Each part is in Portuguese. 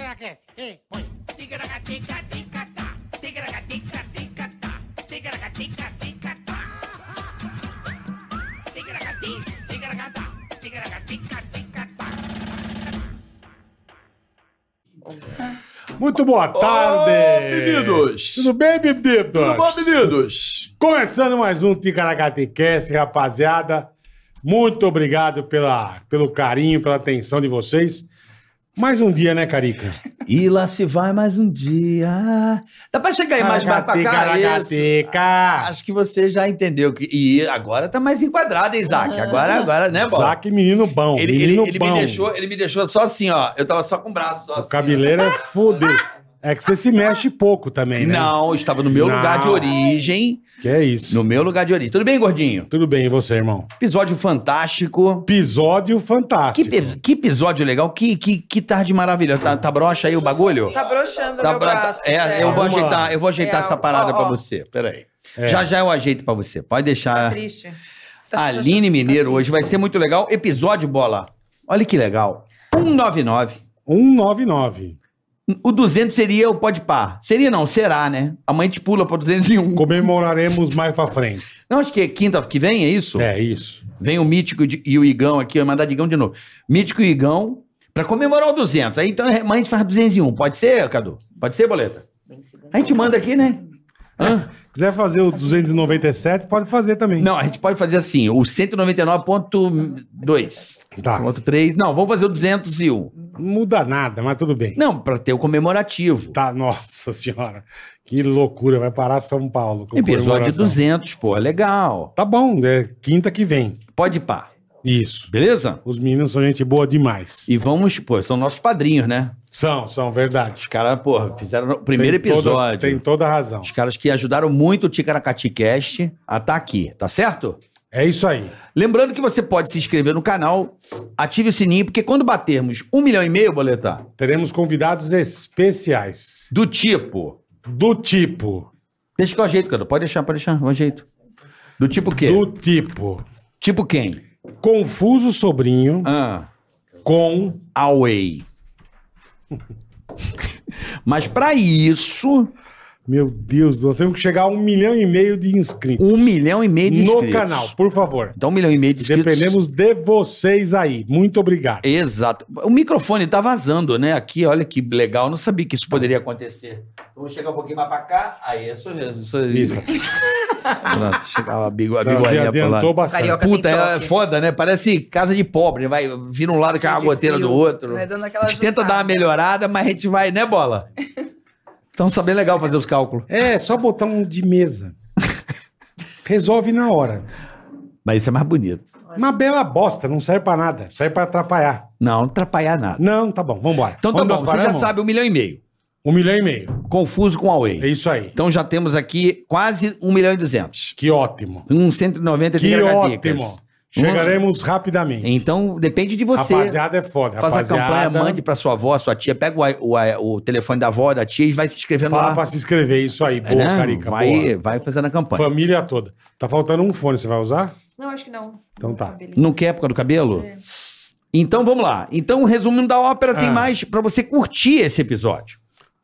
Tigracast, e põe. Tigragatica-tica-tá, tigragatica-tica-tá, tigragatica-tica-tá. Tigragati, tigragatá, tigragatica-tica-tá. Muito boa tarde! meninos! Tudo bem, bebidos? Tudo bom, meninos? Começando mais um Ticaracatecast, rapaziada. Muito obrigado pela, pelo carinho, pela atenção de vocês. Mais um dia, né, Carica? E lá se vai mais um dia. Dá pra chegar aí mais, mais É, pra cá? Isso. Ticaracateca! Acho que você já entendeu. Que... E agora tá mais enquadrado, hein, Isaac? Ah. Agora, agora, né, Bob? Isaac, menino bom, Ele, ele, é um menino ele bom. me deixou, ele me deixou só assim, ó. Eu tava só com o braço, só O assim. cabeleiro é foder. É que você se mexe pouco também, né? Não, estava no meu Não. lugar de origem. Que é isso. No meu lugar de origem. Tudo bem, gordinho? Tudo bem, e você, irmão? Episódio fantástico. Episódio Que, fantástico. pe- que episódio legal. Que, que, que tarde maravilhosa. Tá, tá broxa aí o bagulho? Tá broxando Tá meu bra- braço. né? é, eu vou Vamos lá. ajeitar, eu vou ajeitar É, essa parada ó, pra ó. você. Peraí. É. Já já eu ajeito pra você. Pode Tá deixar. triste. A Tá- Aline tá- tá Mineiro triste. hoje vai ser muito legal. Episódio bola. Olha que legal. 199. 199. O 200 seria o pode par. Seria não, será, né? Amanhã a gente pula pra 201. Comemoraremos mais pra frente. Não, acho que é quinta que vem, é isso? É isso. Vem o Mítico de- e o Igão aqui, eu ia mandar de Igão de novo. Mítico e Igão pra comemorar o 200. Aí então amanhã a gente faz 201. Pode ser, Cadu? Pode ser, Boleta? A gente manda aqui, né? Hã? Quiser fazer o 297, pode fazer também. Não, a gente pode fazer assim, o 199.2. Tá. Ponto 3. Não, vamos fazer o 201. Muda nada, mas tudo bem. Não, para ter o comemorativo. Tá, nossa senhora. Que loucura, vai parar São Paulo. com Episódio comemoração. 200, pô, é legal. Tá bom, é quinta que vem. Pode pá. Isso. Beleza? Os meninos são gente boa demais. E vamos, pô, são nossos padrinhos, né? São, são, verdade. Os caras, pô, fizeram o primeiro Tem toda- episódio. tem toda a razão. Os caras que ajudaram muito o Ticaracati Cast a tá aqui, tá certo? É isso aí. Lembrando que você pode se inscrever no canal, ative o sininho, porque quando batermos um milhão e meio, boletar, Teremos convidados especiais. do tipo Do tipo. Deixa que eu ajeito, cara. Pode deixar, pode deixar. Eu ajeito. Do tipo quê? Do tipo. Tipo quem? Confuso Sobrinho Ah, com. away. Mas pra isso, Meu Deus, nós temos que chegar a um milhão e meio de inscritos. um milhão e meio de inscritos. No canal, por favor. Então, um milhão e meio de inscritos. Dependemos de vocês aí. Muito obrigado. Exato. O microfone tá vazando, né? Aqui, olha que legal. Eu não sabia que isso poderia acontecer. Vamos chegar um pouquinho mais pra cá. Aí, é só isso. Só isso. Pronto, chegava a bigo- a Então, bigolinha tá pra lá. adiantou bastante. Carioca. Puta, é Tem toque. foda, né? Parece casa de pobre. Vai, vira um lado cai uma Cheio de goteira fio. do outro. Vai dando aquela A gente tenta ajustada. dar uma melhorada, mas a gente vai, né, bola? Então, saber legal fazer os cálculos. É, só botar um de mesa. Resolve na hora. Mas isso é mais bonito. Uma bela bosta, não serve pra nada. Serve pra atrapalhar. Não, não atrapalhar nada. Não, tá bom, vambora. Então tá Onde bom, nós você já paramos? sabe um milhão e meio. Um milhão e meio. Confuso com a É Huawei. isso aí. Então já temos aqui quase um milhão e duzentos. Que ótimo. Um 190 Que tigragadicas. ótimo. Chegaremos rapidamente. Então depende de você. Rapaziada é foda. Faz a rapaziada. campanha, mande pra sua avó, sua tia, pega o, o- o telefone da avó, da tia e vai se inscrevendo Fala lá. pra se inscrever. Isso aí. Boa, Né? Carica. vai, Boa. vai fazendo a campanha. Família toda. Tá faltando um fone, você vai usar? Não, acho que não. Então tá. Não quer por causa do cabelo? Então vamos lá. Então, resumindo da ópera, tem Ah. mais pra você curtir esse episódio.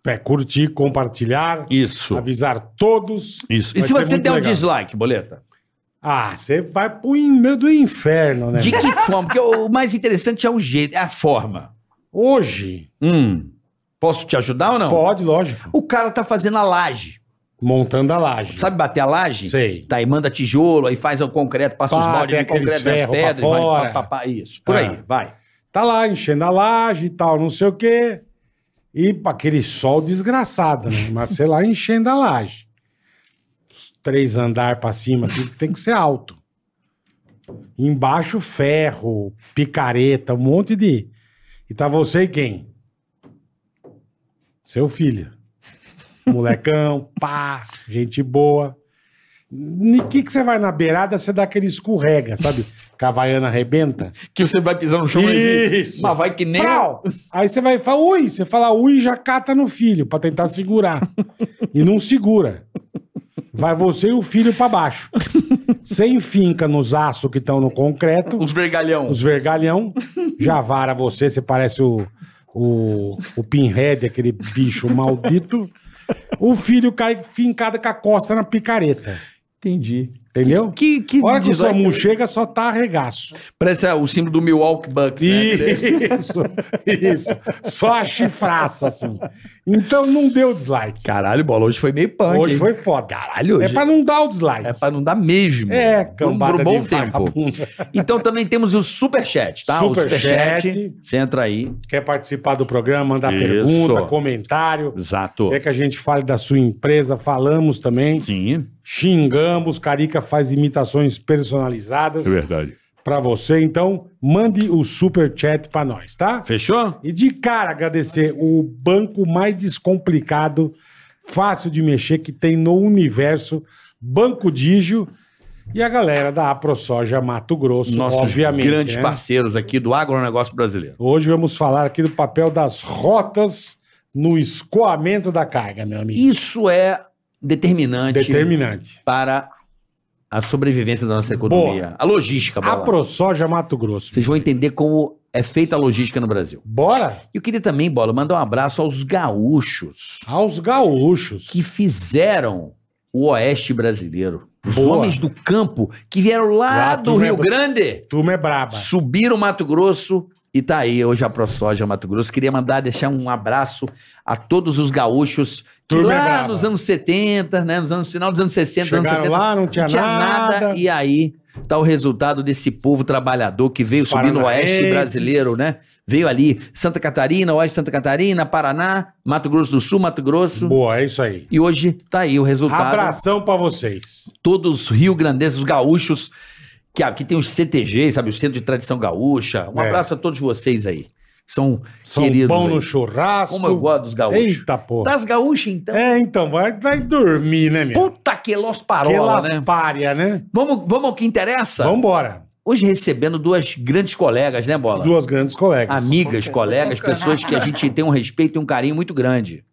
É curtir, compartilhar, Isso. avisar todos. Isso. E Vai se ser você muito der um legal. dislike, boleta? Ah, você vai pro in- meio do inferno, né? De que forma? Porque o mais interessante é o jeito, é a forma. Hoje, Hum. Posso te ajudar ou não? pode, lógico. O cara tá fazendo a laje. Montando a laje. Sabe bater a laje? Sei. Tá, e manda tijolo, aí faz o concreto, passa os Pá, baldes de tem concreto, aqueles vem as ferro pra pedras, vai, fora. pá, pá, pá, isso. Por Ah. aí, vai. Tá lá enchendo a laje e tal, não sei o quê. E pá, aquele sol desgraçado, né? Mas sei lá, enchendo a laje. Os Três andar pra cima, assim, que tem que ser alto. Embaixo, ferro, picareta, um monte de. E tá você e quem? Seu filho. Molecão, pá, gente boa. E que, que você vai na beirada, você dá aquele escorrega, sabe? Cavaiana arrebenta. Que você vai pisar no chão Isso. Mas vai que nem. Frau! Aí você vai falar ui, você fala ui e já cata no filho pra tentar segurar. e não segura. Vai você e o filho pra baixo. Você enfinca nos aços que estão no concreto, Uns vergalhão. os vergalhão, já vara você, você parece o, o, o Pinhead, aquele bicho maldito, o filho cai fincado com a costa na picareta. Entendi. Entendeu? Que, que A hora que o design- Samu chega, só tá arregaço. Parece ah, o símbolo do Milwaukee Bucks, né? Isso, isso. Só a chifraça, assim. Então não deu dislike. Caralho, bola, hoje foi meio punk. Hoje hein? foi foda. Caralho, É hoje. pra não dar o dislike. É pra não dar mesmo. É, Por um- cambada por um bom de tempo. vagabundo. Então também temos o Superchat, tá? Superchat. o Superchat. Você entra aí. Quer participar do programa, mandar Isso. pergunta, comentário. Exato. Quer que a gente fale da sua empresa, falamos também. Sim. Xingamos, Carica faz imitações personalizadas verdade. pra você. Então, mande o super chat pra nós, tá? Fechou? E de cara agradecer o banco mais descomplicado, fácil de mexer que tem no universo, Banco Digio e a galera da AproSoja Mato Grosso, Nossos obviamente. grandes né? parceiros aqui do agronegócio brasileiro. Hoje vamos falar aqui do papel das rotas no escoamento da carga, meu amigo. Isso é determinante Determinante. para a sobrevivência da nossa economia. A logística, A bola. ProSoja Mato Grosso. Tá Vocês vão entender como é feita a logística no Brasil. Bora E eu queria também, Bola, mandar um abraço aos gaúchos aos gaúchos. que fizeram o Oeste brasileiro. Os Boa. homens do campo que vieram lá, Lá do do Rio Rebra- Grande, Turma é braba. subiram o Mato Grosso e tá aí hoje a ProSoja Mato Grosso. Queria mandar, deixar um abraço a todos os gaúchos que Turma é lá braba. nos anos 70, né, nos anos final dos anos 60, anos Chegaram 70, lá, não tinha, é não tinha nada. nada. E aí tá o resultado desse povo trabalhador que veio Os subindo o oeste paranaenses. brasileiro, né? Veio ali Santa Catarina, oeste de Santa Catarina, Paraná, Mato Grosso do Sul, Mato Grosso. Boa, é isso aí. E hoje tá aí o resultado. Abração pra vocês. Todos os rio-grandenses, os gaúchos, que aqui tem os CTG, sabe? O Centro de Tradição Gaúcha. Um É. abraço a todos vocês aí. São, São queridos pão aí. no churrasco. como eu gosto dos gaúchos. Eita porra. Das gaúchas, então. É, então, vai, vai dormir, né, meu? Puta que los Que parola, né? laspária, né? Vamos, vamos ao que interessa? Vambora. Hoje recebendo duas grandes colegas, né, Bola? Duas grandes colegas. Amigas, Tô colegas, tocando. pessoas que a gente tem um respeito e um carinho muito grande.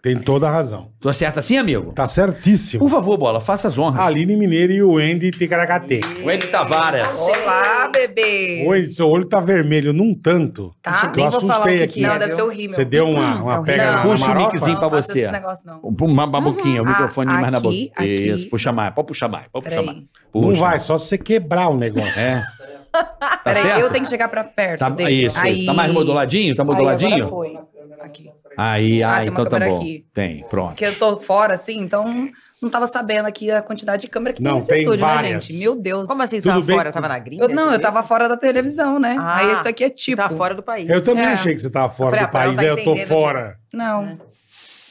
Tem toda a razão. Tô certo assim, amigo? Tá certíssimo. Por favor, Bola, faça as honras. Aline Mineiro e o Andy Ticaracatê. O Henrique Tavares. Olá, bebê. Oi, seu olho tá vermelho, num tanto. Tá? Eu Nem assustei aqui. Não, deve ser o rímel. Você deu um uma, uma é o pega Renan. na Puxa o marofa? nickzinho pra faça você. Esse negócio, não. Um, Uma baboquinha, o Uhum. microfone Ah, mais na boca. aqui, aqui. Isso, puxa mais, pode puxar mais, pode puxar mais. Peraí. Não Puxa. vai, só se você quebrar o negócio. É. Tá Peraí, certo? eu tenho que chegar pra perto tá, dele. Isso, Aí. tá mais moduladinho? Tá Aí, moduladinho? agora foi. Aqui. Aí, Ah, ah, tem uma então tá câmera bom. aqui. Tem, pronto. Porque eu tô fora, assim, então não tava sabendo aqui a quantidade de câmera que Não, tem nesse tem estúdio, várias. né, gente? Meu Deus. Como assim, você Tudo tava bem fora? com- Tava na gringa? Eu, não, eu essa tava Ah. vez? fora da televisão, né? Ah, Aí isso aqui é tipo. Tá fora do país. Eu também É. achei que você tava fora Falei, do ah, pra ela país, tá aí eu tô entendendo fora. Não.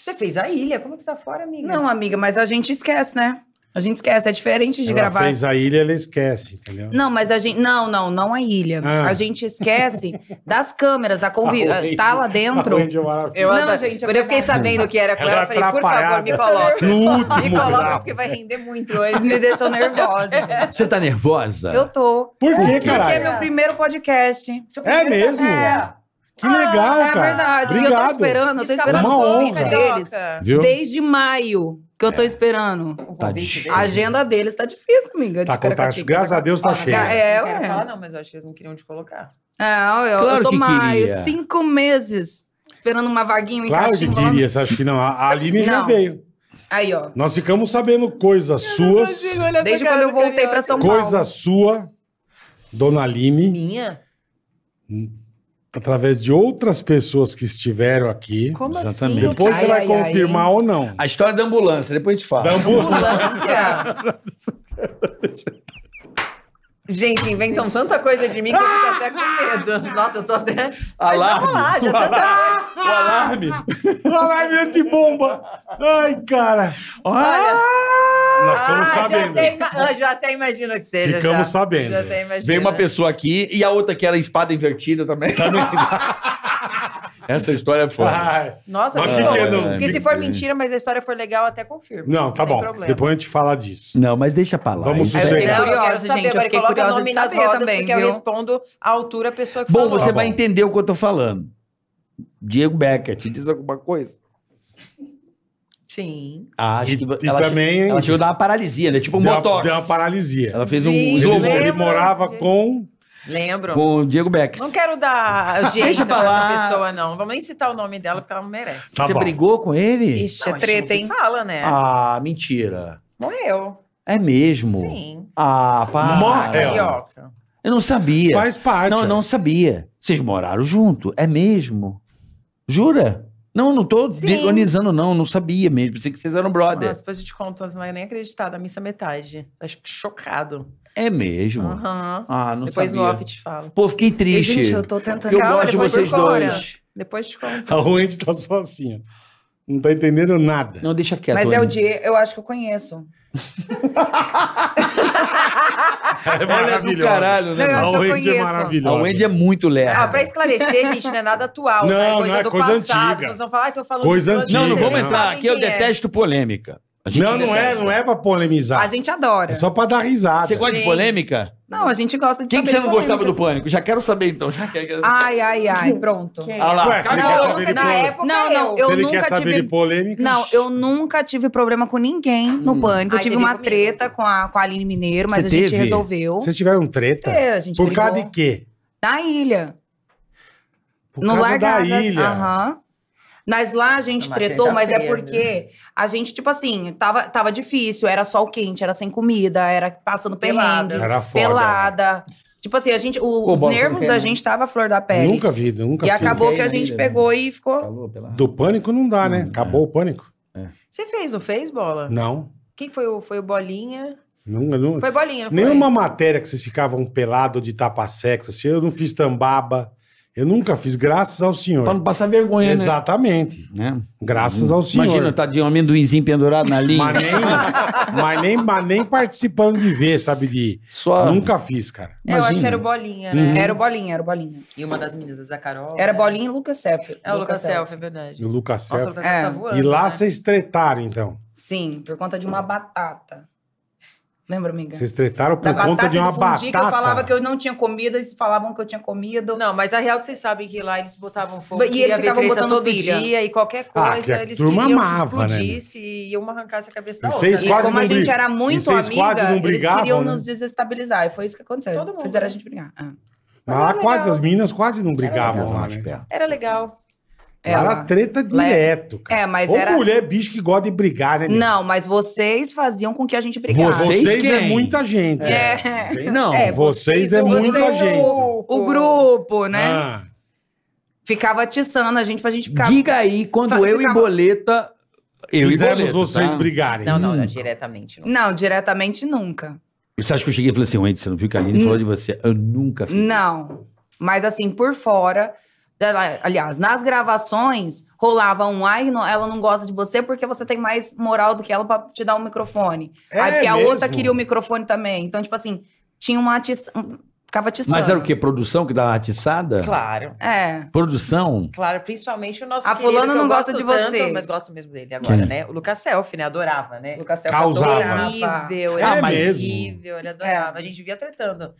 Você fez a ilha? Como que você tá fora, amiga? Não, amiga, mas a gente esquece, né? A gente esquece. É diferente de Ela gravar. fez a ilha, ela esquece, entendeu? Não, mas a gente. Não, não, não a ilha. Ah. A gente esquece das câmeras, a convi... A Wendy- tá lá dentro. A Wendy é maravilhosa. Eu Não, ando- gente, é Quando eu fiquei verdade. sabendo que era com ela, Ela é eu falei, por atrapalhada. favor, me coloca. No Me último. coloca, grau. porque vai render muito Eles hoje. me deixam nervosa, gente. Você tá nervosa? Eu tô. Por que, Porque Porque é caralho? meu primeiro podcast. É mesmo? Que legal, é cara. verdade. E Eu tô Obrigado. esperando, eu tô esperando Uma o honra. convite deles. Viu? Desde maio que eu tô esperando. Um Tá A agenda deles tá difícil, amiga. Tá, de cara com- tá, catica. graças a Deus tá cheio. É, não quero ué. falar não, mas eu acho que eles não queriam te colocar. É, eu, Claro eu tô que maio, queria. cinco meses esperando uma vaguinha um me Claro que encaixinha. queria, você acha que não? A a Aline já Não. veio. Aí, ó. Nós ficamos sabendo coisas suas, Desde quando eu voltei pra São Paulo. coisa sua, Dona Aline, Minha? através de outras pessoas que estiveram aqui. Como Exatamente. assim? Depois Ai, você vai ai, ai, confirmar ou não. um A história da ambulância, depois a gente fala. Da ambulância. Ambulância. Gente, inventam tanta coisa de mim que eu fico até com medo. Nossa, eu tô até... Mas Alarme. vamos lá, já tanta coisa. O alarme. Alarme de bomba. Ai, cara. Olha, Nós ah, estamos já, sabendo. até, ima- ah, já até imagino que seja. Ficamos já. sabendo. Já até imagino. Veio uma pessoa aqui e a outra que era espada invertida também. Essa história é foda. Ai. Nossa, Mas bem que bom. que é, não? Porque se for mentira, mas a história for legal, até confirmo. Não, tá tem bom. problema. Depois a gente fala disso. Não, mas deixa pra lá. Vamos Isso Aí eu é- fiquei Não, eu quero curiosa, saber, gente. Eu agora fiquei coloca o curiosa nome de nas saber rodas, também, porque viu? eu respondo à altura a pessoa que Bom, falou. você Tá vai bom. entender o que eu tô falando. Diego Beckett, diz alguma coisa? Sim. Ah, acho E- que e ela, também, chegou, hein? ela chegou a dar uma paralisia, né? Tipo um deu, botox. deu uma paralisia. Ela fez um Sim, Ele, eu isopor. lembro. ele morava com Lembro. com o Diego Beck. Não quero dar audiência Deixa pra pra essa lá. pessoa, não. Vamos nem citar o nome dela, porque ela não merece. Tá Você bom. brigou com ele? Ixi, Não, é a gente treta, não hein? se fala, né? Ah, mentira. Morreu. É mesmo? Sim. Ah, para. Morreu. Carioca. Eu não sabia. Faz parte. Não, ó. eu não sabia. Vocês moraram junto, é mesmo? Jura? Não, não tô Sim. degonizando, não. Não sabia mesmo. Pensei que vocês eram brother. Nossa, depois eu te conto, você não vai nem acreditar, da missa metade. Acho que chocado. É mesmo. Aham. Ah, não Depois sabia. no off te falo. Pô, fiquei E, triste. gente, eu tô tentando. Porque eu Calma, gosto de depois vocês procura. dois. Depois te conto. Tá ruim de tá só assim, ó. Não tá entendendo nada. Não, deixa quieto. Mas é o Anny. Diego, eu acho que eu conheço. É Ela é do caralho, né? Não, eu acho A que eu Wendy é conheço. A maravilhosa. Wendy é muito lerda. Ah, pra esclarecer, gente, não é nada atual, Não, né? É não, é do coisa passado. antiga. Vocês vão falar, ah, tô falando Coisa de fulano de antiga. Não, não vocês vamos nem Não. entrar. sabem Aqui eu quem é. detesto polêmica. A gente Não, não é, detesta. não é pra polemizar. A gente adora. É só pra dar risada. Você gosta de Sim. polêmica? Não, a gente gosta de Quem que saber você não gostava do polêmicas. pônico? Já quero saber então. Já quero... Ah. Ai, ai, ai, pronto. Quem? é? Ah lá. Ué, Cadê você o- quer Não, eu saber de nunca, na polêmica? época Não, eu. não, Se eu ele nunca quer saber tive- de polêmica. Não, eu nunca tive problema com ninguém no pânico. Eu Ai, teve tive uma comigo. treta com a, com a Aline Mineiro, mas Você a gente teve? resolveu. Vocês tiveram treta? É, a gente Por brigou. causa de quê? Na ilha. Por no causa Largadas. da ilha. Aham. Mas lá a gente Uma tretou, mas é quinta-feira. porque a gente, tipo assim, tava, tava difícil, era sol quente, era sem comida, era passando Pelada. pelada. Era foda. né? Pelada. Tipo assim, a gente, o- Ô, os Bola, nervos você da não- gente tava à flor da pele. Nunca vi, nunca e vi. acabou que a na gente ilha, né? pegou e ficou. Falou pela- Do pânico não dá, né? Hum, Acabou o pânico. Você fez, não fez, É. Bola? Não. Quem foi o, foi o Bolinha? Nunca, nunca. Foi Bolinha, não foi? Nenhuma matéria que vocês ficavam pelado de tapa sexo, assim, eu não fiz tambaba. Eu nunca fiz, graças ao Pra senhor. não passar vergonha, né? Exatamente. né? Graças ao senhor. Imagina, tá de um amendoinzinho pendurado na linha. mas nem, mas, nem, mas nem participando de ver, sabe? De... Só. Nunca fiz, cara. É, eu acho Imagina. Uhum. que era o Bolinha, né? Era o bolinha, era o bolinha. E uma das meninas, a Carol. Era né? bolinha e Lucas Selfie. É o Lucas Selfie, é verdade. E o Lucas Nossa, o Self. Lucas Selfie tá É. voando. E lá né? vocês tretaram, então. Sim, por conta de uma batata. Lembra, amiga? Vocês tretaram por Da conta batata de uma do fundi, batata. que eu falava que eu não tinha comida, eles falavam que eu tinha comido. Não, mas a real é que vocês sabem que lá eles botavam fogo. E queria eles ver ficavam treta botando todo pilha. dia e qualquer Ah, coisa, que a eles turma queriam que amava, né? explodisse e iam arrancar essa cabeça da E outra. vocês né? E quase como não a gente briga- era e muito vocês amiga, quase não brigavam, eles queriam né? nos desestabilizar. E foi isso que aconteceu. Todo mundo, Eles Fizeram né? a gente brigar. Ah. Mas lá Era quase legal. as meninas quase não brigavam lá, Lá de né? perto. Era legal. É, Lá lá. era treta direto, cara. É, mas Ou era. mulher bicho que gosta de brigar, né? Não, mas vocês faziam com que a gente brigasse. Vocês, Vocês é quem? muita gente. É. Tem Não. É, Vocês é o- muita vocês, gente. o- O grupo, né? Ah, Ficava atiçando a gente pra gente ficar. Diga aí, quando Fa- eu ficava- e Boleta. Eu e fizemos Boleta. vocês tá? brigarem. Não, não, Hum. não, diretamente não. Não, diretamente nunca. Você acha que eu cheguei e falei assim, Wendy, você não viu que a Aline Hum. falou de você? Eu nunca fiz. Não. Mas assim, por fora. ela- Aliás, nas gravações, rolava um ai, não- ela não gosta de você porque você tem mais moral do que ela pra te dar um microfone. É aí porque a mesmo? outra queria o microfone também. Então, tipo assim, tinha uma atiça... um- Ficava atiçando. Mas era o quê? Produção que dava uma atiçada? Claro. É. Produção? Claro, principalmente o nosso A querido, fulana que eu não gosta gosto de você. Tanto, mas gosto mesmo dele agora, Quem? né? O Lucas Selfie, né? Adorava, né? Lucas Selfie Causava. adorava. horrível, ele É era mesmo. horrível, ele É. adorava. A gente vivia tretando.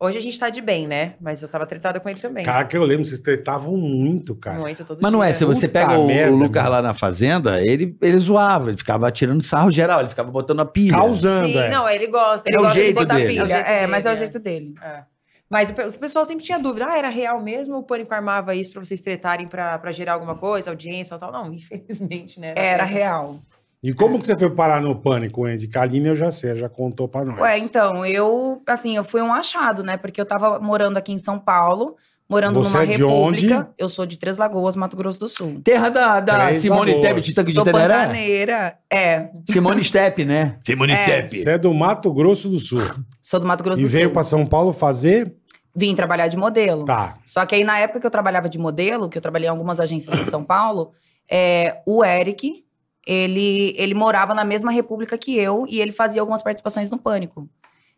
Hoje a gente tá de bem, né? Mas eu tava tretada com ele também. Cara, que eu lembro, vocês tretavam muito, cara. Muito, todo Mas não dia. é, se você Puta pega o, merda, o né? Lucas mano. lá na fazenda, ele, ele zoava, ele ficava tirando sarro geral, ele ficava botando a pilha. Causando, Sim, é. não, ele gosta. Ele É o gosta jeito de botar dele. É o pilha. jeito É, mas é o dele, é. jeito dele. É. Mas o pe- o pessoal sempre tinha dúvida. Ah, era real mesmo? O Pânico armava isso pra vocês tretarem pra, pra gerar alguma coisa, audiência ou tal? Não, infelizmente, né? Era real. E como que você foi parar no pânico, Andy? Kaline, eu já sei, já contou pra nós. Ué, então, eu, assim, eu fui um achado, né? Porque eu tava morando aqui em São Paulo, morando Você numa é de república. onde? Eu sou de Três Lagoas, Mato Grosso do Sul. Terra da, da Três Simone Lagoas. Tebet, Tita Sou Quintaneré? pantaneira. É, Simone Step, né? Simone Você é do Mato Grosso do Sul. sou do Mato Grosso e do veio Sul. pra São Paulo fazer. Vim trabalhar de modelo. Tá. Só que aí, na época que eu trabalhava de modelo, que eu trabalhei em algumas agências em São Paulo, é, o Eric, ele, ele morava na mesma república que eu e ele fazia algumas participações no Pânico.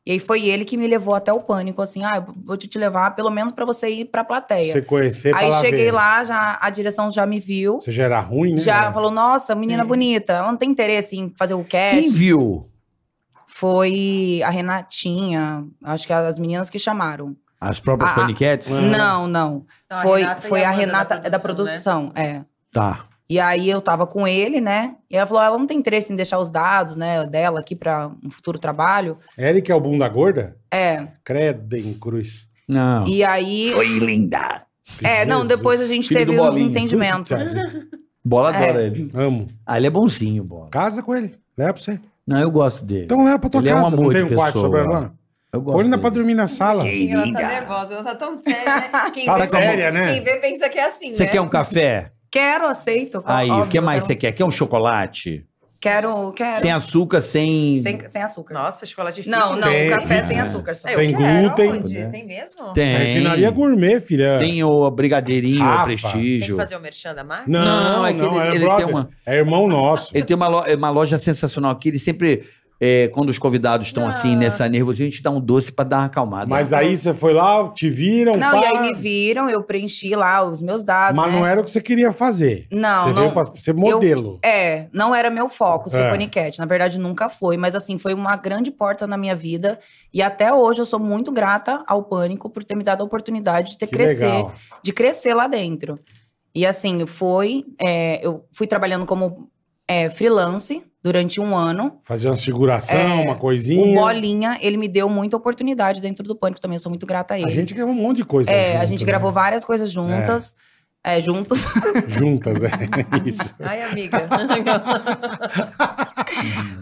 E aí foi ele que me levou até o Pânico, assim, ah, eu vou te te levar pelo menos pra você ir pra plateia. Você conhecer Aí pra lá cheguei ver. lá, já, a direção já me viu. Você já era ruim, né? Já falou, nossa, menina É. bonita, ela não tem interesse em fazer o cast. Quem viu? Foi a Renatinha, acho que as meninas que chamaram. As próprias Ah, paniquetes? ah. Não, não. Então, a foi Renata e foi a a, Amanda né? Renata é da produção, é. Tá. E aí eu tava com ele, né? E ela falou, ela não tem interesse em deixar os dados, né, dela aqui pra um futuro trabalho. Eric é o bunda gorda? É. Creda em cruz. Não. E aí. Foi linda. É, não, Jesus. depois a gente Filho teve do uns Bolinha. entendimentos. Puta, Bola É. adora ele. Amo. Ah, ele é bonzinho, Bola. Casa com ele. Leva pra você. Não, eu gosto dele. Então leva pra tua Ele é um casa. não amor tem um de quarto pessoa. sobrando lá? eu gosto Ou ainda dele. pra dormir na sala? Gente, Ela tá linda. nervosa, ela tá tão séria, né? Quem Tá vê- séria, né? Quem vê pensa que é assim, Você né? quer um café? Quero, aceito. ó- Aí, o óbvio, que mais quero- você quer? Quer um chocolate? Quero, quero. Sem Sem, açúcar, sem. sem, um- açúcar. Nossa, chocolate é difícil. não, não, Sem- café sem Ah. açúcar só. Eu Sem quero, glúten. onde? Né? Tem mesmo? Tem. É refinaria gourmet, filha. Tem o brigadeirinho, Rafa. o Tem que prestígio. fazer o merchan da marca? Não, não, Não, é que ele- é ele brother. tem uma- É irmão nosso. Ele tem uma loja, uma loja sensacional aqui. Ele sempre, é, quando os convidados estão Ah. assim, nessa nervosinha, a gente dá um doce pra dar uma acalmada. Mas aí você foi lá, te então, viram, Não, pá, e aí me viram, eu preenchi lá os meus dados, mas né? não era o que você queria fazer. é Não, você não. veio pra ser modelo. É, não era meu foco ser É. paniquete. Na verdade, nunca foi. Mas, assim, foi uma grande porta na minha vida. E até hoje eu sou muito grata ao pânico por ter me dado a oportunidade de ter Que crescer, legal. de crescer lá dentro. E assim, foi. é, eu fui trabalhando como é, freelance durante um ano. Fazer uma seguração, É, uma coisinha. O Bolinha, ele me deu muita oportunidade dentro do pânico também. Eu sou muito grata a ele. A gente gravou um monte de coisa. é, a junto, gente né? gravou várias coisas juntas. É, juntos. Juntas, é isso. Ai, amiga.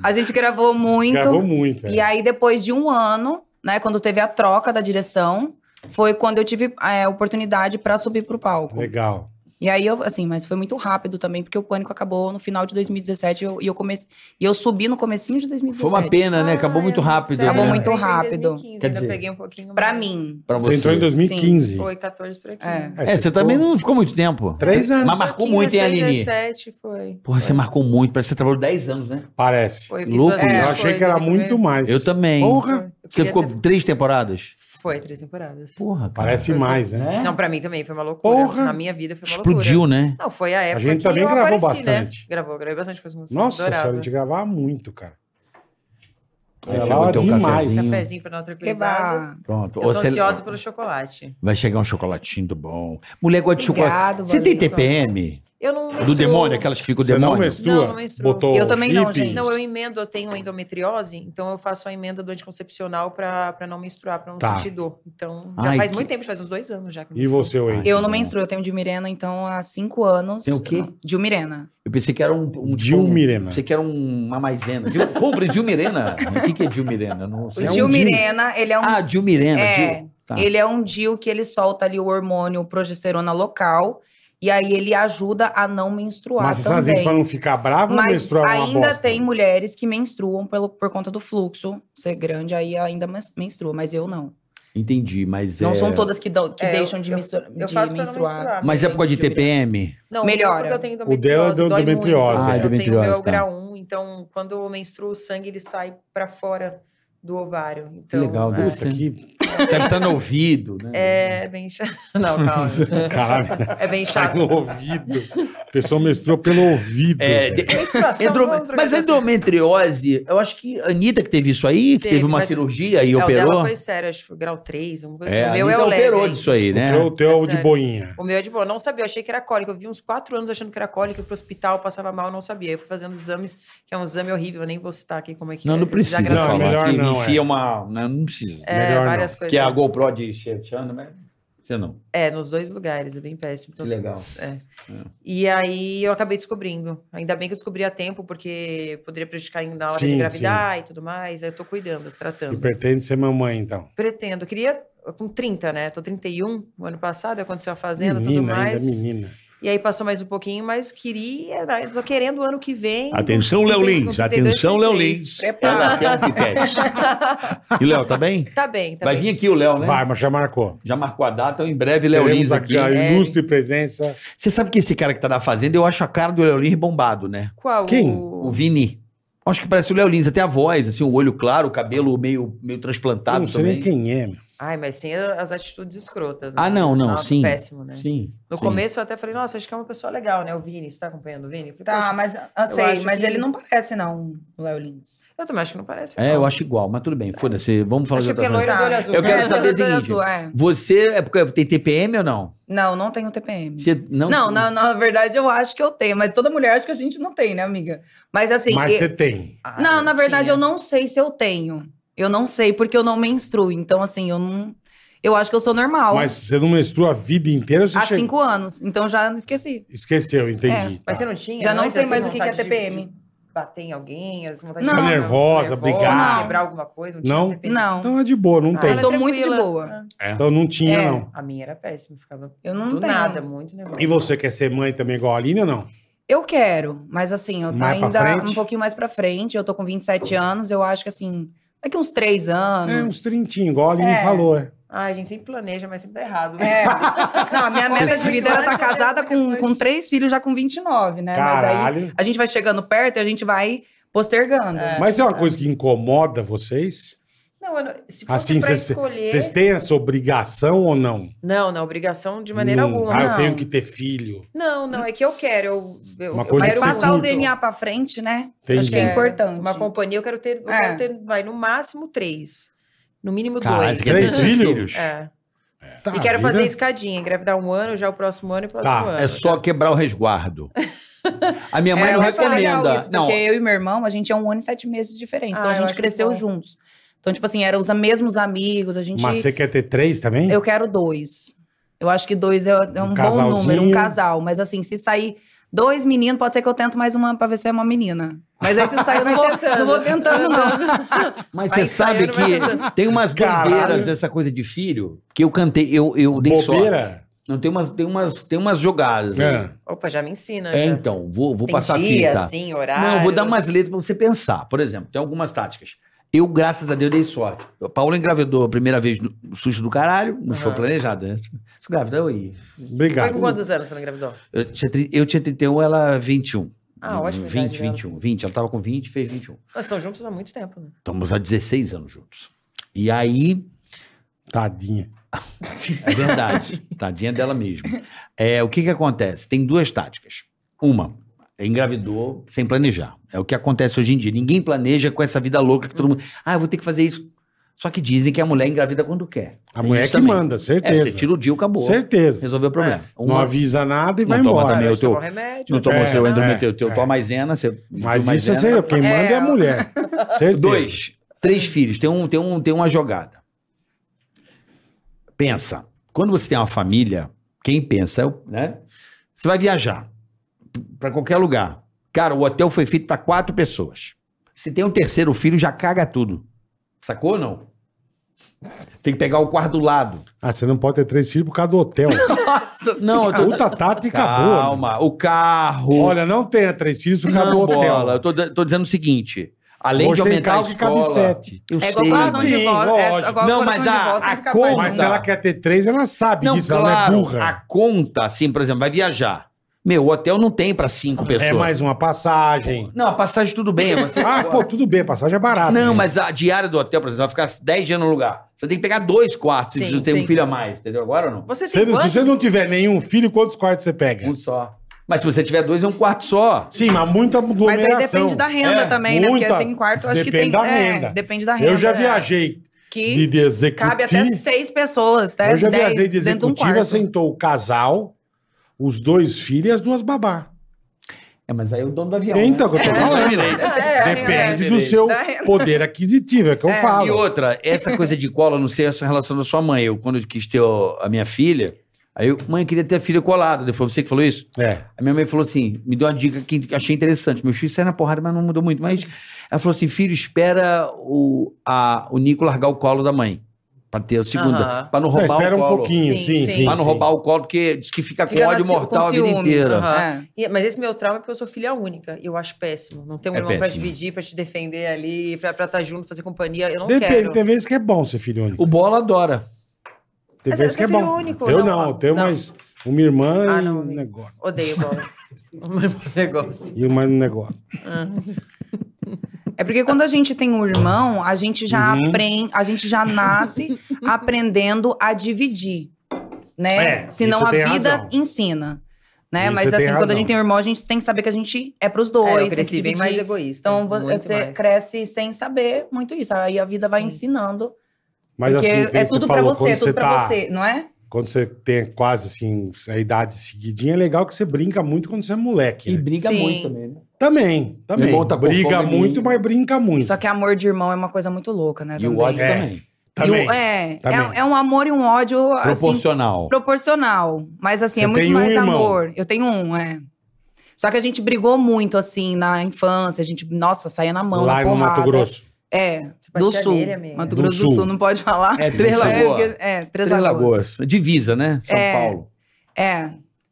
A gente gravou muito. Gravou muito. é. E aí, depois de um ano, né, quando teve a troca da direção, foi quando eu tive é, a oportunidade pra subir pro palco. Legal. E aí eu, assim, mas foi muito rápido também, porque o pânico acabou no final de 2017 e eu, e eu comecei. E eu subi no comecinho de Foi 2017. uma pena, né? Acabou Ai, muito amiga, rápido. sério, Acabou né? muito eu entrei em rápido. 2015, Quer ainda dizer, peguei um pouquinho Pra mais. mim. Pra Você, você. entrou em 2015. Foi 14 pra 15. É. É, você ficou também não ficou muito tempo. Três anos. Mas Ah, marcou muito, hein, 15, Aline? 17 foi. Porra, você marcou muito. Parece que você trabalhou 10 anos, né? Parece. Foi, Louco. duas É, eu coisas achei que era ali muito mais. Eu também. pra ver. Porra, Eu Você queria ficou ter- três temporadas? Foi, três temporadas. Porra, cara. parece mais, né? Não, pra mim também foi uma loucura. Porra. Na minha vida foi uma Explodiu, loucura. né? Não, foi a época gente que também eu gravou apareci, né? bastante. Gravou, gravei bastante com as músicas. Nossa adorava. senhora, a gente gravava muito, cara. Aí Ela chegou era teu demais. cafezinho. Cafezinho pra dar outra pesada. Eba! Pronto. Eu tô Ô, cê- ansiosa pelo chocolate. Vai chegar um chocolatinho do bom. Mulher gosta de chocolate. ah, Obrigado, Você tem Bolinha. TPM? Eu não Do menstruo. demônio? Aquelas que ficam o Você não demônio? menstrua? Não, não menstruo. Botou Eu também não, chip? gente. Não, eu emendo, eu Tá tenho endometriose, então eu faço a emenda do anticoncepcional pra, pra não menstruar, pra não Tá. sentir dor. Então, já Ai, faz que- muito tempo, faz uns dois anos já que eu E menstruo. você, Wayne? Eu não menstruo, eu tenho Dilmirena, então, há cinco anos. Tem o quê? Dilmirena. Eu pensei que era um. um Dilmirena. Pensei que era um- uma maisena. Dil- Compre Dilmirena. O que, que é Dilmirena? Eu Não sei. É um Dilmirena, ele é um Ah, Dilmirena. É, Dil- tá. Ele é um DIU que ele solta ali o hormônio progesterona local. E aí ele ajuda a não menstruar Mas você sabe, às vezes, também. pra não ficar bravo, não Mas menstruar é uma ainda bosta. tem mulheres que menstruam pelo, por conta do fluxo ser grande, aí ainda mes- menstrua, mas eu não. Entendi, mas é. Não são todas que, dão- que É, eu- deixam de, eu- mistura- Eu de faço pra não menstruar. menstruar. Mas é por causa de Dilmirena. TPM? Não, Melhora. Porque eu tenho O dela é endometriose, do- dói endometriose. muito. eu tenho Ah, o meu é endometriose, o tá. grau 1, então quando eu menstruo, o sangue ele sai pra fora do ovário. Então, legal, é, desse- Puta que Você tá no ouvido, né? é bem chato. Não, calma. caralho. É bem Sai chato. Tá no ouvido. A pessoa menstrua pelo ouvido. É, velho. de- Menstruação, é Endrome- vamos trocar Mas a de assunto. endometriose, eu acho que a Anitta que teve isso aí, que teve, Teve, uma mas- cirurgia e É, o operou. dela foi sério, acho que foi grau 3, uma coisa É, assim. a O meu é Anitta o leve. operou ainda. disso aí, O né? teu, o teu É de sério. boinha. O meu é de boa, eu não sabia, eu achei que era cólica. Eu vi uns quatro anos achando que era cólica, eu fui pro hospital, passava mal, eu não sabia. Eu fui fazendo exames, que é um exame horrível, eu nem vou citar aqui como é que Não, é. não precisa Não, é falar. desagradável. melhor que não, enfia é. uma. Não, não precisa. É, Melhor não. várias coisas. que é a GoPro de Sheffield, mas Você não. É, nos dois lugares, é bem péssimo. Que Então, legal. E aí eu acabei descobrindo. Ainda bem que eu descobri a tempo, porque poderia prejudicar ainda na hora Sim, de engravidar e tudo mais. Aí eu tô cuidando, E tratando. pretende ser mamãe, então. Pretendo. Eu Queria com 30, né? Tô 31, o ano passado aconteceu a fazenda e tudo Menina, ainda é mais. menina. Tá E aí passou mais um pouquinho, mas queria, né? tô querendo o ano que vem. Atenção, com Léo 32, Lins. com 32, Atenção, Léo 33. Lins. Prepara. Ela quer um pipete. E Léo, tá bem? Tá bem, tá Vai bem. vir aqui o Léo, né? Vai, mas já marcou. Já marcou a data, então em breve Léo Teremos Lins aqui. A É. ilustre presença. Você sabe que esse cara que tá na fazenda, eu acho a cara do Léo Lins bombado, né? Qual? Quem? O O... Vini. Acho que parece o Léo Lins, até a voz, assim, o olho claro, o cabelo meio, meio Eu transplantado não sei nem Tá também. quem é. meu. Ai, mas sem as atitudes escrotas. né? Ah, não, não, Nossa, sim. Péssimo, né? Sim. No sim. começo eu até falei, nossa, acho que é uma pessoa legal, né? O Vini, você tá acompanhando o Vini? Eu falei, Tá, "Poxa, mas eu sei, acho mas que- ele não parece, não, o Léo Lins. Eu também acho que não parece. É, eu não. acho igual, mas tudo bem. Foda-se, vamos falar de Acho que outra é coisa. loira Tá. do olho azul. Eu quero É, saber o do olho seguinte, azul, é. Você é porque tem TPM ou não? Não, não tenho TPM. Você não. Não, na, na verdade eu acho que eu tenho, mas toda mulher acho que a gente não tem, né, amiga? Mas assim, Mas eu- você tem. Ah, Não, na verdade, tinha. eu não sei se eu tenho. Eu não sei, porque eu não menstruo. Então, assim, eu não. Eu acho que eu sou normal. Mas você não menstrua a vida inteira, você há chega- cinco É, anos. Então já esqueci. Esqueceu, entendi. Mas tá. você não tinha? Já não antes sei essa mais o que que é vontade de- TPM. de Bater em alguém, as vontades Não. de Ficar nervosa, brigar. Quebrar alguma coisa. tinha Não? essa TPM? Não. Então é de boa, não Ah, tem. Eu sou era muito de tranquila. boa. Ah, Então não tinha, É. não. A minha era péssima, ficava Eu não do tenho. nada, muito nervosa. E você quer ser mãe também igual a Aline ou não? Eu quero, mas assim, eu Mais pra ainda frente? um pouquinho mais pra frente. Eu tô com 27 anos, eu acho que assim, daqui uns três anos. É, uns trintinhos, igual a Aline É. falou. É. Ai, a gente sempre planeja, mas sempre dá errado. né? É. Não, a minha meta de vida era estar casada com, com três filhos já com 29, né? Mas aí Caralho. a gente vai chegando perto e a gente vai postergando. É. Mas é uma coisa que incomoda vocês? Não, eu não- se fosse Assim, pra vocês escolher... vocês têm essa obrigação ou não? Não, não, obrigação de maneira Não. alguma. Ah, não. eu tenho que ter filho. Não, não, é que eu quero. Eu, eu, Uma eu coisa Mas quero que você passar o curte. DNA pra frente, né? Entendi. Acho que é Quero. importante. Uma companhia, eu quero ter, eu É. quero ter, vai, no máximo três. No mínimo Caralho, dois. você quer ter Três filhos? É. Tá, e quero vida- fazer escadinha, engravidar um ano, já o próximo ano e o próximo Tá, ano. É só quebrar o resguardo. A minha mãe É, não eu acho legal recomenda. isso, não, porque eu e meu irmão, a gente é um ano e sete meses de diferença. Então Ah, a eu gente acho cresceu bom. juntos. Então, tipo assim, eram os mesmos amigos, a gente. Mas você quer ter três também? Eu quero dois. Eu acho que dois é, é Um um bom casalzinho. número, um casal. Mas assim, se sair dois meninos, pode ser que eu tento mais uma pra ver se é uma menina. Mas aí se sair, eu não vou, Vai tentando. não vou tentando, não. mas vai você sabe ensaiando, vai que tem umas Caralho. doideiras dessa coisa de filho que eu cantei, eu, eu dei sorte. Bobeira? Não, tem umas, tem umas, tem umas jogadas. né? É. Opa, já me ensina. já. É, então, vou, vou Tem passar dia, fita. assim, horário. Não, eu vou dar umas letras pra você pensar. Por exemplo, tem algumas táticas. Eu, graças a Deus, dei sorte. A Paula engravidou a primeira vez no no susto do caralho, não foi Aham. planejado, né? Se Engravidou, eu ia. Foi Obrigado. com quantos anos que ela engravidou? Eu tinha, tri- eu tinha 31, ela 21. Ah, ótimo. 20, 21, 20. um, Ela tava com 20, fez 21. Nós estamos juntos há muito tempo, né? Estamos há 16 anos juntos. E aí, Tadinha. é verdade, tadinha dela mesmo. É, o que que acontece? Tem duas táticas. Uma, engravidou sem planejar. É o que acontece hoje em dia. Ninguém planeja com essa vida louca Hum. que todo mundo... Ah, eu vou ter que fazer isso. Só que dizem que a mulher engravida quando quer. A mulher que também. manda, É, certeza. você tira o dia, acabou. Certeza. É. Resolveu o problema. Não Uma- avisa nada e Não vai toma embora. também. Cara, eu hoje toma tô- remédio. Não toma É, o seu né? endometrio, teu é. toma maisena, você... Mas toma isso é maisena. sério, quem manda é a É. mulher. Certeza. né? Dois, três filhos, tem, um, tem, um, tem uma jogada. Pensa, quando você tem uma família, quem pensa, é o- né? Você vai viajar para qualquer lugar. Cara, o hotel foi feito para quatro pessoas. Se tem um terceiro filho, já caga tudo. Sacou ou não? Tem que pegar o quarto do lado. Ah, você não pode ter três filhos por causa do hotel. Nossa Não, eu tô- Puta tática boa. Calma, o carro. Olha, não tenha três filhos por causa do não, hotel. bola. Eu tô, tô dizendo o seguinte: além Hoje de tem aumentar carro a que cabe escola, sete. Eu É igual sei, coração sim, de vó. lógico. É igual Não, coração mas de a- vó, você a fica um. capaz de conta- Mas é não se dar. ela quer ter três, ela sabe Não, disso, claro, ela não a é burra. conta, assim, por exemplo, vai viajar. Meu, o hotel não tem pra cinco pessoas. É mais uma passagem. Não, a passagem tudo bem. Mas Ah, pô, tudo bem, passagem é barata. não, né? mas a diária do hotel, por exemplo, vai ficar 10 dias no lugar. Você tem que pegar dois quartos Sim, se você tem sim. um filho a mais, entendeu? Agora ou não? Você Se, tem não- se quantos? você não tiver nenhum filho, quantos quartos você pega? Um só. Mas se você tiver dois, é um quarto só. Sim, mas muita aglomeração. Mas aí depende da renda É, também, né? muita. Porque tem quarto, eu acho que Depende tem. da é, renda. depende da renda. Eu já né? viajei Que de, de executivo. cabe até seis pessoas, até Eu assim, já dez viajei de dentro de um executiva, quarto. sentou o casal, os dois filhos e as duas babá. É, mas aí é o dono do avião. Então, que né? eu tô É, falando. direito. É, Depende é, do é. seu É. poder aquisitivo, é que eu É. E falo. outra, essa coisa de cola, não sei essa relação da sua mãe. Eu, quando eu quis ter ó, a minha filha, aí eu, mãe, eu queria ter a filha colada. Daí Foi você que falou isso? É. A minha mãe falou assim: me deu uma dica que eu achei interessante. Meus filhos saíram na porrada, mas não mudou muito. Mas ela falou assim: filho, espera o, a, o Nico largar o colo da mãe. Pra ter a segunda. Aham. Pra não Não, roubar espera o um colo. pouquinho, Sim, sim, sim. sim. Pra não sim. roubar o colo, porque diz que fica, Fica com na ódio ci- com mortal a vida ciúmes. inteira. É. E- Mas esse meu trauma é porque eu sou filha única e eu acho péssimo. Não ter um É irmão pra péssimo. dividir, pra te defender ali, pra estar junto, fazer companhia. Eu não Depende, quero. tem vezes que é bom ser filho único. O Bola adora. Tem Mas vezes você que é é filho bom. único, eu não, não, eu tenho não. mais uma irmã Ah, e não, um amigo. negócio. Odeio bola. Um negócio. E uma no negócio. É porque quando a gente tem um irmão, a gente já Uhum. aprende, a gente já nasce aprendendo a dividir, né? É, Senão isso a tem vida razão. ensina, né? Isso Mas tem assim, quando a razão. gente tem um irmão, a gente tem que saber que a gente é pros É, dois, eu tem que cresci bem dividir. mais egoísta. então vo- muito você mais. cresce sem saber muito isso. Aí a vida vai Sim. ensinando. Mas porque assim, que é você tudo pra falou, você, é quando tudo pra tá- você, não é? Quando você tem quase assim, a idade seguidinha, é legal que você brinca muito quando você é moleque. né? briga Sim. muito também. Né? Também, também. Meu irmão tá com briga fome, muito, menino. mas brinca muito. Só que amor de irmão é uma coisa muito louca, né? E o também. ódio É. também. Também. E o- é, Também. é, é um amor e um ódio assim, Proporcional. proporcional. Mas assim, Você é muito tem um mais irmão? amor. Eu tenho um, é. Só que a gente brigou muito, assim, na infância. A gente, nossa, saía na mão, Lá na no porrada. Mato Grosso. É, Você do batia sul. nele, amiga. Mato Do Grosso do Sul. Sul, não pode falar. É, Três É, Lagoas. porque- É, Três, Três Lagoas. Lagoas. Divisa, né? São É. Paulo. É,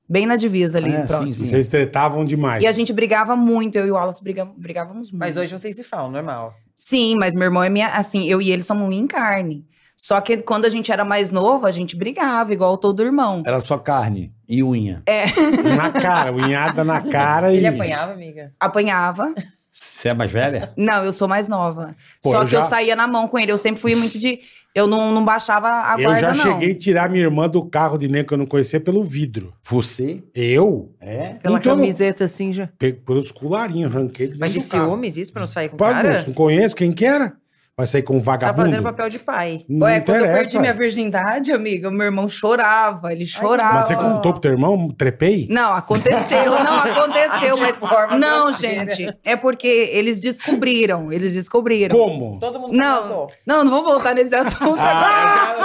bem na divisa ali, É, sim, próximo. sim. Vocês tretavam demais. E a gente brigava muito, eu e o Wallace briga- brigávamos muito. Mas hoje vocês se falam, normal. Sim, mas meu irmão é minha. Assim, eu e ele somos um em carne. Só que quando a gente era mais novo, a gente brigava, igual todo irmão. Era só carne e unha. É. Na cara, unhada na cara e. Ele apanhava, amiga? Apanhava. Você é mais velha? Não, eu sou mais nova. Pô, Só eu que já- eu saía na mão com ele. Eu sempre fui muito de. Eu não, não baixava a guarda, Eu já não. cheguei a tirar minha irmã do carro de nem que eu não conhecia pelo vidro. Você? Eu? É. Pela Então, camiseta assim já. Pe- Pelos colarinhos, arranquei do Mas de do carro. ciúmes, isso pra não sair com o Pode, cara? moço, não conheço quem que era? Vai sair com um Você tá fazendo vagabundo? papel de pai. Não Ué, quando eu perdi interessa. minha virgindade, amiga, o meu irmão chorava, ele chorava. Mas você contou pro teu irmão? Trepei? Não, aconteceu, não aconteceu, De mas. forma Não, grosseira. gente, é porque eles descobriram, eles descobriram. Como? Todo mundo tá Não. contou. Não, não vou voltar nesse assunto agora.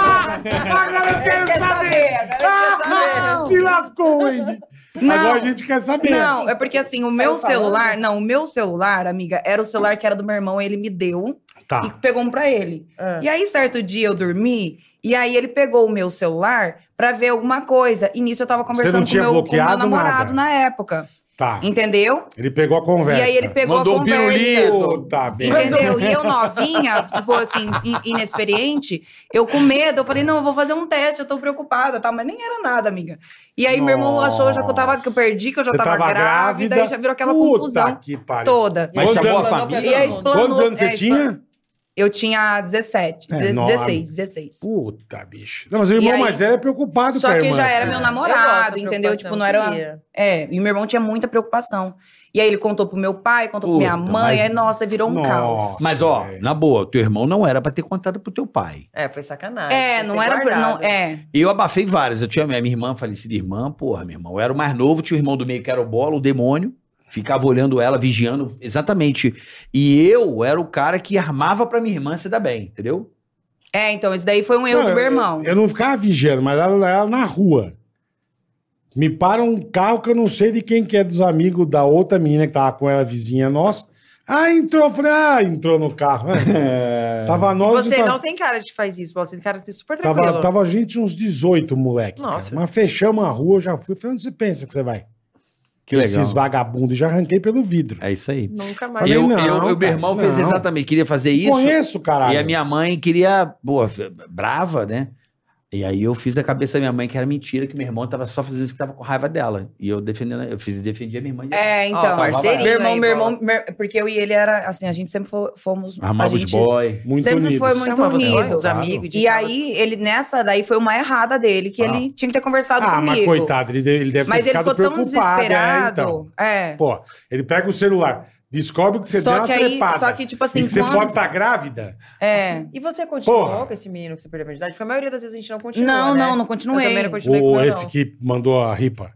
Quer saber? Agora Ah, eu Ah, Agora quer saber. Se lascou, Wendy. Não. Agora a gente quer saber. Não, é porque assim, o Saiu meu falando. celular, não, o meu celular, amiga, era o celular que era do meu irmão, ele me deu e Tá. pegou um pra ele. Ah. E aí, certo dia eu dormi, e aí ele pegou o meu celular pra ver alguma coisa. E nisso eu tava não conversando com tinha o meu, com o meu bloqueado nada? namorado na época. Tá. Entendeu? Ele pegou a conversa. E aí ele pegou Mandou a um conversa. pirulito. Puta, merda. Entendeu? E eu novinha, tipo assim, in- inexperiente, eu com medo, eu falei, não, eu vou fazer um teste, eu tô preocupada, tá? Mas nem era nada, amiga. E aí meu irmão Nossa. achou já que eu tava, que eu perdi, que eu já Você tava, grávida, e já virou aquela Puta confusão que pariu. toda. Mas Quantos chamou a anos- E família? E aí Quantos explanou- Quantos anos é, você explan- tinha? Eu tinha 17, É, deze- nove. 16, 16. Puta, bicho. Não, mas o irmão E aí- mais velho é preocupado com Só a que irmã, É. já era filho. meu Eu gosto namorado, da entendeu? preocupação, Tipo, não era. queria. É, e meu irmão tinha muita preocupação. E aí ele contou pro meu pai, contou pro minha Puta, mãe, mas- aí, nossa, virou um Nossa. caos. Mas, ó, Nossa, na boa, teu irmão não era pra ter contado pro teu pai. É, foi sacanagem. É, Tem não que né? ter era. pra- Não, guardado. é. Eu abafei vários. Eu tinha a minha irmã falecida, irmã, porra, meu irmão. Eu era o mais novo, tinha o irmão do meio que era o bola, o demônio. Ficava olhando ela, vigiando, exatamente. E eu era o cara que armava pra minha irmã se dar bem, entendeu? É, então, isso daí foi um erro Não, do meu irmão. Eu, eu não ficava vigiando, mas ela, ela na rua. Me para um carro que eu não sei de quem que é dos amigos da outra menina que tava com ela, vizinha nossa. Ah, entrou. Eu Falei, ah, entrou no carro. né? Tava nós. Você e tava- não tem cara de que faz isso, Paulo. Você tem cara de ser tá super tranquilo. Tava, tava a gente uns 18, moleque. cara. Nossa. Mas fechamos a rua, eu já fui. Falei, onde você pensa que você vai? Que legal. Esses vagabundos. E Já arranquei pelo vidro. É isso aí. Nunca mais. Falei, eu, não, eu- eu- meu cara, irmão fez não. exatamente, queria fazer isso. Conheço, caralho. E a minha mãe queria, boa, brava, né? E aí eu fiz a cabeça da minha mãe que era mentira, que meu irmão tava só fazendo isso que tava com raiva dela. E eu defendendo, eu fiz defendi a minha irmã. de- É, então. Ó, parceirinho meu irmão, aí, meu irmão, Bola. meu- porque eu e ele era assim, a gente sempre fo- fomos. Ah, Armava a os gente- boy. Muito sempre unidos. foi muito Chamava os unido. amigos, Claro. amigos de E casa. aí, ele, nessa daí foi uma errada dele, que Ah. ele tinha que ter conversado Ah, comigo. mas coitado, ele deve, ele deve Mas ter ele ficado ficou tão preocupado. É, desesperado. então. É. Pô, ele pega o celular, descobre que você deu Só uma que aí, trepada. só que, tipo E assim, que você quando- pode estar grávida? É. E você continuou Porra. com esse menino que você perdeu a virgindade? Porque a maioria das vezes a gente não continua. Não, né? não, não é. Eu também continuei. não continuei com o Ou meu, esse não. que mandou a ripa?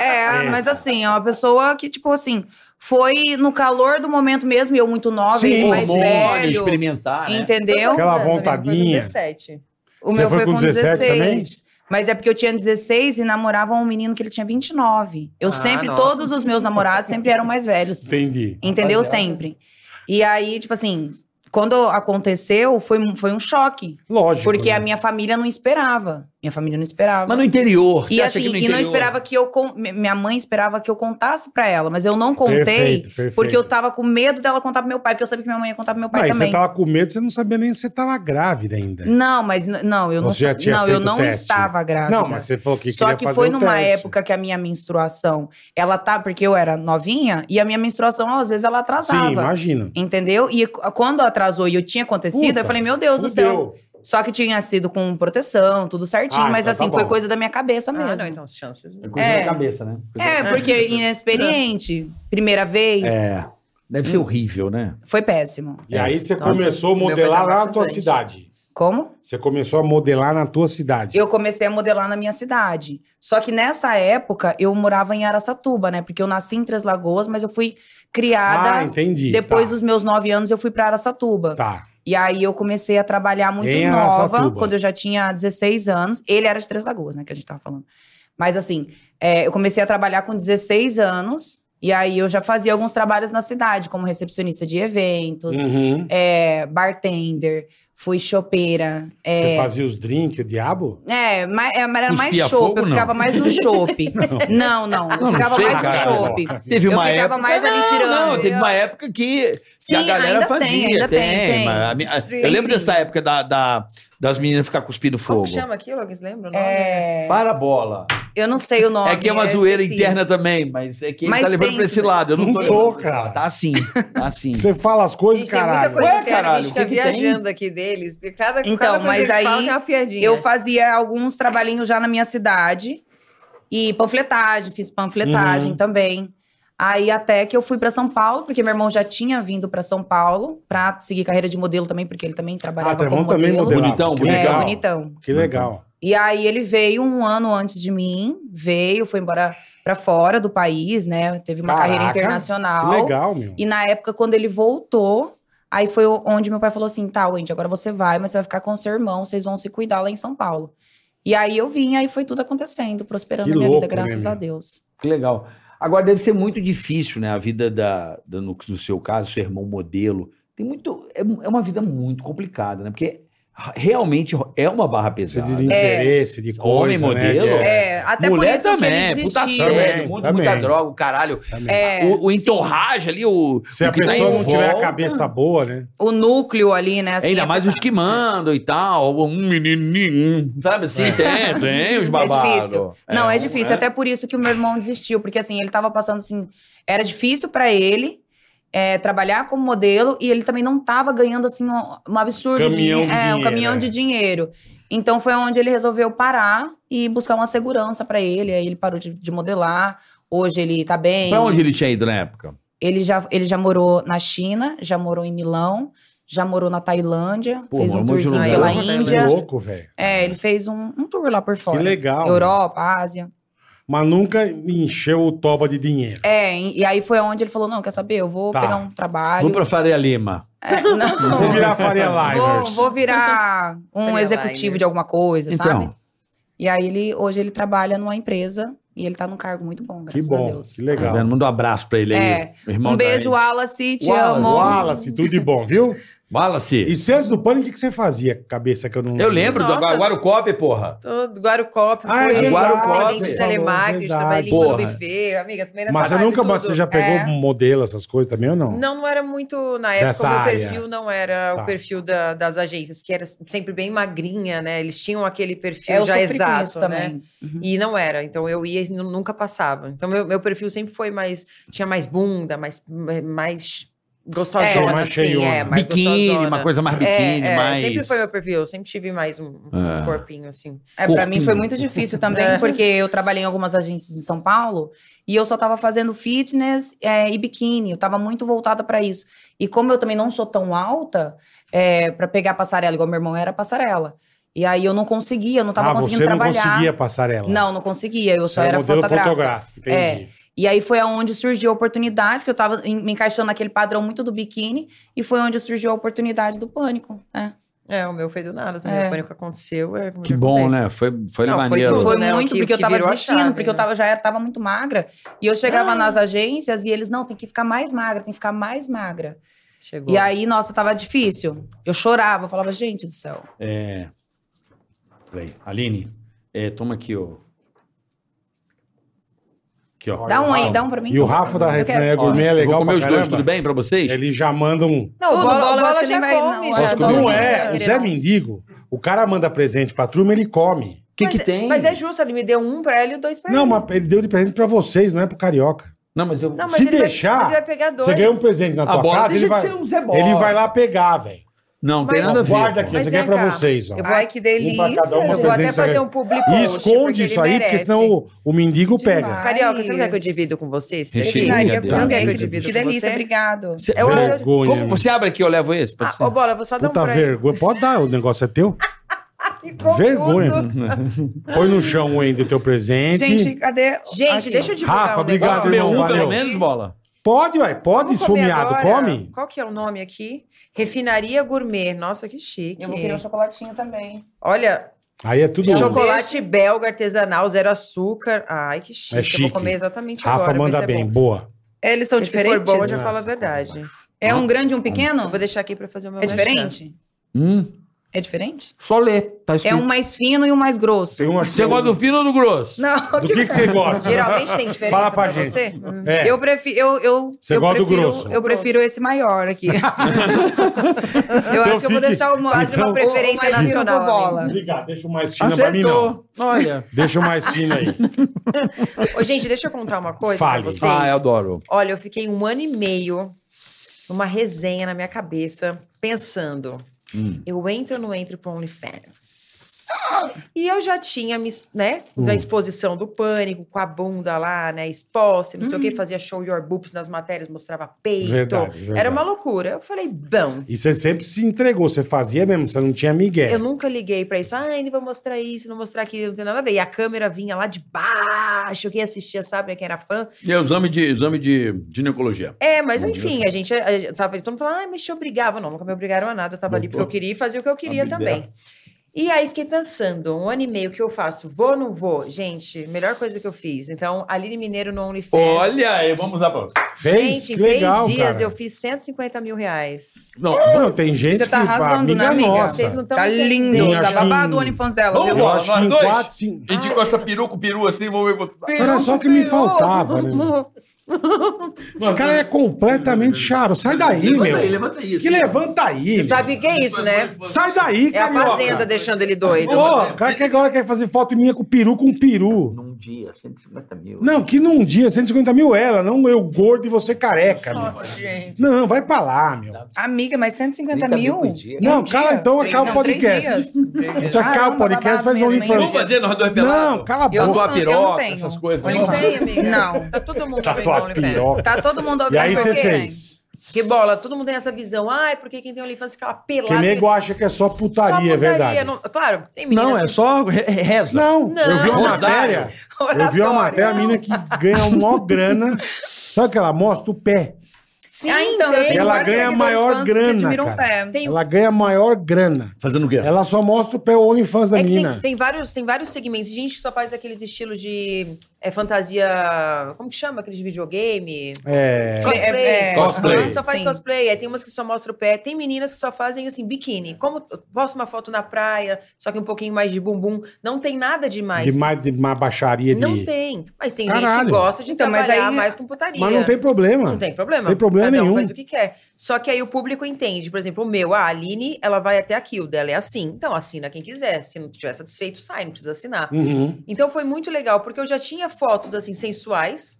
É, mas assim, é uma pessoa que, tipo assim, foi no calor do momento mesmo, e eu muito nova, Sim, ele mais hormônio, velho. experimentar, né? Entendeu? Aquela Quantos anos, amigo? é, Foi vontadinha. 17. O Você meu foi foi, com com 17 16. também? Mas é porque eu tinha 16 e namorava um menino que ele tinha 29. Eu Ah, sempre, nossa. todos os meus namorados sempre eram mais velhos. Entendi. Entendeu? Rapaziada. Sempre. E aí, tipo assim, quando aconteceu, foi, um- foi um choque. Lógico. Porque né? a minha família não esperava. Minha família não esperava. Mas no interior. E você acha assim, que no e não interior- esperava que eu. con- mi- Minha mãe esperava que eu contasse pra ela, mas eu não contei. Perfeito, perfeito. Porque eu tava com medo dela contar pro meu pai, porque eu sabia que minha mãe ia contar pro meu pai Mas também. você tava com medo, você não sabia nem se você tava grávida ainda. Não, mas n- não, eu não, Você já sa- tinha não, feito eu não o teste. estava grávida. Não, mas você falou que Só queria que fazer foi o numa teste. época que a minha menstruação, ela tá, porque eu era novinha e a minha menstruação às vezes ela atrasava. Sim, imagino. Entendeu? E c- quando atrasou e eu tinha acontecido, Puta, eu falei, meu Deus do céu. Fudeu. Só que tinha sido com proteção, tudo certinho, Ah, mas então assim, tá foi bom. coisa da minha cabeça Ah, mesmo. não, então as chances. É coisa É. da cabeça, né? Coisa É, da- porque inexperiente, primeira vez, É. Deve ser horrível, né? foi péssimo. E aí você Nossa, começou a o meu é modelar foi dar lá na tua bastante. cidade. Como? Você começou a modelar na tua cidade. Eu comecei a modelar na minha cidade. Só que nessa época eu morava em Araçatuba, né? Porque eu nasci em Três Lagoas, mas eu fui criada. Ah, entendi. Depois tá. dos meus nove anos eu fui pra Araçatuba. Tá. E aí eu comecei a trabalhar muito Em nova, Araçatuba. quando eu já tinha 16 anos. Ele era de Três Lagoas, né, que a gente tava falando. Mas assim, é, eu comecei a trabalhar com 16 anos. E aí eu já fazia alguns trabalhos na cidade, como recepcionista de eventos, Uhum. é, bartender, fui chopeira. Você É, fazia os drinks, o diabo? é, ma- é, mas era mais Cuspia chopp, fogo, eu não? ficava mais no chopp. Não, não, eu não ficava sei, mais no cara. chopp. Teve Eu uma ficava época. mais ali Não, tirando. teve uma época que, que Sim, a galera ainda fazia. tem, ainda tem, tem. mas a minha- Sim, eu lembro sim. dessa época da, da- das meninas ficar cuspindo Como fogo. que chama aquilo? Alguém se lembra o nome? É, Para a bola. eu não sei o nome. é que é uma eu zoeira esqueci. interna também, mas é que ele Mas tá levando tem pra isso esse daí. lado. Eu não, Não tô, tô, levando. cara. Tá assim, tá assim. Você fala as A coisas, gente tem muita caralho. coisa Ué, interna, caralho, a o gente que fica que tem? viajando aqui deles. porque Cada, Então, cada coisa mas que eles falam aí tem uma piadinha. Eu fazia alguns trabalhinhos já na minha cidade. E panfletagem, fiz panfletagem Uhum. também. Aí até que eu fui pra São Paulo, porque meu irmão já tinha vindo pra São Paulo pra seguir carreira de modelo também, porque ele também trabalhava Ah, teu como irmão também modelo. Bonitão, modelava. que É, legal. bonitão. Que legal. E aí ele veio um ano antes de mim, veio, foi embora pra fora do país, né? Teve uma Caraca, carreira Que internacional. legal, meu. E na época, quando ele voltou, aí foi o- onde meu pai falou assim: tá, Wendy, agora você vai, mas você vai ficar com seu irmão, vocês vão se cuidar lá em São Paulo. E aí eu vim, aí foi tudo acontecendo, prosperando Que a minha louco, vida, graças né, a meu? Deus. Que legal. Agora, deve ser muito difícil, né? A vida da, da- no, no seu caso, seu irmão modelo. Tem muito. É, é uma vida muito complicada, né? Porque realmente é uma barra Você pesada. de interesse, de coisa, Homem né, modelo? de- É, até por Mulher isso também, é, que ele puta desistiu. né? sério, muito- Também. muita droga, o caralho. também. É, o, o sim. entorrage ali, o. Se o a que tá em pessoa não tiver a volta. cabeça boa, né? O núcleo ali, né? assim, ainda é mais os que mandam e tal, um menininho, sabe assim? Tem, tem os babados. É. difícil. Não, é, difícil. né? Até por isso que o meu irmão desistiu, porque assim, ele tava passando assim. Era difícil pra ele é, trabalhar como modelo e ele também não tava ganhando assim um, um absurdo Caminhão de, de é, um dinheiro, caminhão é. de dinheiro. Então foi onde ele resolveu parar e buscar uma segurança pra ele. Aí ele parou de, de modelar. Hoje ele tá bem. Pra onde ele tinha ido na época? Ele já, ele já morou na China, já morou em Milão, já morou na Tailândia, Pô, fez um morou de tourzinho lugar. pela Louco, né, Que Índia. louco, velho. É, ele fez um, um tour lá por Que fora. legal. Europa, Ásia. Mas nunca encheu o toba de dinheiro. É, e e aí foi onde ele falou: não, quer saber? Eu vou Tá. pegar um trabalho. Vamos pra Faria Lima. É, não. Vou virar Faria Vou, Limers. vou virar um Faria executivo liners. de alguma coisa, sabe? Então, E aí ele hoje ele trabalha numa empresa e ele tá num cargo muito bom, Que graças a bom, Deus. que tá vendo? legal. manda um abraço pra ele aí. É, o irmão um da beijo, Andy. Wallace, te Wallace. amo. Wallace, tudo de bom, viu? Wallace. E se antes do pânico, o que que você fazia? Cabeça que eu não. Eu lembro do Nossa. Guarucop, porra. Todo Guarucop, Ah, é foi verdade, atendente você de falou, telemarketing, verdade. trabalhei limpando Porra. buffet, amiga, também nessa Mas você vibe nunca tudo. você já pegou É. modelo, essas coisas também ou não? Não, não era muito. Na época, Dessa o meu área. perfil não era Tá. o perfil da- das agências, que era sempre bem magrinha, né? Eles tinham aquele perfil É, eu já sofri exato. com isso né? também. Uhum. E não era. Então eu ia e nu- nunca passava. Então meu, meu perfil sempre foi mais. Tinha mais bunda, mais. mais gostosona. É, mais assim, cheiona. é, mais biquíni, gostosona. uma coisa mais É, biquíni, é, mais. Sempre foi meu perfil. Eu sempre tive mais um, um É. corpinho assim. É, pra mim foi Corpinho. muito difícil também, É. porque eu trabalhei em algumas agências em São Paulo e eu só tava fazendo fitness é, e biquíni, eu tava muito voltada pra isso. E como eu também não sou tão alta, é, para pegar passarela, igual meu irmão era passarela. E aí eu não conseguia, eu não tava ah, conseguindo você não trabalhar. conseguia passarela. Não, não conseguia, eu Você é só era É. modelo fotográfica. fotográfico. Entendi. E aí foi aonde surgiu a oportunidade, porque eu tava em- me encaixando naquele padrão muito do biquíni, e foi onde surgiu a oportunidade do pânico, né? É, o meu foi do nada também. É. O pânico aconteceu. É, como Que já bom, contei. né? Foi, foi Não, foi maneiro. tudo. Foi né, o muito, que- porque o eu que tava virou a desistindo, chave, porque eu né? Ah. tava, já era, tava muito magra. E eu chegava nas agências e eles, não, tem que ficar mais magra, tem que ficar mais magra. Chegou. E aí, nossa, tava difícil. Eu chorava, eu falava, gente do céu. É... Peraí. Aline, é, toma aqui, ó. Aqui, ó. Dá um aí, Ó, dá um pra mim. E o Rafa da Eu quero- Refinaria ó, Gourmet é eu legal Vou comer pra os dois, caramba. tudo bem pra vocês? Ele já manda um... Não, Tudo, o bola, bola, o eu acho bola que já nem vai- come, não, já. acho que Bola Não já é, come. querer, o Zé não. Mendigo, o cara manda presente pra turma, ele come. O que mas, que tem? Mas é justo, ele me deu um pra ela e dois pra Não, ele. mas ele deu de presente pra vocês, não é pro carioca. Não, mas eu... Não, mas se ele vai- deixar, mas ele vai pegar dois. Você ganha um presente na a tua bola casa, deixa ele de vai, ser um Zé Bola. ele vai lá pegar, velho. Não, tem Mas- nada a ver. Guarda pô. aqui, Mas isso aqui é vem pra cá. vocês, ó. Eu vou- Ai, que delícia, Um pra cada um, gente. Eu vou até presente, fazer né? um public E post, porque esconde ele isso aí, porque merece. senão o, o mendigo pega. Demais. Carioca, você não quer que eu Mas- divida com você esse Recheio. daqui? né? Recheio. Você não quer que eu que, divida que com delícia, você? obrigado. é Cê- Eu- eu- Vergonha. Como- meu. Você abre aqui, eu levo esse? Pode ser? Ah, ô, Bola, eu vou só dar um Puta pra ele. vergonha. Pode dar, o negócio é teu. Ficou vergonha. tudo. Põe no chão, Wendy, o teu presente. Gente, cadê? Gente, Aqui, deixa ó. eu divulgar Rafa, um negócio. obrigado, Meu um, valeu. pelo menos, bola. Pode, ué, pode, Vamos comer esfomeado, agora? come. Qual que é o nome aqui? Refinaria Gourmet. Nossa, que chique. Eu vou querer um chocolatinho também. Olha, Aí é tudo. chocolate belga artesanal, zero açúcar. Ai, que chique. Eu É chique. vou comer exatamente Rafa agora. vai manda ser bem, Bom. boa. Eles são Se for diferentes? bom, eu já Nossa, falo a verdade. É um grande e um pequeno? Eu vou deixar aqui pra fazer o meu É merchan. diferente? Hum, É diferente? só ler. Tá É escrito. um mais fino e um mais grosso. Tem uma- Você gosta do fino ou do grosso? Não, tipo Do que, que você gosta? Geralmente tem diferença Fala pra pra gente. você? Hum. É. eu prefiro. Eu, eu, Você eu gosta do prefiro- grosso. Eu prefiro esse maior aqui. eu acho que eu Então fique- Então, vou deixar o assim, Quase uma o- o preferência mais fino nacional, por bola. Obrigado, deixa o mais fino pra mim, não. Ah, Olha. Deixa o mais fino aí. Ô, gente, deixa eu contar uma coisa Fale. pra vocês. Ah, eu adoro. Olha, eu fiquei um ano e meio numa resenha na minha cabeça, pensando: Hum. eu entro ou não entro pro OnlyFans? E eu já tinha, me es- né, Hum. da exposição do pânico, com a bunda lá, né, exposta, não sei o que, fazia show your boobs nas matérias, mostrava peito. Hum. Verdade, verdade. Era uma loucura. Eu falei, bom. E você sempre se entregou, você fazia mesmo, você não tinha migué. Eu nunca liguei pra isso. Ah, ele vai mostrar isso, não mostrar aquilo, não tem nada a ver. E a câmera vinha lá de baixo, quem assistia sabe, né, quem era fã. E é o exame de, exame de ginecologia. É, mas enfim, a gente a, gente tava ali, todo mundo falando, ai, mas te obrigava. Não, nunca me obrigaram a nada. Eu tava ali porque eu queria e fazia o que eu queria Abre também. E aí fiquei pensando, um ano e meio que eu faço, vou ou não vou? Gente, melhor coisa que eu fiz. Então, Aline Mineiro no OnlyFans. Olha aí, vamos lá. pra- Fez? gente, Que em legal, três dias cara. eu fiz 150 mil reais. Não, Não, tem gente Você tá que fala, arrasando, amiga né, amiga? nossa. Vocês não estão Tá lindo, Eu tá acho que- babado o OnlyFans dela, Vamos viu? Eu Bora, acho nós que em dois? quatro, cinco... A gente Ah, encosta é. peru com peru assim, vamos ver quanto. Era só que me Uhum. faltava, né? Esse cara é completamente charo. Sai daí, levanta meu. aí, levanta aí. assim. Que levanta aí. meu. Sabe o que é isso, né? Sai daí, É a carioca. fazenda deixando ele doido. Ô, o cara que agora quer fazer foto minha com peru com peru. Num dia, 150 mil. Não, que num dia, 150 mil ela, não eu gordo e você careca, meu. gente. Não, vai pra lá, meu. Amiga, mas 150 mil? por dia. Em um Não, cala dia? então, acaba o Não, três podcast. dias. A gente acaba Caramba, o podcast, babado faz um mesmo, hein? OnlyFans. Vamos fazer nós dois pelados? Não, cala a Eu boca. Tatuar não, eu não piroca, tenho. essas coisas. Não tem, amiga. Não. Tá todo mundo com Tatuar piroca. Tá todo mundo E aí observando você por quê, fez. Que bola, todo mundo tem essa visão. Ai, porque quem tem OnlyFans fica lá pelado. Que nego acha que é só Só putaria, é verdade. não- claro, tem meninas Não, é que- só re- re- reza. Não, Não. eu vi uma Rosário. matéria. Eu vi uma matéria, a mina que ganha uma grana. Sabe o que ela mostra? O pé. Sim, ah, então, eu tem. tenho Ela vários é ganha seguidores maior fãs grana, que admiram cara. o pé. Tem- Ela ganha a maior grana. Fazendo o quê? Ela só mostra o pé o OnlyFans da É que mina. tem, tem vários, tem vários segmentos. Tem gente que só faz aqueles estilos de é, fantasia. Como que chama? Aqueles de videogame? É. Cosplay. É, é, Cosplay. Aham, Só faz Sim. cosplay. Aí tem umas que só mostram o pé. Tem meninas que só fazem assim, biquíni. Como posta uma foto na praia, só que um pouquinho mais de bumbum. Não tem nada demais. De mais, de mais baixaria de. Não tem. Mas tem gente Caralho. que gosta de Então, mas trabalhar aí- mais com putaria. Mas não tem problema. Não tem problema. Tem problema Cada um nenhum. faz o que quer. Só que aí o público entende. Por exemplo, o meu, a Aline, ela vai até aqui. O dela é assim. Então assina quem quiser. Se não estiver satisfeito, sai. Não precisa assinar. Uhum. Então foi muito legal, porque eu já tinha fotos, assim, sensuais.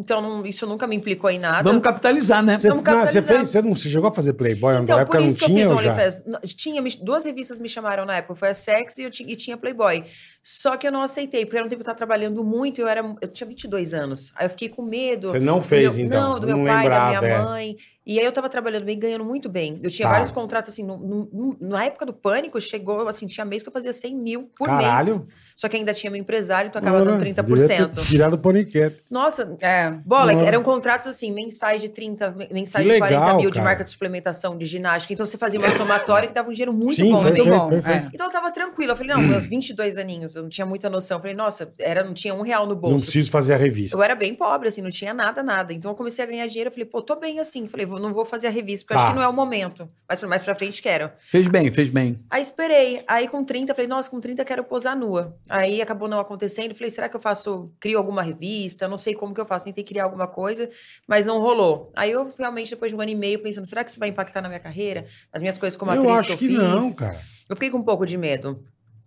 Então não- isso nunca me implicou em tá nada. Vamos capitalizar, né? Você, Vamos não, você, capitalizar. fez, você, não, você chegou a fazer Playboy na Então, época? por Não isso que eu tinha fiz ou já? OnlyFans. N- Tinha, me- duas revistas me chamaram na época, foi a Sex e, eu ti- e tinha Playboy. Só que eu não aceitei, porque era um tempo que eu tava trabalhando muito, eu era, eu tinha 22 anos. Aí eu fiquei com medo. Você não do fez, meu- então. Não, do Eu meu não pai, da lembrava, minha é. mãe. E aí eu tava trabalhando bem, ganhando muito bem. Eu tinha Tá. vários contratos, assim, no- no- no- na época do pânico, chegou, assim, tinha mês que eu fazia 100 mil por mês. Caralho. Só que ainda tinha meu empresário, então acaba Ora, dando devia 30%. ter Tirado o paniquete. Nossa, É. Bola, Não. eram contratos assim, mensais de 30, men- mensais Que de 40 legal, mil de cara. marca de suplementação, de ginástica. Então você fazia uma somatória que dava um dinheiro muito Sim, bom. muito perfeito, bom. perfeito. é. Então eu tava tranquila. Eu falei, não, eu 22 aninhos, eu não tinha muita noção. Eu falei, nossa, era, não tinha um real no Não bolso. preciso fazer a revista. Eu era bem pobre, assim, não tinha nada, nada. Então eu comecei a ganhar dinheiro. Eu falei, pô, tô bem assim. Falei, vou- não vou fazer a revista, porque eu Tá. acho que não é o momento. Mas mais pra frente quero. Fez bem, fez bem. Aí esperei. Aí com 30, falei, nossa, com 30 quero posar nua. Aí acabou não acontecendo. Falei, será que eu faço, crio alguma revista? Não sei como que eu faço. Tentei criar alguma coisa, mas não rolou. Aí eu realmente, depois de um ano e meio, pensando, será que isso vai impactar na minha carreira? Nas minhas coisas como Eu, atriz que acho eu que fiz? não, cara. Eu fiquei com um pouco de medo.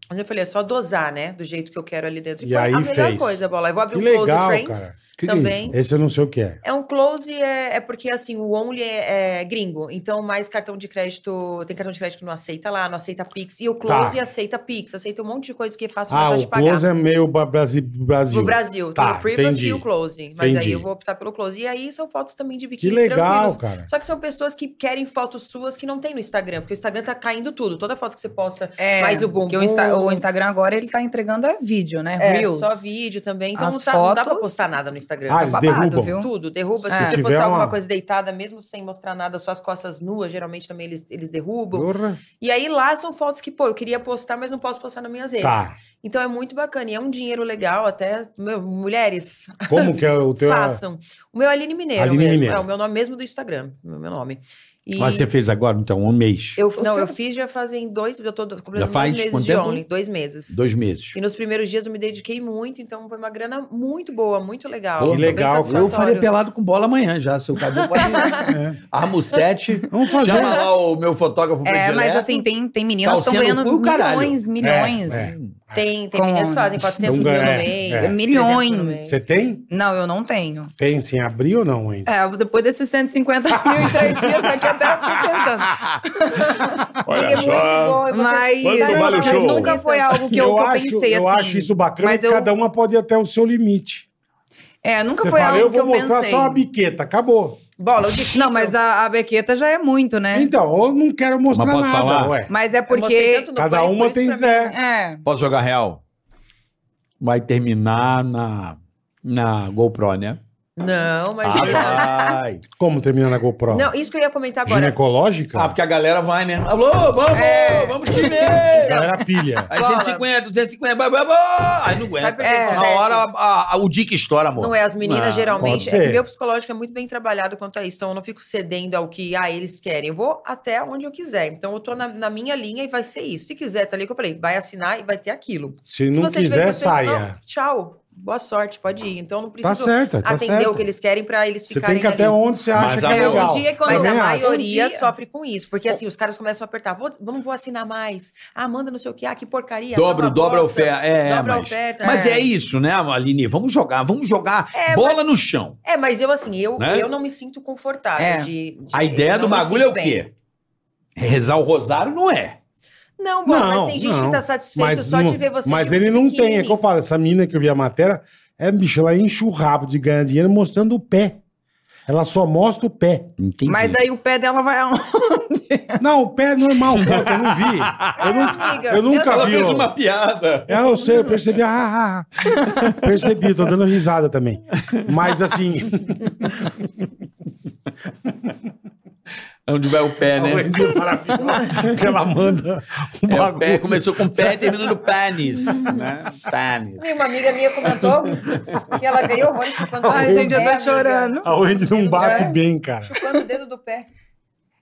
Mas eu falei, é só dosar, né? Do jeito que eu quero ali dentro. E, E foi aí a melhor fez. coisa, Bola. Eu vou abrir Que um legal, Close Friends cara. Que que é também. Esse eu não sei o que é. É um close, é, é porque assim, o Only é, é gringo. Então, mais cartão de crédito. Tem cartão de crédito que não aceita lá, não aceita Pix. E o Close Tá. aceita Pix, aceita um monte de coisa que é fácil Ah, pra o te pagar. close é meio ba- Brasi- Brasil. No Brasil, Tá, tem o Privacy entendi. e o Close. Mas Entendi. aí eu vou optar pelo Close. E aí são fotos também de Que biquíni legal, tranquilos. cara. Só que são pessoas que querem fotos suas que não tem no Instagram, porque o Instagram tá caindo tudo. Toda foto que você posta É, Mas o bumbum- que o, Insta- o Instagram agora ele tá entregando é vídeo, né? é Reels. só vídeo também. Então As não, tá- não dá pra fotos- postar nada no Instagram. Tá Ah, eles babado, derrubam. viu? Tudo, derruba. É. Se Se você tiver postar alguma uma- coisa deitada, mesmo sem mostrar nada, só as costas nuas, geralmente também eles, eles derrubam. Porra. E aí lá são fotos que, pô, eu queria postar, mas não posso postar nas minhas redes. Tá. Então é muito bacana. E é um dinheiro legal, até. meu, mulheres, Como que é o teu. façam. O meu é Aline Mineiro Aline mesmo. Mineiro. É o meu nome mesmo do Instagram. o Meu nome. E Mas você fez agora, então, um mês. eu, O não, seu- eu fiz já fazem dois. Eu tô completando faz dois meses quanto de tempo? Only, dois meses. Dois meses. E nos primeiros dias eu me dediquei muito, então foi uma grana muito boa, muito legal. Pô, Foi que bem legal, cara. Ah, Eu assim, satisfatório. falei pelado com bola amanhã já. Seu cabelo pode. É. Armo sete. Vamos fazer. Chama lá o meu fotógrafo É, predileto. mas assim, tem, tem Tá meninas que estão Calcinha no ganhando cu, caralho. milhões, É, milhões. É. Tem, tem Com- meninas que fazem 400 Então, mil é, no mês. é. 300 Milhões. no mês. Você tem? Não, eu não tenho. Pensa em abrir ou não, hein? É, depois desses 150 mil em três dias aqui, até eu fiquei pensando. Porque é muito bom, e você- Mas Quanto vale o show? nunca foi algo É que eu, que eu acho, pensei eu assim. acho isso bacana, mas que eu- cada uma pode ir até o seu limite. É, nunca Você foi fala, algo eu que vou eu mostrar pensei. só uma biqueta, acabou. Bola, o difícil. Não, mas a, a bequeta já é muito, né? Então, eu não quero mostrar Mas pode nada, falar? ué. Mas é Eu mostrei porque. tanto no Cada Pânico, uma por isso tem pra mim- Zé. É. Posso jogar real? Vai terminar na, na GoPro, né? Não, mas. tá. Ah, vai. Como termina na GoPro? Não, isso que eu ia comentar agora. Ginecológica? Ah, porque a galera vai, né? Alô, vamos, É. vamos time! Galera pilha. Aí Bola. 150, 250, blá, blá, blá. aí não Sabe aguenta. por que É. acontece? Na hora, a- a- o dia que estoura, amor. Não é, as meninas Ah, geralmente. pode É que ser. meu psicológico é muito bem trabalhado quanto a isso. Então eu não fico cedendo ao que ah, eles querem. Eu vou até onde eu quiser. Então eu tô na, na minha linha e vai ser isso. Se quiser, tá ali que eu falei, vai assinar e vai ter aquilo. Se Se não você tiver quiser, satisfeito, não, saia. tchau. Boa sorte, pode ir. Então eu não Tá preciso certo, tá atender certo. o que eles querem pra eles Você ficarem tem que até ali. onde você acha Mas que a- é É, um legal. dia quando- Mas Também a acho. maioria Um dia- sofre com isso, porque assim, os caras começam a apertar, vou, não vou assinar mais. Ah, manda não sei o que, ah, que porcaria. Dobro, não, uma dobra a bosta. oferta. É, dobra a mas, oferta. Mas é. é. isso, né, Aline? Vamos jogar, vamos jogar É, bola mas- no chão. É, mas eu assim, eu, Né? eu não me sinto confortável É. de, de- A ideia eu do não me bagulho é sinto o bem. quê? Rezar o rosário não é. Não, bom, Não, mas tem gente não. que tá satisfeito Mas, só não- de ver você mas de- ele de não tem, é biquíni. que eu falo, essa menina que eu vi a matéria, é, bicho, ela enche o rabo de ganhar dinheiro mostrando o pé. Ela só mostra o pé. Entendi. é Mas aí o pé dela vai. Não, o pé é normal, foto, eu não vi. Eu, É, não, amiga, eu nunca Ela vi. um- fez ó. uma piada. É, eu sei, eu percebi. ah, ah, ah. Percebi, tô dando risada também. Mas assim, Onde vai o pé, né? é que ela manda um É, o bagulho. pé começou com pé e terminou no pênis. Né? Pênis. assim, Uma amiga minha comentou que ela ganhou o Rony chupando o Ai, dedo do gente, eu pé, tô amiga. chorando. A Wendy não né? bate bem, cara. Chupando o dedo do pé.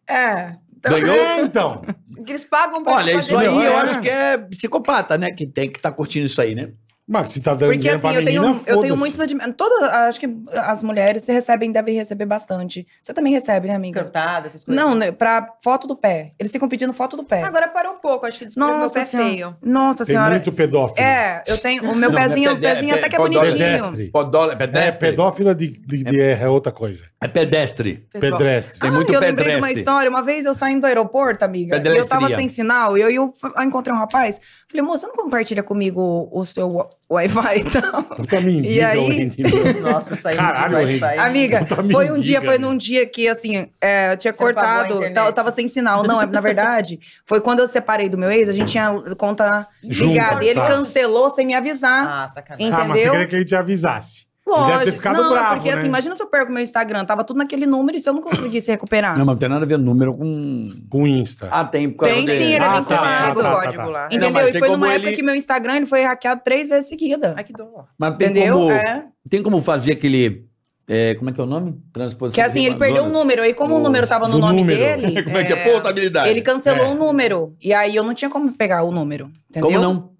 É. Ganhou? É, então. Eles pagam pra Olha, fazer né? isso aí Meu, eu é. acho que é psicopata, né? Que tem que estar curtindo isso aí, né? Mas se tá dando Porque dinheiro assim, pra eu tenho, menina, eu tenho foda-se. muitos. admi- Todas, acho que as mulheres se recebem, devem receber bastante. Você também recebe, né, amiga? Cantada, essas coisas. Não, né, pra foto do pé. Eles ficam pedindo foto do pé. Agora para um pouco, acho que descobriu meu Nossa pé é senhora. feio. Tem Nossa senhora. muito pedófilo. É, eu tenho. O meu Não, pezinho, é o pede- pezinho é até que é pode- bonitinho. Pedestre. Podóla, é É, pedestre. pedófilo de, de- de- é outra coisa. É pedestre. Pedestre. Tem muito Ah, eu lembrei de uma pedestre. história. Uma vez eu saindo do aeroporto, amiga, e eu tava Pedestria. sem sinal, e eu, eu, f- eu encontrei um rapaz. Falei, moça, você não compartilha comigo o seu wa- Wi-Fi, então? Puta mendiga, E aí- Wendy, meu. Nossa, saiu Caralho, de Wi-Fi. Amiga, Puta foi um mendiga, dia, foi né? num dia que, assim, é, eu tinha Você apagou a cortado, internet. tá- eu tava sem sinal. Não, é, na verdade, foi quando eu separei do meu ex, a gente tinha conta Junta, ligada, e ele tá. cancelou sem me avisar. Ah, sacanagem. Em- Ah, mas você Entendeu? queria que ele te avisasse. Ele Lógico. deve ter ficado não, bravo, porque né? assim, imagina se eu perco meu Instagram, tava tudo naquele número e se eu não conseguisse recuperar. Não, mas não tem nada a ver número com. Com o Insta. Ah, tem. por Tem causa sim, dele. ele é Ah, vinculado. tá, Chega tá, o tá. código lá. Não, Entendeu? mas e tem foi como numa época ele- que meu Instagram ele foi hackeado três vezes seguida. Ai, que dor. Tá. Mas tem Entendeu? como, É. tem como fazer aquele. é, como é que é o nome? Transposição. Que assim, ele perdeu o número. E como o Do- número tava no do nome número. dele, Como é que é? Portabilidade. ele cancelou É. o número. E aí eu não tinha como pegar o número. Entendeu? Como não?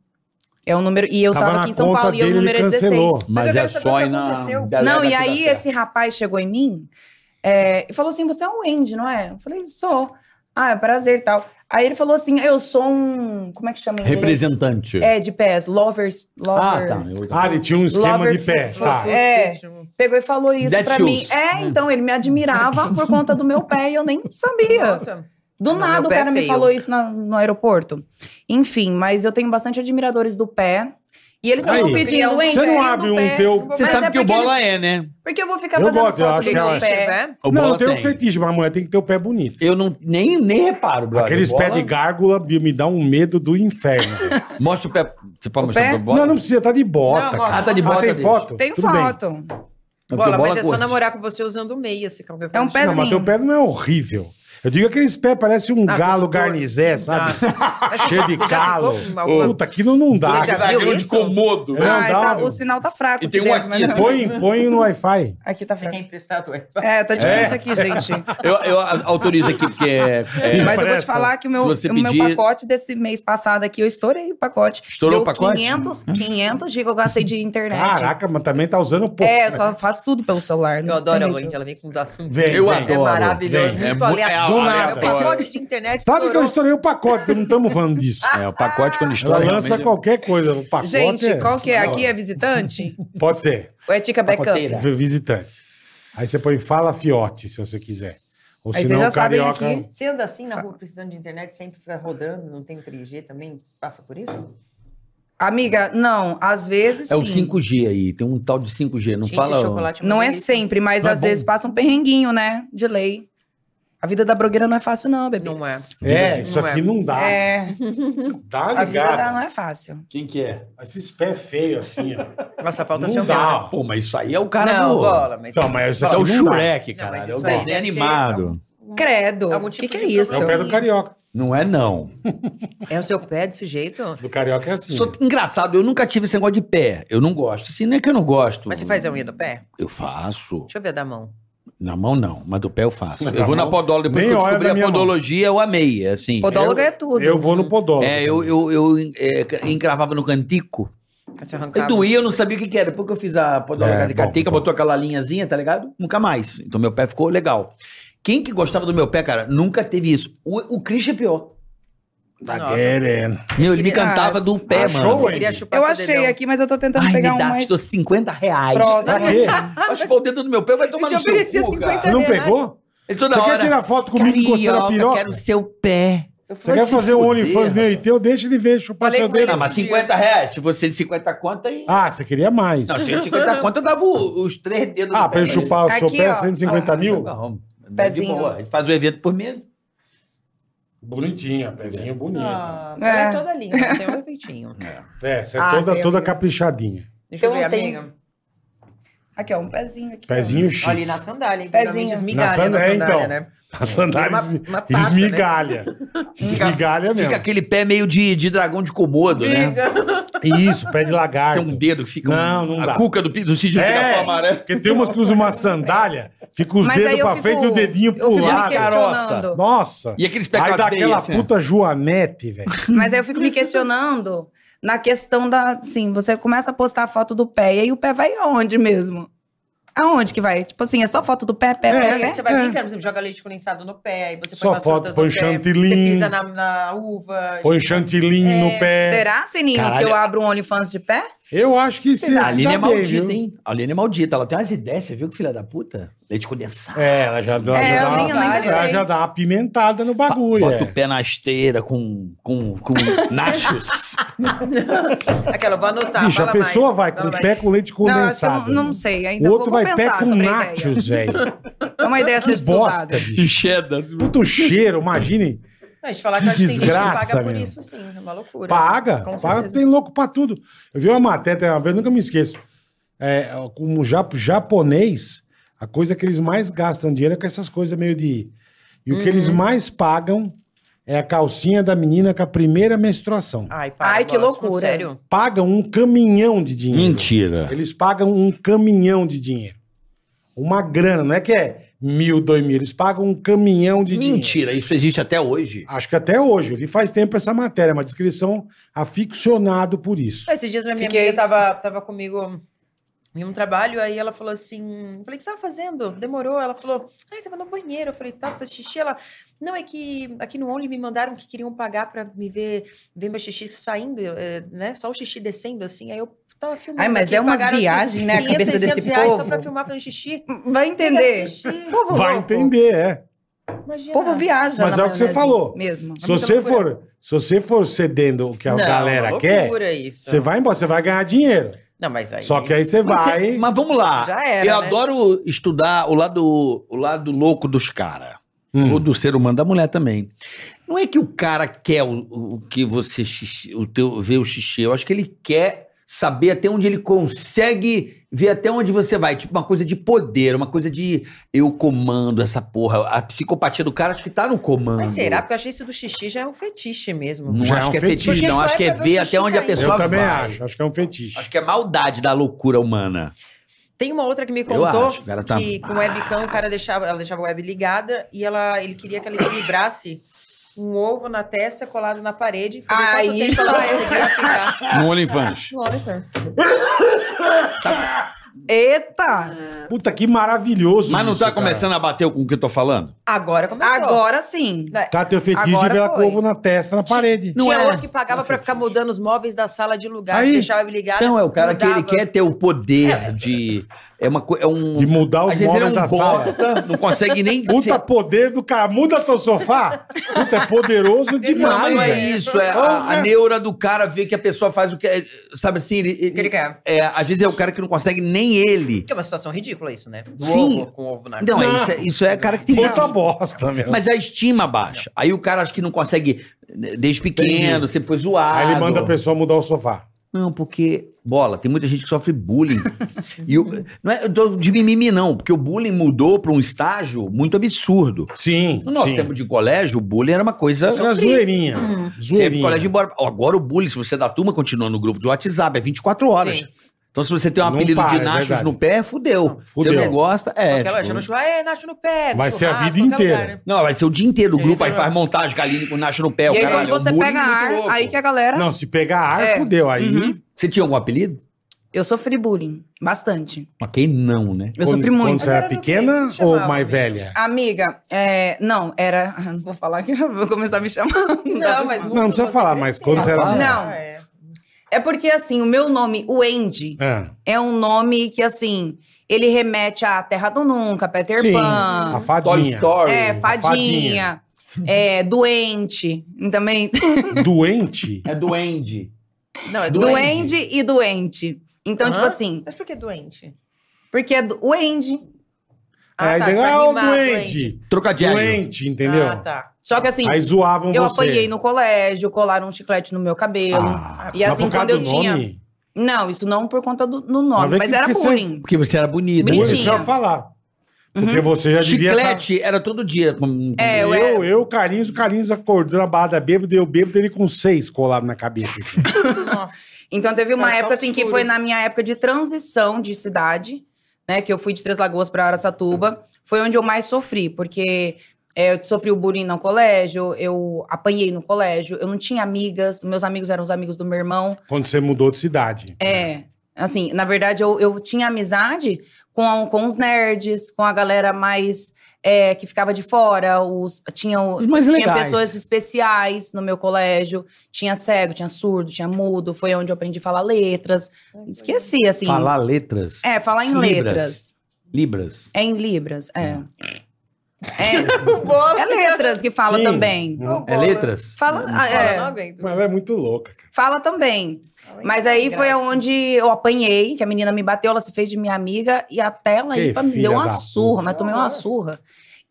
É o número. E eu Tava tava, na aqui em São conta Paulo e o dele, número ele é 16. cancelou. Mas Mas eu é quero saber o só que aí na. aconteceu. galera não, que tá e dá aí assim, certo. esse rapaz chegou em mim é, e falou assim: você é o Wendy, não é? Eu falei, sou. Ah, é prazer e tal. Aí ele falou assim: eu sou um. Como é que chama em inglês? Representante. É, de pés, lovers. Ah, Lover. tá. Eu- Ah, ele tinha um esquema Lover de pé. Food. Tá. É. Pegou e falou isso That pra shoes, mim. É, né? então, ele me admirava por conta do meu pé e eu nem sabia. Nossa. Do Não, nada meu o pé é cara me feio. falou isso na- no aeroporto. Enfim, mas eu tenho bastante admiradores do pé. E eles ficam Aí. pedindo, Wendy, Você não cria abre do um pé. teu. Mas Você sabe é que o porque bola é, né? Porque eu vou ficar Eu fazendo gosto, eu foto acho do que é ela- meu pé. tiver. O não, bola eu tenho um tem. fetiche, mas a mulher tem que ter o pé bonito. Eu não, nem, nem reparo, brother. Aqueles O bola- pés de gárgula me- me dá um medo do inferno. Mostra o pé. Você pode O mostrar pé? o bola? Não, não precisa, tá de bota. Não, cara. mostra. Ah, tá de Ah, bota. tem dele. foto? Tem Tudo bem. foto. porque Bola, mas é só curte. namorar com você usando meia, se qualquer É um Não, mas pezinho. teu pé não é horrível. Eu digo aqueles pés parece um Ah, galo tô- garnizé, sabe? Ah. Mas você Cheio já- de você já calo. ficou com alguma- Puta, aquilo não dá. Você já Daquele viu de isso? comodo. É. Ah, Não, tá- dá, o sinal tá fraco. E que tem um deve, aqui, mas não- assim. Põe, põe no Wi-Fi. Aqui tá Você quer fraco. emprestar do É, tá difícil isso aqui, gente. Eu, eu autorizo aqui, porque é. Mas eu vou Empresta. te falar que o meu, Se você o meu pedir- pacote desse mês passado aqui, eu estourei o pacote. Estourou Deu o pacote? 500, Hum. 500 gigas eu gastei de internet. Caraca, mas também tá usando pouco. É, eu só faço tudo pelo celular. né? Eu adoro a Horrível. Lorente, ela vem com uns assuntos. Vem, Eu vem. É adoro. maravilhoso, Vem. É muito mu- é aleatório. do nada. Meu pacote de internet Sabe que eu estourou. estourei o pacote, não estamos falando disso. É, o pacote quando Ela estoura. lança realmente- qualquer coisa. O pacote Gente, é... qual que é? Aqui é visitante? Pode ser. Ou é Tica Backup? Pacoteira. vi- Visitante. Aí você põe fala fiote, se você quiser. Ou Aí se vocês não, já sabem carioca... aqui. Você anda assim na rua precisando de internet, sempre fica rodando, não tem 3G também? Passa por isso? Amiga, não, às vezes É o sim. 5G aí, tem um tal de 5G, não Gente, fala. esse chocolate Não é delícia. sempre, mas Não é às bom. vezes passa um perrenguinho, né? De lei. A vida da blogueira não é fácil, não, bebê. Não é. É, isso Não é. aqui não dá. É, Dá a vida da- não ligado. é fácil. Quem que é? Esses pés feios assim, ó. Nossa, falta Não seu dá. Ah, mel. ó. Pô, mas isso aí é o cara Não, do. bola, mas... Então, mas isso Isso é o aqui não dá. Não, Shrek, mas cara. É o isso aí deve desenho ter animado. Credo. Algum O tipo que, que é de isso? É o pé do carioca. Não é, não. É o seu pé desse jeito? Do carioca é assim. Só engraçado, eu nunca tive esse negócio de pé. Eu não gosto. Assim, não é que eu não gosto. Mas você faz a unha do pé? Eu faço. Deixa eu ver a da mão. Na mão, não. Mas do pé eu faço. Mas eu na vou na mão? podóloga. Depois Nem que eu olha descobri na a minha mão. podologia, eu amei. Assim. Podólogo é tudo. Eu vou no podólogo. É, eu, eu, eu, é, encravava no cantico. Você Eu arrancava. doía, eu não sabia o que, que era. Depois que eu fiz a podóloga É, de bom, cateca, bom. botou aquela linhazinha, tá ligado? Nunca mais. Então meu pé ficou legal. Quem que gostava do meu pé, cara, nunca teve isso. O, o Christian é pior. Tá Nossa. querendo. Meu, ele me Cara, cantava do pé, achou, mano. Eu queria Andy? chupar Eu seu achei dedão. aqui, mas eu tô tentando Ai, pegar me um dá, mais te dou 50 reais. próximo. Pra quê? Acho que o dedo do meu pé vai Eu tomar te no seu oferecia cu, 50 cara. Você não pegou? Ele toda Você hora... quer tirar foto comigo encostando a Carioca, piroca? quero seu pé. Você quer fazer um OnlyFans meu meio e teu? Deixa ele ver, chupar Falei seu com ele dedo. Não, mas 50 reais. Se você de 50 conta, aí... Ah, você queria mais. Não, se eu de 50 conta, eu dava o- os três dedos Ah, do pra eu pé né? ele. chupar o seu Aqui, pé, ó. 150 mil? Não, Ah, Pezinho. É De boa. A gente faz o evento por mês. Bonitinha, pezinho bonito. Ah, É. ela é toda linda, não tem um efeitinho. É, você é Ah, toda, tem, toda amiga. caprichadinha. Deixa eu, Eu ver, não tenho- amiga. Aqui, ó, um pezinho aqui. ó. Pezinho chique. Olha, e na sandália, hein? Pezinho. Pezinho. Na Esmigalha na sandália, sandália, então. né? A sandália Uma- esmi- uma pata, esmigalha. Esmigalha Fica É mesmo. aquele pé meio de, de dragão de comodo, né? Isso, pé de Tem lagarto. um dedo que fica... um- Não, não a dá. cuca do, pi- do Cid É, é. amarelo. porque tem umas que usam uma sandália, fica os Mas aí dedos eu pra fico- frente e o dedinho eu pro fico me lado. questionando. Nossa. E aqueles pés Aí com dá as veias, aquela assim, ó. puta Joanete, velho. Mas aí eu fico me questionando na questão da. Assim, você começa a postar a foto do pé, e aí o pé vai aonde mesmo? Aonde que vai? Tipo assim, é né? só foto do pé, pé, É, pé, pé? Você vai É. brincando, você joga leite condensado no pé, aí você Só põe foto, frutas no põe pé, chantilly. Você pisa na, na uva. Põe chantilinho no pé. Será, Sininhos, Caralho. que eu abro um OnlyFans de pé? Eu acho que sim. A Aline é maldita, hein? A Aline é maldita. Ela tem umas ideias, você viu que filha da puta? Leite condensado. É, ela já, ela É, já eu dá nem- eu nem uma, ela pensei. já dá uma pimentada no bagulho. Bota é. o pé na esteira com, com, com nachos. tipo, Aquela, eu vou anotar. Bicho, a Tá, fala mais, pessoa vai fala com mais. pé com leite Não, acho que eu condensado. não, não sei. O Ainda outro vou, vou vai pé pensar com sobre a ideia. nachos, velho. É uma ideia a ser Que bosta, estudada. bicho. Cheddar. Puto cheiro, imagine. Não, a gente falar que, Que eu acho que tem gente que desgraça, paga por meu. isso, sim. É uma loucura. Paga. Com Paga, certeza. tem louco pra tudo. Eu vi uma matéria uma vez, nunca me esqueço. É, como ja- japonês, a coisa que eles mais gastam dinheiro é com essas coisas meio de. E o que Uhum. eles mais pagam é a calcinha da menina com a primeira menstruação. Ai, para, Ai, que Bola, falando loucura. Sério. Pagam um caminhão de dinheiro. Mentira. Eles pagam um caminhão de dinheiro. Uma grana, não é que é mil, dois mil. Eles pagam um caminhão de dinheiro. Mentira, isso existe até hoje. Acho que até hoje, eu vi faz tempo essa matéria, mas eles são aficionado por É, isso. Esses dias minha Fiquei- amiga tava, tava comigo em um trabalho, aí ela falou assim, falei, o que você tava fazendo? Demorou, ela falou, ai, tava no banheiro, eu falei, tá, faz xixi, ela, não, é que aqui no Only me mandaram que queriam pagar pra me ver, ver meu xixi saindo, eh, né, só o xixi descendo, assim, aí eu tava filmando. Ai, mas aqui, é umas pagaram, tipo, viagens, né, a 500, cabeça desse 600 reais só povo. pra filmar fazendo xixi. Hum, Vai entender. Xixi, Povo Vai louco. entender, é. O imagina. povo viaja. Mas na é o que você maionese falou. Mesmo. Se você, for, se você for cedendo o que a Não, é galera uma quer, loucura isso. você vai embora, você vai ganhar dinheiro. Não, mas aí... Só que aí Ah, você É Mas vai. cê- Mas vamos lá. Já era, Eu né? adoro estudar o lado, o lado louco dos caras. Hum. Ou do ser humano, da mulher também. Não é que o cara quer o, o que você xixi, o teu, vê o xixi. Eu acho que ele quer saber até onde ele consegue ver até onde você vai. Tipo, uma coisa de poder, uma coisa de eu comando essa porra. A psicopatia do cara acho que tá no comando. Mas será? Porque eu achei isso do xixi já é um fetiche mesmo. Não Já é acho um que é fetiche, fetiche. não. Porque Acho só que é é pra ver ver o até onde a xixi pessoa Eu também vai. acho. Acho que é um fetiche. Acho que é maldade da loucura humana. Tem uma outra que me Eu contou acho, cara, tá- que com o webcam o cara deixava, ela deixava a web ligada e ela, ele queria que ela equilibrasse um ovo na testa colado na parede. pra ver Ai, quanto tempo ela conseguia ficar No OnlyFans. no OnlyFans. Eita! Puta, que maravilhoso Mas não isso, tá cara. começou. Começando a bater com o que eu tô falando? Agora começou. Agora sim. Tá teu fetiche Agora de ver a foi. ovo na testa, na parede. Tinha Não é. outro que pagava pra ficar mudando os móveis da sala de lugar, Aí. deixar a web ligada. Então, é o cara que ele mudava. quer ter o poder de. É, uma, co- é um. De mudar os Às vezes ele é móveis um da sala. bosta, não consegue nem. Puta ser- poder do cara. Muda teu sofá. Puta, é poderoso não, demais, não é velho. isso. É a, a neura do cara ver que a pessoa faz o que. é, Sabe assim? Ele, O que ele quer. É, às vezes é o cara que não consegue nem ele. Que é uma situação ridícula isso, né? Do Sim. Ovo, com ovo na Não, é Não. isso, é, isso é cara que tem. Puta bosta, meu. Mas a estima baixa. Aí o cara acho que não consegue né, desde pequeno, você pôs zoado. Aí ele manda a pessoa mudar o sofá. Não, porque. Bola, tem muita gente que sofre bullying. e o- não é eu tô de mimimi, não, porque o bullying mudou para um estágio muito absurdo. Sim, No nosso sim. tempo de colégio, o bullying era uma coisa. Era zoeirinha. Você ia pro Zoeirinha. colégio e ia embora. Agora o bullying, se você é da turma, continua no grupo de WhatsApp, é 24 horas. Sim. Então, se você tem um Não apelido para, é de nachos verdade. no pé, fudeu. Você fudeu. não gosta, é. Aquela tipo, chama churrasco, é, Nacho no pé. Vai ser a churrasco, vida qualquer né? inteira. Não, vai ser o dia inteiro o Ele grupo, aí também. faz montagem, galinha com nacho no É, pé. o então é um e aí, cara, um quando você pega ar, aí que é- a galera. Não, se pegar ar, É. fudeu. Aí, Uhum. Você tinha algum apelido? Eu sofri bullying. Bastante. Mas quem não, né? Eu quando- sofri Quando muito. você Mas era era do quê? pequena Que que ou chamava, mais né? velha? Amiga, é, não, era. Não vou falar que eu vou começar a me chamar. dá pra mas chamar. Não, não precisa falar, mas quando você era- Não. É. É porque, assim, o meu nome, o Andy, Ah, é um nome que, assim, ele remete a Terra do Nunca, Peter sim, a Pan. Toy fadinha. Story. É, a fadinha. fadinha. É, doente. e Também. Doente? É duende. Não, é doente. Duende e doente. Então, Hã? tipo assim, Mas por que doente? porque é do- o Andy. aí tá, tá, pra ah, o rimar, doente. Trocadilho. Doente, entendeu? Ah, tá. Só que assim, Aí zoavam eu você. apanhei no colégio, colaram um chiclete no meu cabelo. Ah, e assim, mas por causa quando eu do tinha. nome? Não, isso não por conta do no Mas vê nome, mas que- era que você- bullying. Porque você era bonita. né? Bonitinha. Hoje eu já ia falar. Porque você já devia... tá- Chiclete era todo dia. com- Uhum. É, eu Eu, era. eu, Carlinhos, o Carlinhos acordou na barra bêbado, eu bêbado, ele com seis colado na cabeça. assim. Nossa. Então teve uma Era só época assim que furo. foi na minha época de transição de cidade, né, que eu fui de Três Lagoas para Araçatuba, foi onde eu mais sofri, porque é, eu sofri o bullying no colégio, eu apanhei no colégio, eu não tinha amigas, meus amigos eram os amigos do meu irmão. Quando você mudou de cidade. É. Assim, na verdade, eu, eu tinha amizade com, com os nerds, com a galera mais é, que ficava de fora. Os, tinha, o- Os mais tinha legais. pessoas assim, especiais no meu colégio. Tinha cego, tinha surdo, tinha mudo. Foi onde eu aprendi a falar letras. Esqueci, assim. Falar letras. É, falar em Libras. letras. Libras. É em libras, é. É, O bolo. é letras que fala Sim. Hum. também. O É bolo. letras? Fala, é, Não aguento. Mas ela é muito louca. cara. fala também. Mas aí foi aonde eu apanhei, que a menina me bateu, ela se fez de minha amiga e até ela Que aí pra- me filha deu uma da surra, puta. mas tomei uma surra.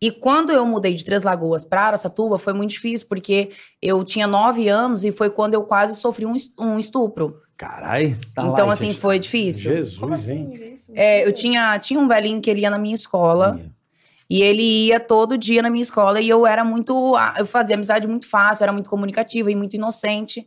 E quando eu mudei de Três Lagoas pra Araçatuba, foi muito difícil, porque eu tinha nove anos e foi quando eu quase sofri um es- um estupro. Caralho. tá então, light assim, essa foi difícil. Jesus, Como assim? hein? isso? É, eu tinha, tinha um velhinho que ele ia na minha escola. historinha. E ele ia todo dia na minha escola e eu era muito. ah, Eu fazia amizade muito fácil, era muito comunicativa e muito inocente.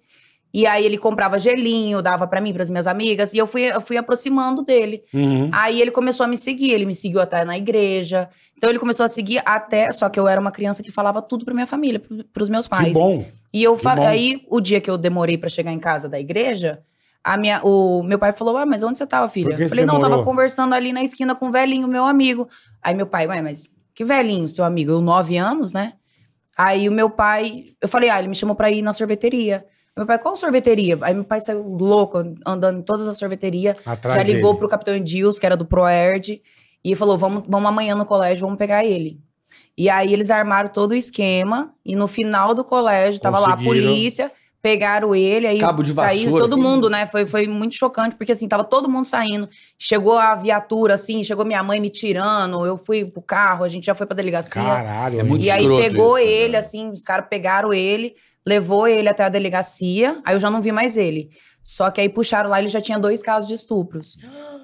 E aí ele comprava gelinho, dava pra mim, pras minhas amigas, e eu fui, eu fui aproximando dele. Uhum. Aí ele começou a me seguir, ele me seguiu até na igreja. Então ele começou a seguir até. Só que eu era uma criança que falava tudo pra minha família, pro- pros meus Que pais. bom. E eu Que fa- bom. aí o dia que eu demorei pra chegar em casa da igreja, a minha, o meu pai falou: "Ah, mas onde você tava, filha?" Por que Eu você falei: "Não, demorou?" tava conversando ali na esquina com o velhinho, meu amigo". Aí meu pai: "Ué, mas que velhinho, seu amigo? Eu nove anos, né?" Aí o meu pai, eu falei: "Ah, ele me chamou pra ir na sorveteria". Meu pai, qual sorveteria? Aí meu pai saiu louco, andando em todas as sorveterias. Atrás já ligou dele. pro Capitão Dios, que era do Proerd, e falou: vamos, vamos amanhã no colégio, vamos pegar ele. E aí eles armaram todo o esquema, e no final do colégio, tava lá a Conseguiram. polícia, pegaram ele, aí Cabo de saiu vassoura, todo que- mundo, né? Foi, foi muito chocante, porque assim, tava todo mundo saindo. Chegou a viatura, assim, chegou minha mãe me tirando, eu fui pro carro, a gente já foi pra delegacia. Caralho. É hein? muito E aí escroto pegou isso, né? ele, assim, os caras pegaram ele, levou ele até a delegacia, aí eu já não vi mais ele. Só que aí puxaram lá, ele já tinha dois casos de estupros.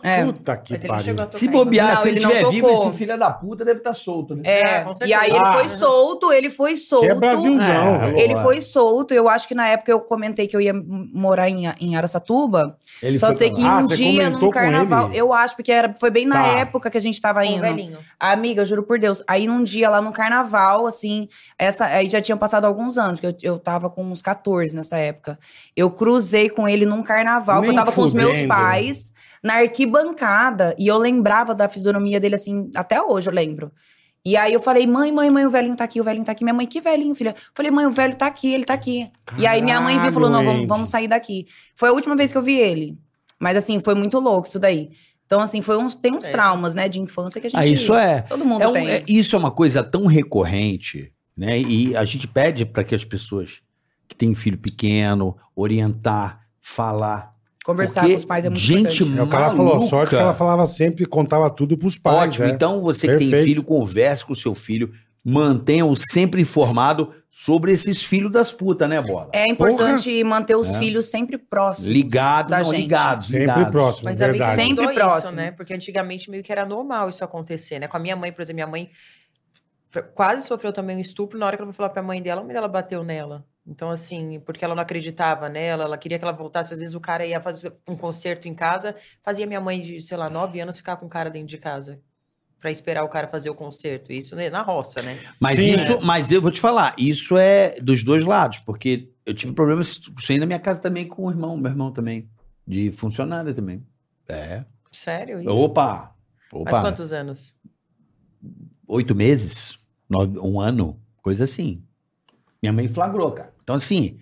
É. Puta que Mas ele não pariu. chegou a tocar. Se bobear, Não, se ele ele não tiver vivo, tocou. esse filho da puta deve estar solto, né? É, Ah, com e certeza. aí ele Ah. foi solto, ele foi solto. Que é Brasilzão, É, velho. Ele foi solto. Eu acho que na época eu comentei que eu ia m- morar em, em Araçatuba. Ele só foi sei pra que lá. Ah, um você dia, comentou num com carnaval. ele? Eu acho, porque era, foi bem na Tá. época que a gente tava Com o indo. um velhinho. Amiga, eu juro por Deus. Aí num dia lá no carnaval, assim, essa aí já tinha passado alguns anos, porque eu, eu tava com uns 14 nessa época. Eu cruzei com ele num carnaval, que eu Nem tava com os meus fudendo. pais, na arquibancada, e eu lembrava da fisionomia dele assim, até hoje eu lembro. E aí eu falei, mãe, mãe, mãe, o velhinho tá aqui, o velhinho tá aqui. Minha mãe, que velhinho, filha? Eu falei, mãe, o velho tá aqui, ele tá aqui. e aí minha mãe viu e falou, não, Caralho, vamos, Andy. vamos sair daqui. Foi a última vez que eu vi ele. Mas assim, foi muito louco isso daí. Então assim, foi uns, tem uns É. traumas, né, de infância que a gente... Ah, isso é. Todo mundo É um- tem. é- isso é uma coisa tão recorrente, né? E a gente pede para que as pessoas que têm filho pequeno orientar, falar. Conversar Porque com os pais é muito gente importante. É, o cara falou, maluca. sorte que ela falava sempre, contava tudo pros pais. Ótimo. é. Então você que tem Perfeito. filho, converse com o seu filho, mantenha-o sempre informado sobre esses filhos das putas, né, bola? É importante manter os É. filhos sempre próximos. Ligado, da não, gente. ligados, Sempre ligados. próximo, Mas a É verdade. verdade. Sempre próximo. né? Porque antigamente meio que era normal isso acontecer, né? Com a minha mãe, por exemplo, minha mãe pra- quase sofreu também um estupro. Na hora que ela foi falar pra mãe dela, a mãe dela bateu nela. Então, assim, porque ela não acreditava nela, ela queria que ela voltasse. Às vezes o cara ia fazer um concerto em casa, fazia minha mãe de, sei lá, nove anos ficar com o cara dentro de casa. Pra esperar o cara fazer o concerto. Isso né, na roça, né? Mas Sim. isso, mas eu vou te falar, isso é dos dois lados, porque eu tive problemas com isso aí na minha casa também com o irmão, meu irmão também, de funcionária também. É. Sério isso? Opa! Mas Opa! quantos anos? Oito meses? Nove- um ano? Coisa assim. Minha mãe flagrou, cara. Então, assim,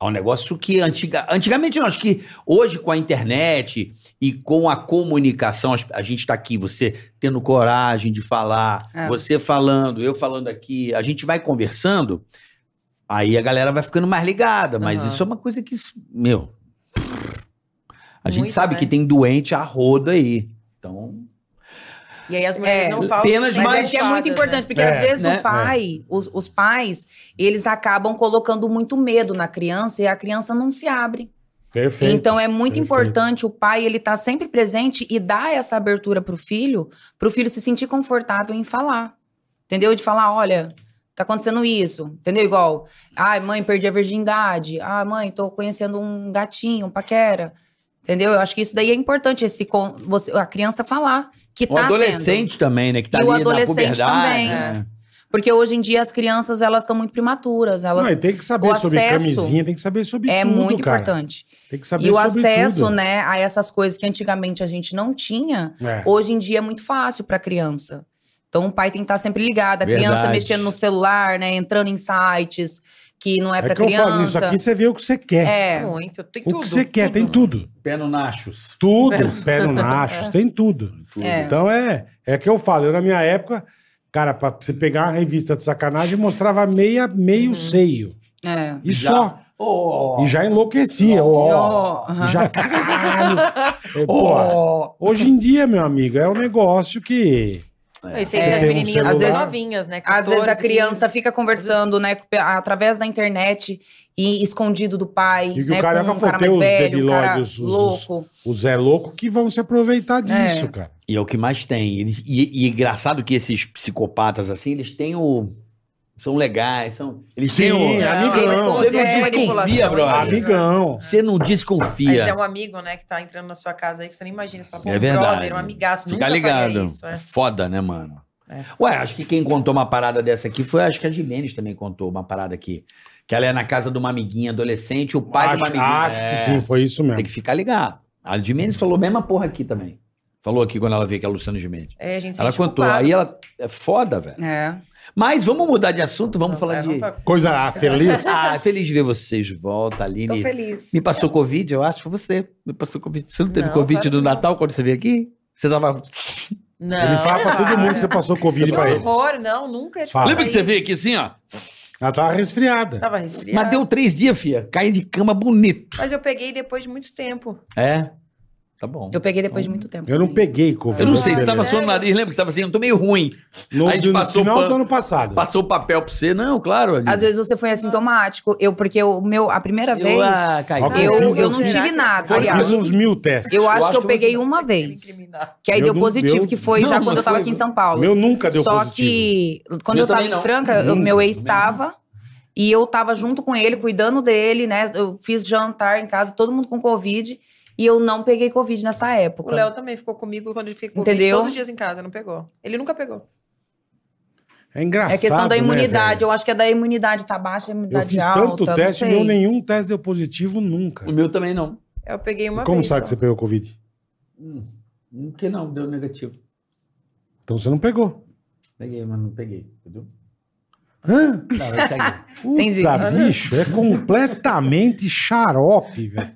é um negócio que antiga, antigamente não, acho que hoje com a internet e com a comunicação, as- a gente tá aqui, você tendo coragem de falar, É. você falando, eu falando aqui, a gente vai conversando, aí a galera vai ficando mais ligada, mas Aham. isso é uma coisa que, meu, a gente Muito, sabe né? que tem doente a roda aí. Então, E aí as mulheres É, não falam. penas são Mas mais- é que é muito culpadas, importante, porque É, às vezes né? o pai, os, os pais, eles acabam colocando muito medo na criança e a criança não se abre. Perfeito. Então é muito Perfeito. importante o pai, ele tá sempre presente e dar essa abertura pro filho, pro filho se sentir confortável em falar. Entendeu? De falar, olha, tá acontecendo isso. Entendeu? Igual, ai, mãe, perdi a virgindade. Ah, mãe, tô conhecendo um gatinho, um paquera. Entendeu? Eu acho que isso daí é importante, esse con- você, a criança falar Um que O tá tendo. adolescente também, né? Que tá E ali o na adolescente puberdade. também. né? É. Porque hoje em dia as crianças, elas estão muito prematuras. Elas Não, e tem que saber o sobre acesso camisinha, tem que saber sobre é tudo, muito cara. importante. Tem que saber E o sobre acesso, tudo. né, a essas coisas que antigamente a gente não tinha, É. hoje em dia é muito fácil pra criança. Então o pai tem que estar sempre ligado, a criança Verdade. mexendo no celular, né, entrando em sites que não é, É pra que eu falo, isso criança. aqui você vê o que você quer. É. né? Muito. Tem o tudo. que você quer, tem tudo. Pé no nachos. Tudo, pé no nachos, tem tudo. Tudo. É. Então é, é que eu falo, eu na minha época, cara, pra você pegar uma revista de sacanagem, mostrava meia, Uhum. meio seio. É. E Já. só. Oh, E já enlouquecia. ó. Ó, aham. E já, caralho. É, pô, hoje em dia, meu amigo, é um negócio que. É, e você É. vê as Tem um menininhas celular. às vezes Às novinhas, né? Às 14, vezes a 15. criança fica conversando, né, com- através da internet e escondido do pai, E que o né, cara com nunca um cara foi ter mais os velho, um cara debilóides, os- os- louco. O Zé Louco que vão se aproveitar disso, É. cara. E é o que mais tem. Eles- E, e engraçado que esses psicopatas, assim, eles têm o. São legais, são. Eles têm Sim, o. Não, eles amigão. conseguem- É, Você não é desconfia, manipulação, brother. amigo. Amigão. Você não Mas desconfia. é um amigo, né, que tá entrando na sua casa aí, que você nem imagina. Você fala, pô, É um verdade. brother, um amigaço, Fica nunca faria tá ligado. isso. É É. foda, né, mano? É. Ué, acho que quem contou uma parada dessa aqui foi, acho que a Jimenez também contou uma parada aqui. Que ela é na casa de uma amiguinha adolescente, o pai de uma Acho, amiguinha. acho É. que sim, foi isso Tem mesmo. que ficar ligado. A Jimenez falou a mesma porra aqui também. Falou aqui quando ela veio que é a Luciana Jimenez. É, a gente se Ela sente contou. culpado. Aí ela. É foda, velho. É. Mas vamos mudar de assunto, vamos Não, falar é, de. vamos falar- Coisa ah, feliz. Ah, feliz de ver vocês de volta, Tô Aline. feliz. Me passou Covid, eu acho, foi você. Me passou Covid. Você não teve Não, Covid claro no que não. Natal quando você veio aqui? Você tava. Não, Ele fala pra todo mundo que você passou Covid Que pra ele. horror, não, nunca. tipo, Fala. Lembra que você aí veio aqui assim, ó? Ela tava resfriada. Tava resfriado. Mas deu três dias, filha. Caí de cama bonito. Mas eu peguei depois de muito tempo. É? Tá bom. Eu peguei depois de muito tempo. Eu não também. peguei Covid. Eu não sei, você Beleza. tava suando o nariz, lembra que você tava assim, eu tô meio ruim. No, Aí a gente no passou final pano. do ano passado. Passou o papel pra você? Não, claro. ali. Às vezes você foi assintomático. Eu, porque o meu, a primeira Eu, vez, ah, caí. Ó, eu, eu eu, fiz- eu não fiz- tive nada. Eu Aliás, fiz uns mil testes. eu acho acho que eu que peguei uma vez. Que aí Eu deu não- positivo, eu- que foi já Não, quando eu tava foi- aqui em São Paulo. Meu nunca deu Só positivo. que quando Meu eu tava também não. em Franca, o Nunca, meu ex também estava e eu tava junto com ele, cuidando dele, né? Eu fiz jantar em casa, todo mundo com Covid, e eu não peguei Covid nessa O época. Léo também ficou comigo quando ele fiquei com Covid Entendeu? todos os dias em casa, não pegou. Ele nunca pegou. É engraçado. é questão da né, imunidade. velho? eu acho que é da imunidade, tá baixa, a eu imunidade fiz alta. tanto não teste e sei. meu nenhum teste deu positivo nunca. O meu também não. Eu peguei uma Como vez. sabe só. que você pegou Covid? Hum, Por que não? Deu negativo. Então você não pegou. Peguei, mas não peguei. Entendeu? Hã? Não, eu peguei. Puta, Entendi. bicho, é completamente xarope, velho.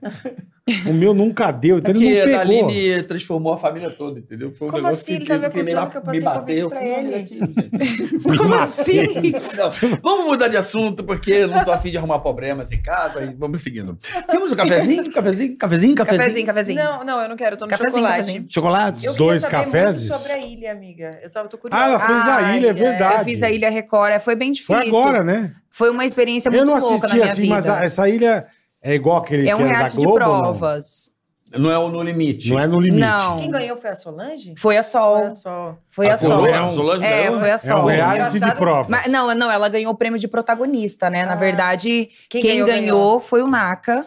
O meu nunca deu, então ele não Porque a pegou. Aline transformou a família toda, entendeu? Foi um Como negócio assim? Ele que, tá me que acusando que eu passei me Covid bateu. pra Eu falei, ele. "Não, negativo, gente." Como assim? Não, vamos mudar de assunto, porque não tô afim de arrumar problemas em casa e vamos seguindo. Temos um cafezinho, cafezinho, cafezinho, cafezinho. Cafezinho, cafezinho. Não, não, eu não quero, eu tô no Cafezinho, chocolate. cafezinho. Chocolate. Eu queria Dois saber cafezes? muito sobre a ilha, amiga. Eu tava, tô curiosa. Ah, ela fez a Ah, ilha, é ilha, verdade. Eu fiz a Ilha Record, é, foi bem difícil. Foi agora, né? Foi uma experiência é muito Eu não louca na assisti minha assim, vida. mas a- essa ilha é igual aquele é um que era da reality de Globo. ou não? provas. Não é o No Limite. Não é no limite. Não. Quem ganhou foi a Solange? Foi a Sol. Olha só. Foi a, É A Sol. Solange- a Solange É, ganhou? foi a É um Sol. reality de Engraçado- provas. Mas, não, não, ela ganhou o prêmio de protagonista, né? Na Ah. verdade, quem, ganhou, foi o Naka.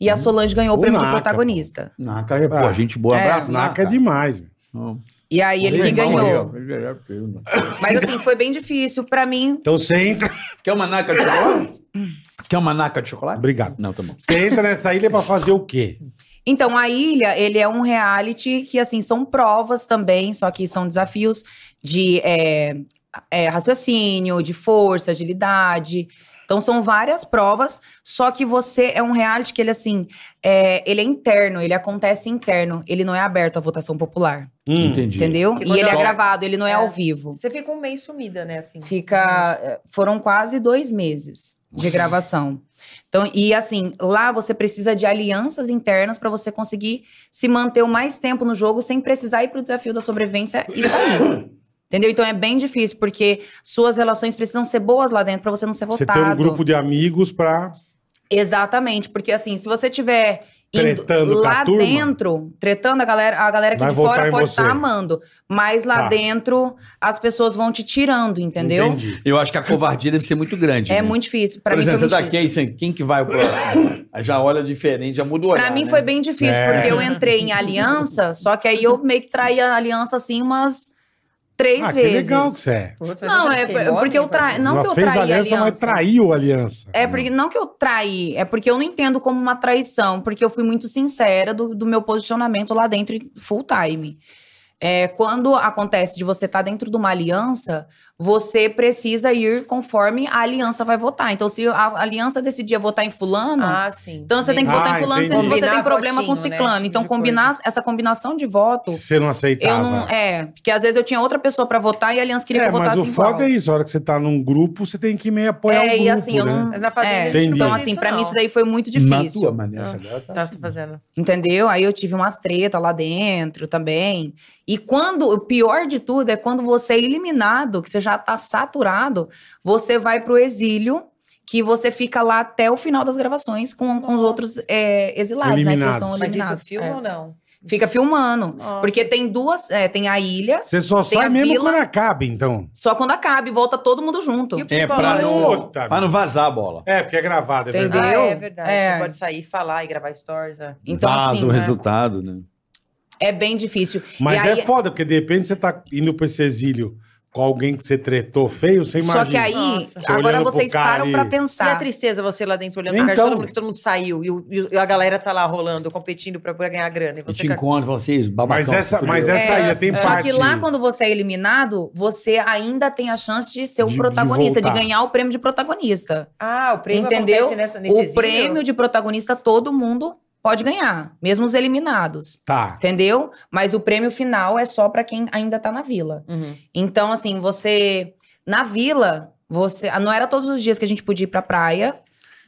E a Solange ganhou Hum. O o prêmio de Naka. protagonista. Naca é, Ah. pô, gente boa. É. abraço, Naca é demais. meu. Não. é E aí ele Meu que irmão ganhou. ali, ó. Mas assim, foi bem difícil pra mim. Então você entra. Quer uma naca de chocolate? Quer uma naca de chocolate? Obrigado. Não, tá bom. Você entra nessa ilha pra fazer o quê? Então, a Ilha, ele é um reality que, assim, são provas também, só que são desafios de é, é, raciocínio, de força, agilidade. Então, são várias provas, só que você é um reality que ele, assim, é, ele é interno, ele acontece interno, ele não é aberto à votação popular. Hum. Entendi. Entendeu? Porque E ele é quando- gravado, ele não é, É. ao vivo. Você fica um mês sumida, né? Assim. Fica. eh, Foram quase dois meses de gravação. Então, e assim, lá você precisa de alianças internas pra você conseguir se manter o mais tempo no jogo sem precisar ir pro desafio da sobrevivência e sair. Entendeu? Então é bem difícil, porque suas relações precisam ser boas lá dentro pra você não ser Você votado. tem um grupo de amigos pra. Exatamente, porque assim, se você tiver indo Tretando com a lá turma? dentro, tretando a galera, a galera aqui Vai de votar fora em pode você. estar amando, mas lá Tá. dentro as pessoas vão te tirando, entendeu? Entendi. Eu acho que a covardia deve ser muito grande. É né? muito difícil, Pra Por mim exemplo, foi você tá muito aqui, difícil. assim, quem que vai o próximo? Aí já olha diferente, já muda o olhar. Pra mim né? foi bem difícil, É. porque eu entrei em aliança, só que aí eu meio que traí a aliança assim umas três Ah, que vezes. legal que você é. Não, é porque eu traí, não Ela que eu fez traí a aliança. mas traiu a aliança. É porque não que eu traí, é porque eu não entendo como uma traição, porque eu fui muito sincera do, do meu posicionamento lá dentro full time. É, quando acontece de você estar dentro de uma aliança, você precisa ir conforme a aliança vai votar. Então, se a aliança decidir votar em fulano, Ah, sim. então você tem que votar Ah, em fulano, entendi. sendo que você Combinar tem problema com votinho, né? ciclano. Esse Então, tipo de combinar essa combinação de voto, Você não aceitava. eu não. É, porque às vezes eu tinha outra pessoa pra votar e a aliança queria é, que eu mas votasse o em foda igual. é isso. A hora que você tá num grupo, você tem que meio apoiar o É, grupo, e assim, eu né? não. Mas na fazenda é, a gente não Entendi. então, faz assim, isso, pra mim não. isso daí foi muito difícil. Ah. Na tua maneira, agora tá. Tá, tá fazendo. Entendeu? Aí eu tive umas treta lá dentro também. E quando, o pior de tudo é quando você é eliminado, que você já tá saturado, você vai pro exílio, que você fica lá até o final das gravações com, com os outros é, exilados, né? Eliminados. Que são Mas isso eliminados. filma É. ou não? Fica filmando. Nossa. Porque tem duas, é, tem a ilha, Você só Tem sai a mesmo vila. quando acaba, então. só quando acaba e volta todo mundo junto. E o É, pra psicológico? não, Puta, pra não vazar a bola. É, porque é gravado, é Entendi. verdade. Ah, Entendeu? é verdade. É. Você pode sair, falar e gravar stories. né? Então, Vaza assim, o né? resultado, né? é bem difícil. Mas e aí, é foda, porque de repente você tá indo pra esse exílio com alguém que você tretou feio, você imagina. Só que aí, Nossa. Você agora olhando pro vocês cara param ali. pra E a pensar. É. tristeza você lá dentro olhando pra cara de Então. todo mundo, que todo mundo saiu e, o- e o- e a galera tá lá rolando, competindo pra, pra ganhar grana. E E você te ca- encontro, vocês, assim, babacão. Mas essa, fudeu. mas essa É, ilha tem Só parte. que lá, quando você é eliminado, você ainda tem a chance de ser o De- de protagonista, de, voltar. ganhar o prêmio de protagonista. Ah, o prêmio entendeu? acontece nessa, nesse O exílio? prêmio de protagonista todo mundo pode ganhar, mesmo os eliminados. Tá. Entendeu? Mas o prêmio final é só pra quem ainda tá na vila. Uhum. Então, ah, assim, você. Na vila, você. Não era todos os dias que a gente podia ir pra praia.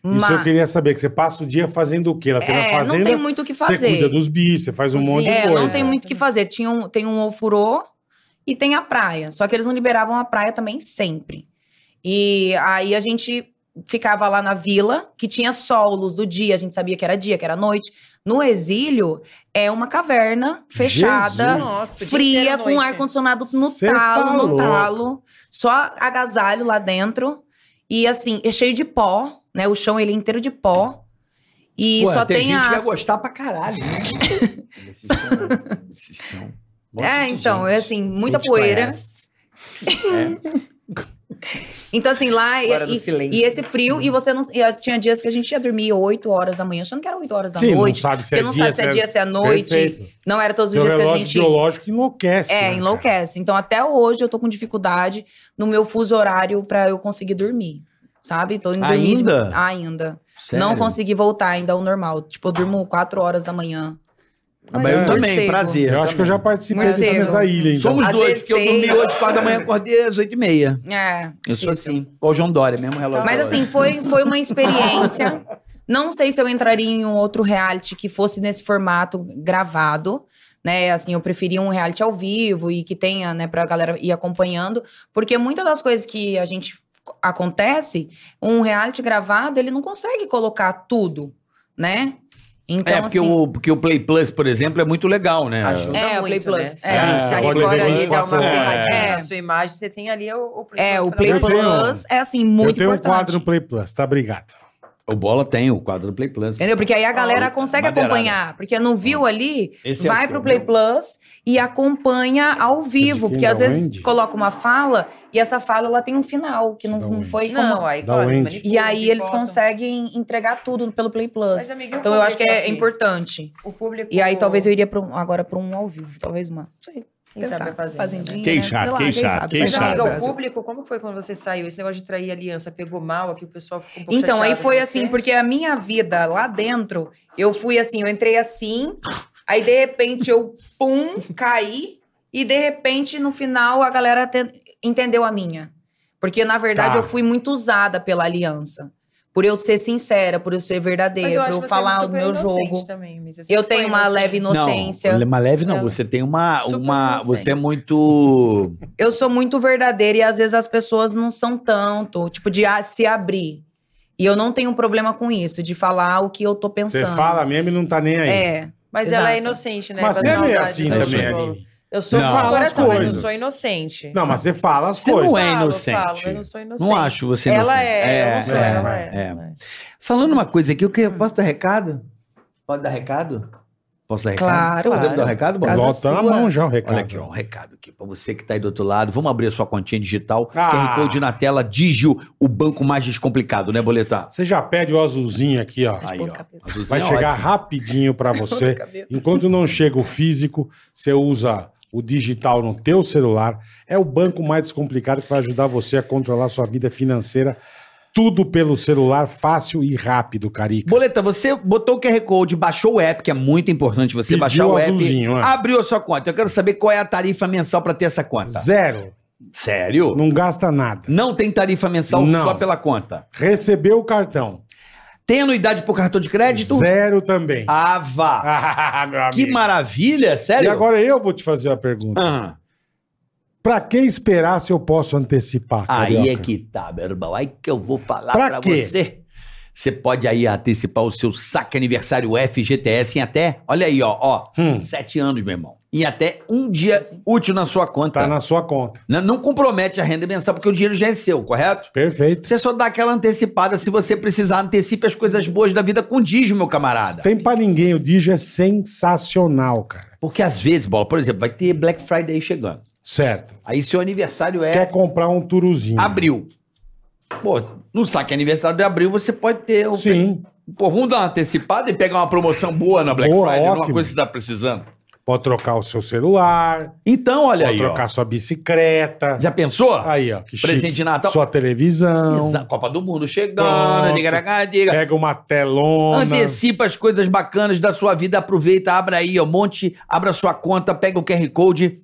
Isso eu Mas- queria saber, que você passa o dia fazendo o quê? Ela pela É, fazenda, não tem muito o que você fazer. cuida dos bichos, você faz um Sim. monte de É, coisa. não tem muito o que fazer. Tinha um, tem um ofurô e tem a praia. Só que eles não liberavam a praia também sempre. E aí a gente ficava lá na vila, que tinha sol, luz do dia, a gente sabia que era dia, que era noite. No exílio, é uma caverna fechada, Jesus. Nossa, o dia fria, inteiro à com noite. ar-condicionado no Cê talo, tá no louco. talo. Só agasalho lá dentro. E assim, é cheio de pó, né? O chão ele é inteiro de pó. E Ué, só tem, gente que é as... vai gostar pra caralho. Né? Esses são- esses são- É, então, é assim, muita Gente poeira. É. Então, assim, lá. Hora do E, silêncio. e esse frio, e você não. e, ah, tinha dias que a gente ia dormir 8 horas da manhã, achando que era 8 horas da Sim, não noite. sabe se Porque é não dia, sabe se é dia, se é noite. Perfeito. Não era todos os Seu dias que a é relógio gente. biológico enlouquece. né, É, cara? enlouquece. Então, até hoje eu tô com dificuldade no meu fuso horário pra eu conseguir dormir. Sabe? Tô em dormir de- Ainda? Ainda. Sério? Não consegui voltar ainda ao normal. Tipo, eu durmo 4 horas da manhã. Ah, mas eu É. também, Morcego. prazer. Eu acho que eu já participei Morcego. dessa- dessa ilha, então. Somos Às dois, vezes porque eu dormi seis. hoje, quatro da manhã, acordei às oito e meia. É. Eu sou difícil. assim. Igual o João Dória, mesmo relógio. Mas da assim, foi, foi uma experiência. Não sei se eu entraria em um outro reality que fosse nesse formato gravado, né? Assim, eu preferia um reality ao vivo e que tenha, né, pra galera ir acompanhando, porque muitas das coisas que a gente acontece, um reality gravado, ele não consegue colocar tudo, né? Então, É, porque, assim, o, porque o Play Plus, por exemplo, é muito legal, né? Ajuda É, o muito, Play Plus. né? É. Se a É, gente pode agora ver ali dá uma quanto- ferradinha É. na sua imagem, você tem ali o, o Play é, Plus o pra Play Eu Plus você. tenho- é assim muito eu tenho importante. um quadro no Play Plus, tá? Obrigado. O Bola tem o quadro do Play Plus. Entendeu? Porque aí a galera Olha, consegue madeirada. acompanhar. Porque não viu ali, Esse é vai o pro Play problema. Plus e acompanha ao vivo. quem? Porque Da às vezes Wendy? coloca uma fala e essa fala ela tem um final, que não, Da não Wendy. foi como. Não, aí, Da claro, eles Wendy. manipulam, E aí eles botam. conseguem entregar tudo pelo Play Plus. Mas, um amiga, e o Então eu acho que público é aqui? importante. O público. E aí talvez eu iria pra um- agora pra um ao vivo. Talvez uma. Não sei. Quem sabe pensar. a fazenda, Fazendinha. Quem né? sabe, Sei lá, quem sabe, quem Mas, é sabe, um Fazenda do amiga, o Brasil. público, como foi quando você saiu? Esse negócio de trair aliança pegou mal aqui, o pessoal ficou um pouco Então, aí chateado foi com assim, você? porque a minha vida lá dentro, eu fui assim, eu entrei assim, aí de repente eu, pum, caí, e de repente no final a galera te- entendeu a minha. Porque na verdade Tá. eu fui muito usada pela aliança. Por eu ser sincera, por eu ser Mas verdadeira, acho por que eu você é falar o super meu inocente jogo. também, Misa, você Eu sempre foi tenho uma inocente. leve inocência. Não, mas leve não. É. Você tem uma. Super uma inocente. você é muito. Eu sou muito verdadeira e às vezes as pessoas não são tanto, tipo, de ah, se abrir. E eu não tenho problema com isso, de falar o que eu tô Você pensando. fala mesmo e não tá nem aí. É. Mas ela é Exato. inocente, né? mas com você as é meio maldades assim do também, futebol. Aline. Eu sou Não. do Fala as coração, mas não coisas. sou inocente. Não, mas você fala as Você coisas. não é Falo, inocente. falo, mas não sou inocente. Não acho você Ela inocente. é, eu não sou, é, ela é. é. Falando uma coisa aqui, eu queria, posso dar recado? Pode dar recado? Posso dar recado? Claro. Podemos dar um recado, Bola? Casa Bota na sua. mão já o recado. Olha aqui, ó, um recado aqui pra você que tá aí do outro lado. Vamos abrir a sua continha digital. Ah. QR Code na tela, Digio, o banco mais descomplicado, né, Boletar? Você já pede o azulzinho aqui, ó. Aí, ó. Azulzinho Vai é chegar ótimo. rapidinho pra você. Enquanto não chega o físico, você usa o digital no teu celular. É o banco mais descomplicado que vai ajudar você a controlar sua vida financeira. Tudo pelo celular, fácil e rápido, Carica. Boleta, você botou o QR Code, baixou o app, que é muito importante você Pediu baixar o app. azulzinho, é. Abriu a sua conta. Eu quero saber qual é a tarifa mensal pra ter essa conta. Zero. Sério? Não gasta nada. Não tem tarifa mensal Não. só pela conta. Recebeu o cartão. Tem anuidade pro cartão de crédito? Zero também. Ava! Ah, meu amigo. que maravilha, sério? E agora eu vou te fazer uma pergunta. Ah, Pra que esperar se eu posso antecipar? aí Carioca? é que tá, meu irmão. Aí que eu vou falar Pra pra, quê? você. Você pode aí antecipar o seu saque aniversário FGTS em até, olha aí, ó, ó, Hum. sete anos, meu irmão. Em até um dia útil na sua conta. Né? Tá na sua conta. Não- Não compromete a renda mensal, porque o dinheiro já é seu, correto? Perfeito. Você só dá aquela antecipada se você precisar. Antecipe as coisas boas da vida com dízimo, meu camarada. Tem pra ninguém. O Digio é sensacional, cara. Porque às vezes, bola, por exemplo, vai ter Black Friday aí chegando. Certo. Aí seu aniversário é Quer comprar um turuzinho. abril. Pô, no saque aniversário de abril você pode ter. um- Sim. Pô, vamos dar uma antecipada e pegar uma promoção boa na Black Boa, Friday, ótimo. numa coisa que você tá precisando. Pode trocar o seu celular. Então, olha aí. pode trocar ó. sua bicicleta. Já pensou? Aí, ó. Que Presente chique. de Natal. Sua televisão. Exa- Copa do Mundo Pronto. chegando, diga, diga. Pega uma telona. Antecipa as coisas bacanas da sua vida, aproveita, abra aí, ó, monte, abra sua conta, pega o QR Code,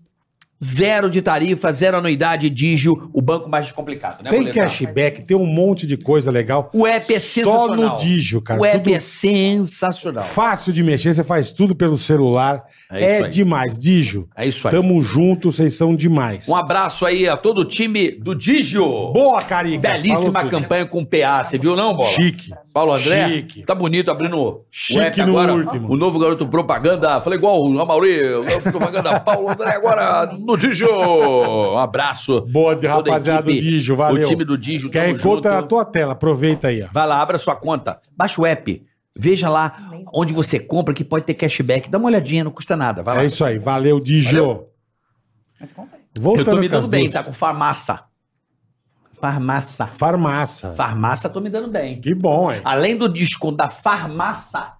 Zero de tarifa, zero anuidade, dígio, o banco mais complicado, né? Tem Boletar? cashback, tem um monte de coisa legal. O app é Só sensacional. no Digio, cara. o app Tudo é sensacional. fácil de mexer, você faz tudo pelo celular. É É, isso aí. demais, Digio. É isso aí. Tamo junto, vocês são demais. Um abraço aí a todo o time do Digio. Boa, Carica. Falou Belíssima tudo. campanha com PA, você viu não, Bola? Chique. Paulo André, Chique. tá bonito abrindo o Chique app no agora. último. O novo garoto propaganda, falei igual o Amauri, o garoto propaganda Paulo André agora no Digio. Um abraço. Boa, Toda a rapaziada do equipe, Digio, valeu. O time do Digio, QR tamo Code tá na junto. tua tela, aproveita aí, ó. Vai lá, abra sua conta, baixa o app, veja lá onde você compra que pode ter cashback. Dá uma olhadinha, não custa nada, vai lá. É isso aí, valeu, Digio. Mas você consegue. Eu Voltando tô me com as dando bem, duas. tá com farmácia. Farmácia. Farmácia. Farmácia, tô me dando bem. Que bom, hein? Além do desconto da farmácia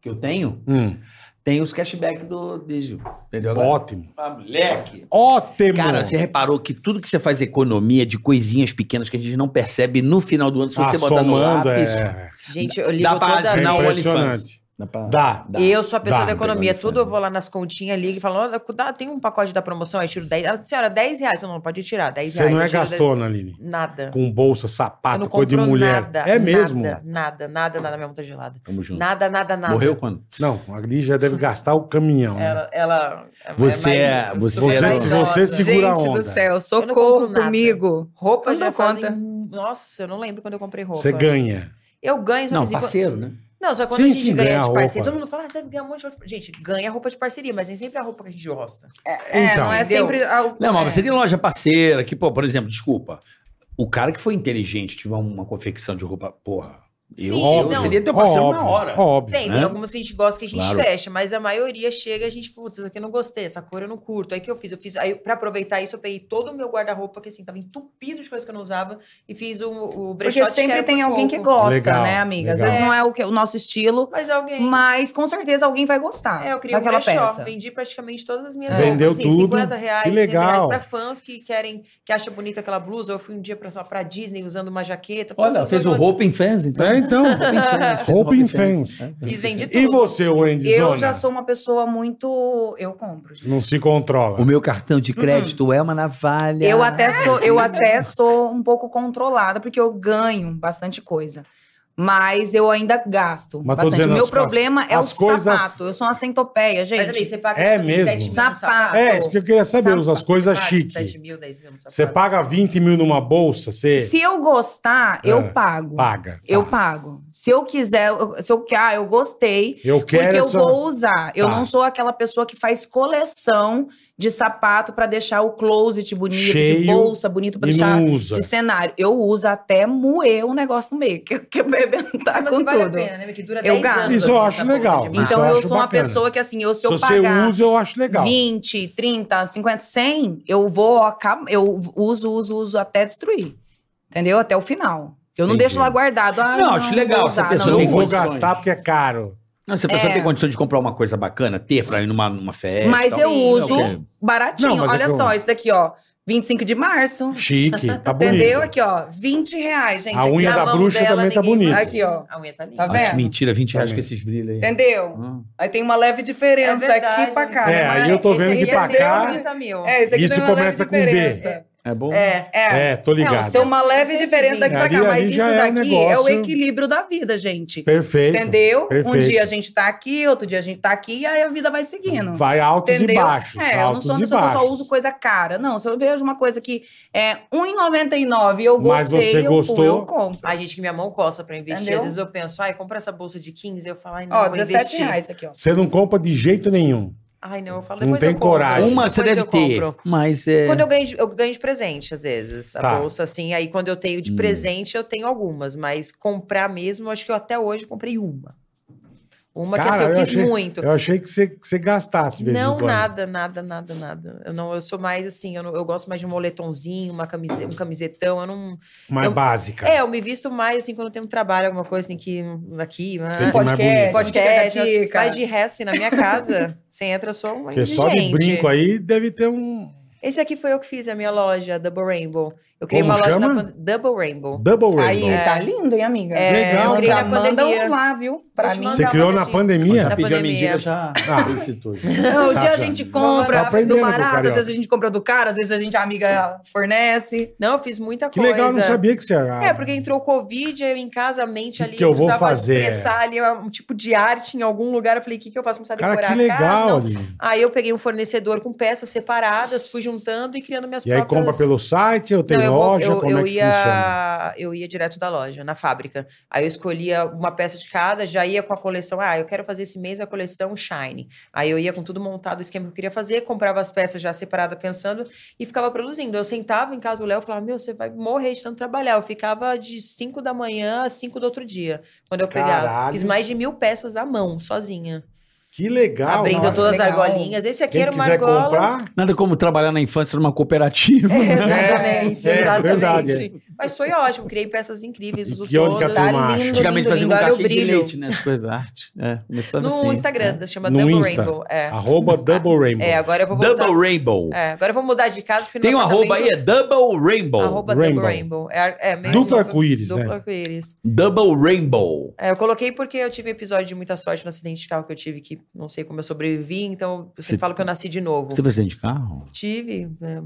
que eu tenho, Hum, tem os cashback do Digio. Entendeu? agora? ótimo. Ah, moleque! né? Ótimo. Cara, você reparou que tudo que você faz economia de coisinhas pequenas que a gente não percebe no final do ano, se Ah, você botar no somando, lápis. é... Gente, eu ligo Dá pra toda é assinar Não, vez. impressionante. Dá pra- Dá. dá. Eu sou a pessoa Dá, da economia, pegando tudo eu vou lá nas continhas, ligo e falo, "Olha, dá- tem um pacote da promoção, aí tiro 10. Ela, Senhora, 10 reais. Eu não, pode tirar, 10 Você reais. não Eu é tiro gastona, Aline. 10. Nada. Com bolsa, eu sapato, não coisa de compro mulher. nada. é mesmo? Nada, nada, nada, nada. Minha mão tá gelada. Tamo junto. Nada, nada, nada. Morreu quando? Não, a Aline já deve gastar o caminhão. né? Ela, ela é Você mais- é- eu você sou é- mais você idosa. segura- a Gente onda. do céu, não compro socorro nada. comigo. Roupa Eu não já dou fazem... conta. Nossa, eu não lembro quando eu comprei roupa. Você né? ganha. Eu ganho, só Não, que assim, parceiro, né? Não, só quando Sim, a gente sim, ganha, ganha de roupa. parceria. Todo mundo fala, ah, você ganha um monte de roupa. de-". Gente, ganha roupa de parceria, mas nem sempre é a roupa que a gente gosta. É, Então. não é Entendeu? sempre. algo- Não, mas é. você tem loja parceira que, pô, por exemplo, desculpa. O cara que foi inteligente, tiver uma confecção de roupa, porra. Eu, Sim, assim, então. eu não. seria teu parceiro óbvio, na hora. Óbvio. Tem, né? tem algumas que a gente gosta que a gente Claro. fecha, mas a maioria chega e a gente, putz, isso aqui eu não gostei, essa cor eu não curto. Aí o que eu fiz? Eu fiz, aí pra aproveitar isso, eu peguei todo o meu guarda-roupa, que assim, tava entupido de coisas que eu não usava, e fiz o, o brechó Porque sempre tem alguém que gosta, Legal, né, amiga? Às legal. vezes não é o, que, o nosso estilo, Mas alguém. mas com certeza alguém vai gostar É, eu criei um daquela brechó, peça. vendi praticamente todas as minhas Vendeu roupas, tudo, 50 reais, que 60 reais legal. pra fãs que querem, que acham bonita aquela blusa. Eu fui um dia pra, sei lá, pra Disney usando uma jaqueta. Olha, Nossa, fez eu o tô- roupa em fans, então. É, então. né? Roupa em fans. Fiz, vendi tudo. E você, Wendy Eu Zona? já sou uma pessoa muito. Eu compro, gente. Não se controla. O meu cartão de crédito é uma navalha. Eu até, sou, eu até sou um pouco controlada, porque eu ganho bastante coisa. Mas eu ainda gasto Mas tô bastante. dizendo, o meu as- problema é o as coisas- sapato. Eu sou uma centopeia, gente. Mas também, você paga É tipo, assim, mesmo? 7 mil no sapato. É, isso que eu queria saber, Sapato. as coisas Paga chiques. 7 mil, 10 mil no sapato. Você paga 20 mil numa bolsa, você Se eu gostar, É, eu pago. paga. Eu Tá. pago. Se eu quiser, eu- se eu quero, ah, eu gostei, Eu quero porque eu essa- vou usar. Eu Tá. não sou aquela pessoa que faz coleção de sapato pra deixar o closet bonito, Cheio de bolsa bonito pra e deixar não usa. de cenário. Eu uso até moer o negócio no meio, que, que o bebê não tá Ah, mas com que vale tudo. a pena, né? Que dura Eu 10 gasto. anos. Isso eu assim, acho essa bolsa legal. de marca. Isso é Então eu eu, acho sou uma bacana. pessoa que assim, eu, se, Se eu você pagar usa, eu acho legal. 20, 30, 50, 100, eu vou, aca- eu uso, uso, uso até destruir. Entendeu? Até o final. Eu não Entendi. deixo lá guardado. Ah, Não, não, acho não legal, Vou essa usar, pessoa não, Não tem eu vou vou condições. gastar porque é caro. Não, se a pessoa É. tem condição de comprar uma coisa bacana, ter pra ir numa, numa festa. Mas tal. eu Sim, uso tá ok. baratinho. Não, mas é Olha que eu- só, isso daqui, ó. 25 de março. Chique, tá bonito. entendeu? É Aqui, ó. 20 reais, gente. A aqui, unha ó. da mão bruxa dela, também tá ninguém- bonita. Aqui, ó. A unha tá linda. Tá Ah, vendo? É. que mentira, 20 reais Também. com esses brilhos aí. Entendeu? Ah. Aí tem uma leve diferença É verdade, aqui pra cá. né? né? É, aí Mas eu tô esse vendo aqui que é pra seu- cá- 30 mil. É, esse aqui Isso tem uma começa leve com B. diferença. É bom? É. É. É, tô ligado. Não, ser uma leve Sempre diferença daqui pra Ali- cá, mas ali isso já é um daqui é, negócio- o equilíbrio da vida, gente. Perfeito. Entendeu? Um perfeito. dia a gente tá aqui, outro dia a gente tá aqui, e aí a vida vai seguindo. Vai altos Entendeu? e baixos. É, eu não altos sou uma e pessoa que eu baixos. só uso coisa cara. Não, se eu vejo uma coisa que é R$1,99 e eu gostei, Mas você eu, gostou? eu compro. Ai, gente, que minha mão coça pra investir. Entendeu? Às vezes eu penso, ai, compra essa bolsa de 15, eu falo, ai, não, Ó, vou 17 investir. reais aqui, ó. Você não compra de jeito nenhum. Ai, não, eu falo, Não depois tem eu compro. coragem. Ah, Uma você depois deve eu ter. compro. Mas é. Quando eu ganho, de, eu ganho de presente, às vezes, a Tá. bolsa, assim. Aí quando eu tenho de Hum. presente, eu tenho algumas. Mas comprar mesmo, acho que eu até hoje comprei uma. Uma que Cara, assim, eu eu quis achei- muito. Eu achei que você, que você gastasse de vez em Não, quando. nada, nada, nada, nada. Eu não, eu sou mais assim, eu, não- eu gosto mais de um moletomzinho, uma camiseta, um camisetão, eu não... Mais Eu- básica. É, eu me visto mais, assim, quando eu tenho um trabalho, alguma coisa, assim, que... Aqui, mas... Tem que ir mais Podcast, bonito. podcast, podcast, mas de resto, assim, na minha casa, você entra só uma Porque só de indigente. brinco aí deve ter um. Esse aqui foi eu que fiz a minha loja, Double Rainbow. Eu criei Como uma loja chama? na pan- Double Rainbow. Double Aí, Rainbow. tá lindo, hein, amiga? É, Legal, eu eu criei já na Manda um pandemia. uns lá, viu? Pra Vou te mim. Você mandar criou pra na ti. pandemia? Na pediu a pandemia. mendiga, já. Ah, excitou. Não, um dia a Saca. gente Tá compra aprendendo com do o barato, às carioca. vezes a gente compra do cara, às vezes a gente a amiga fornece. Não, eu fiz muita Que coisa. legal, eu não sabia que você era. É, porque entrou o Covid, eu em casa, a mente Que ali, que eu vou precisava fazer? expressar ali um tipo de arte em algum lugar. Eu falei, o que, que eu faço? Começar a decorar Cara, que a casa? legal, Não. ali. Aí eu peguei um fornecedor com peças separadas, fui juntando e criando minhas E aí próprias... compra pelo site, eu tenho Não, eu vou- loja, eu- como eu é que ia, funciona? Eu ia direto da loja, na fábrica. Aí eu escolhia uma peça de cada, já ia com a coleção. Ah, eu quero fazer esse mês a coleção Shine. Aí eu ia com tudo montado, o esquema que eu queria fazer, comprava as peças já separadas, pensando, e ficava produzindo. Eu sentava em casa, o Léo falava, meu, você vai morrer de tanto trabalhar. Eu ficava de 5 da manhã a 5 do outro dia, quando eu pegava. Caralho. Fiz mais de mil peças à mão, sozinha. Que legal, abrindo cara. todas as Legal. argolinhas. Esse aqui Ah, Quem era uma quiser argola... comprar, Nada como trabalhar na infância numa cooperativa. É, né? Exatamente, Né? É, é, exatamente. verdade, Mas foi ótimo, criei peças incríveis, E uso que onde que a todas. Tá Turma acha. lindo, Antigamente lindo, fazia um lindo. Olha o cachê de brilho. leite, né? As coisas da arte. É, começava No assim. Instagram, chama né? No Double Insta. Rainbow. É. arroba Double Rainbow. é, agora eu vou voltar. Double Rainbow. É, agora eu vou mudar de casa. Porque no Tem um arroba aí, apartamento- é Double Rainbow. Arroba Rainbow. Double Rainbow. É, é mesmo, Duplo arco-íris, Duplo né? arco-íris. Double Rainbow. É, eu coloquei porque eu tive episódio de muita sorte no acidente de carro que eu tive, que não sei como eu sobrevivi, então eu sempre Você- falo que eu nasci de novo. Você precisa de carro? Tive. é,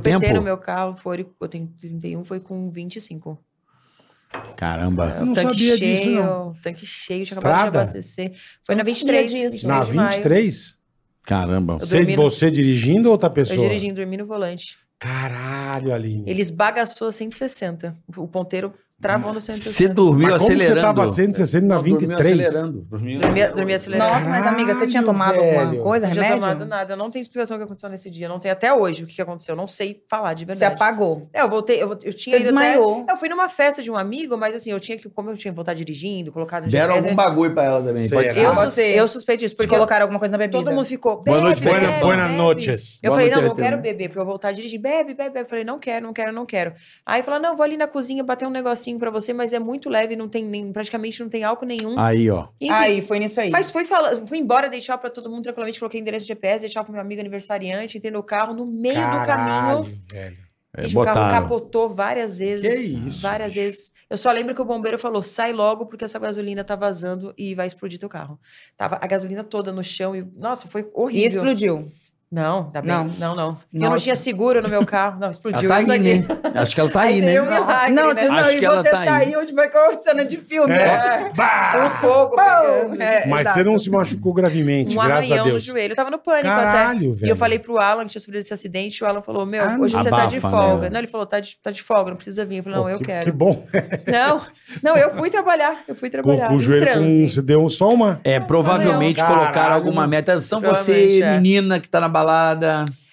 deu PT tempo? no meu carro, foi, eu tenho 31, foi com 25. Caramba. Eu não tanque sabia cheio, disso, não. Tanque cheio, tinha Estrada? acabado de abastecer. Foi na Não 23. sabia disso. Na de maio. 23? Caramba. Eu Você, dormi no- você dirigindo ou outra Eu pessoa? dirigindo, dormi no volante. Caralho, Aline. Ele esbagaçou a 160. O ponteiro travou no 160. Você dormiu Mas como que você acelerando. tava 160 na Não, dormiu 23? acelerando. Dormiu Dormi, acelerando. dormi acelerando. Nossa, mas amiga, você tinha Caralho, tomado velho. alguma coisa, não tinha remédio? tomado nada. Eu não tenho explicação do que aconteceu nesse dia. Não tenho até hoje o que que aconteceu. Eu não sei falar de Você verdade. apagou. É, eu voltei, eu, eu tinha Você ido até... desmaiou. Eu fui numa festa de um amigo, mas assim, eu tinha que, como eu tinha que voltar dirigindo, colocar no Deram GPS, algum bagulho pra ela também. Sei Pode lá. ser. é- eu, assim. Pode sus- ser. eu suspeito disso, Te porque colocaram alguma coisa na bebida. todo mundo ficou. Boa noite, "Bebe, Buena- bebe, Buenas bebe." noches. Eu Boa falei, noite, não, não Aitana. quero beber, porque eu voltar a dirigir. Bebe, bebe, bebe. Eu falei, não quero, não quero, não quero. Aí falou, não, vou ali na cozinha bater um negocinho pra você, mas é muito leve, não tem nem, praticamente não tem álcool nenhum. Ah. Aí, ó. Enfim, Aí, foi nisso aí. mas fui falando, fui embora, deixar pra todo mundo tranquilamente, coloquei endereço de GPS, deixar pro meu amigo aniversariante, entrei no carro, no meio do caminho, Caralho, velho. É, bicho, o carro botaram. capotou várias vezes. Que isso, Várias bicho. vezes. Eu só lembro que o bombeiro falou: sai logo, porque essa gasolina tá vazando e vai explodir teu carro. Tava a gasolina toda no chão e, nossa, foi E horrível. explodiu. Não, tá bem. Não. Não, não. Eu não Nossa. tinha seguro no meu carro. Não, explodiu. Ela tá isso aí, aqui. né? Acho que ela tá Aí aí, né? seria um milagre, não, né? se não, Acho e que ela você tá aí. saiu, tipo, é como cena de filme. né? É. Bah! Um fogo. Pau! pegando. É, Mas exato. você não se machucou gravemente, Um graças a arranhão no Deus. joelho. Eu tava no pânico até. Caralho, velho. E eu falei pro Alan que tinha sofrido esse acidente. E o Alan falou: Meu, Ah, hoje você tá de abafa, folga. né? Não, ele falou: tá de, tá de folga, não precisa vir. Eu falei: Não, Pô, eu que, quero. Que bom. Não, não, eu fui trabalhar. Eu fui Com, trabalhar. com o em joelho com, transe. você deu só uma. É, provavelmente Caralho. colocaram alguma meta. Atenção, você, Provavelmente, é. menina que tá na balada.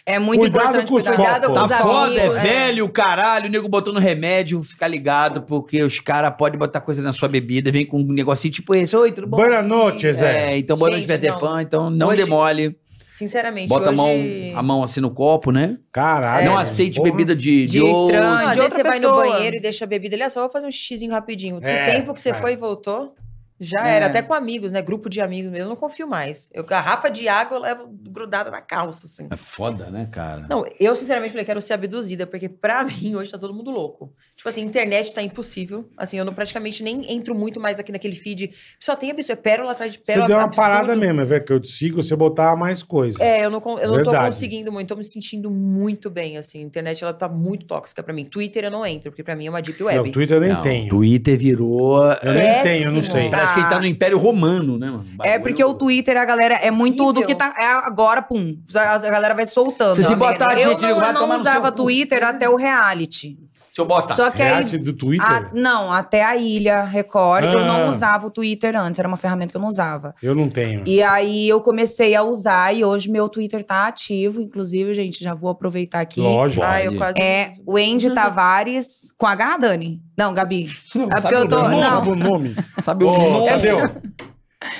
É muito Cuidado importante com os cuidar. copos. Cuidado com Tá os Os foda, amigos, é velho, caralho. O nego botando remédio, fica ligado, porque os caras podem botar coisa na sua bebida, vem com um negocinho tipo esse. Oi, tudo bom? Boa noite, Zé. É, então boa noite, Gente, Peter não. Pan. Então não Hoje- demole. Sinceramente, Bota a, mão, hoje. a mão assim no copo, né? Caralho. Não aceite É. Porra. bebida de, de, De outro. Não, estranho, às de vezes outra você vai no pessoa. banheiro e deixa a bebida. Olha só, vou fazer um xizinho rapidinho. Esse É, tempo que você é. foi e voltou, já É. era. Até com amigos, né? Grupo de amigos mesmo. Eu não confio mais. Eu, garrafa de água eu levo grudada na calça, assim. É foda, né, cara? Não, eu sinceramente falei, quero ser abduzida, porque pra mim hoje tá todo mundo louco. Tipo assim, internet tá impossível. Assim, eu não praticamente nem entro muito mais aqui naquele feed. Só tem absurdo, é pérola atrás de Você pérola. deu uma absurdo. parada mesmo, é verdade, que eu te sigo, você botava mais coisa. É, eu não, con- eu não tô Verdade. conseguindo muito, tô me sentindo muito bem, assim. A internet, ela tá muito tóxica pra mim. Twitter eu não entro, porque pra mim é uma deep Não, web. o Twitter eu nem Não, tenho. Twitter virou. é, Eu nem tenho, eu não péssimo. sei. Parece que ele tá no Império Romano, né, mano? Ah. É porque o Twitter, a galera, é muito do que tá é agora, pum. A a galera vai soltando. Se se botar eu gente, nego, não, vai eu não tomar no seu usava cu. Twitter até o reality. Deixa eu botar. tá, Só que aí React do Twitter? Ah, não, até a Ilha Record, eu Ah. não usava o Twitter antes, era uma ferramenta que eu não usava. Eu não tenho. E aí eu comecei a usar e hoje meu Twitter tá ativo, inclusive, gente, já vou aproveitar aqui. Lógico. Ah, eu quase. É o Andy Tavares com H, Dani? Não, Gabi. É porque eu tô. Eu não Não, sabe o nome. Sabe o Ô, nome? Tadeu.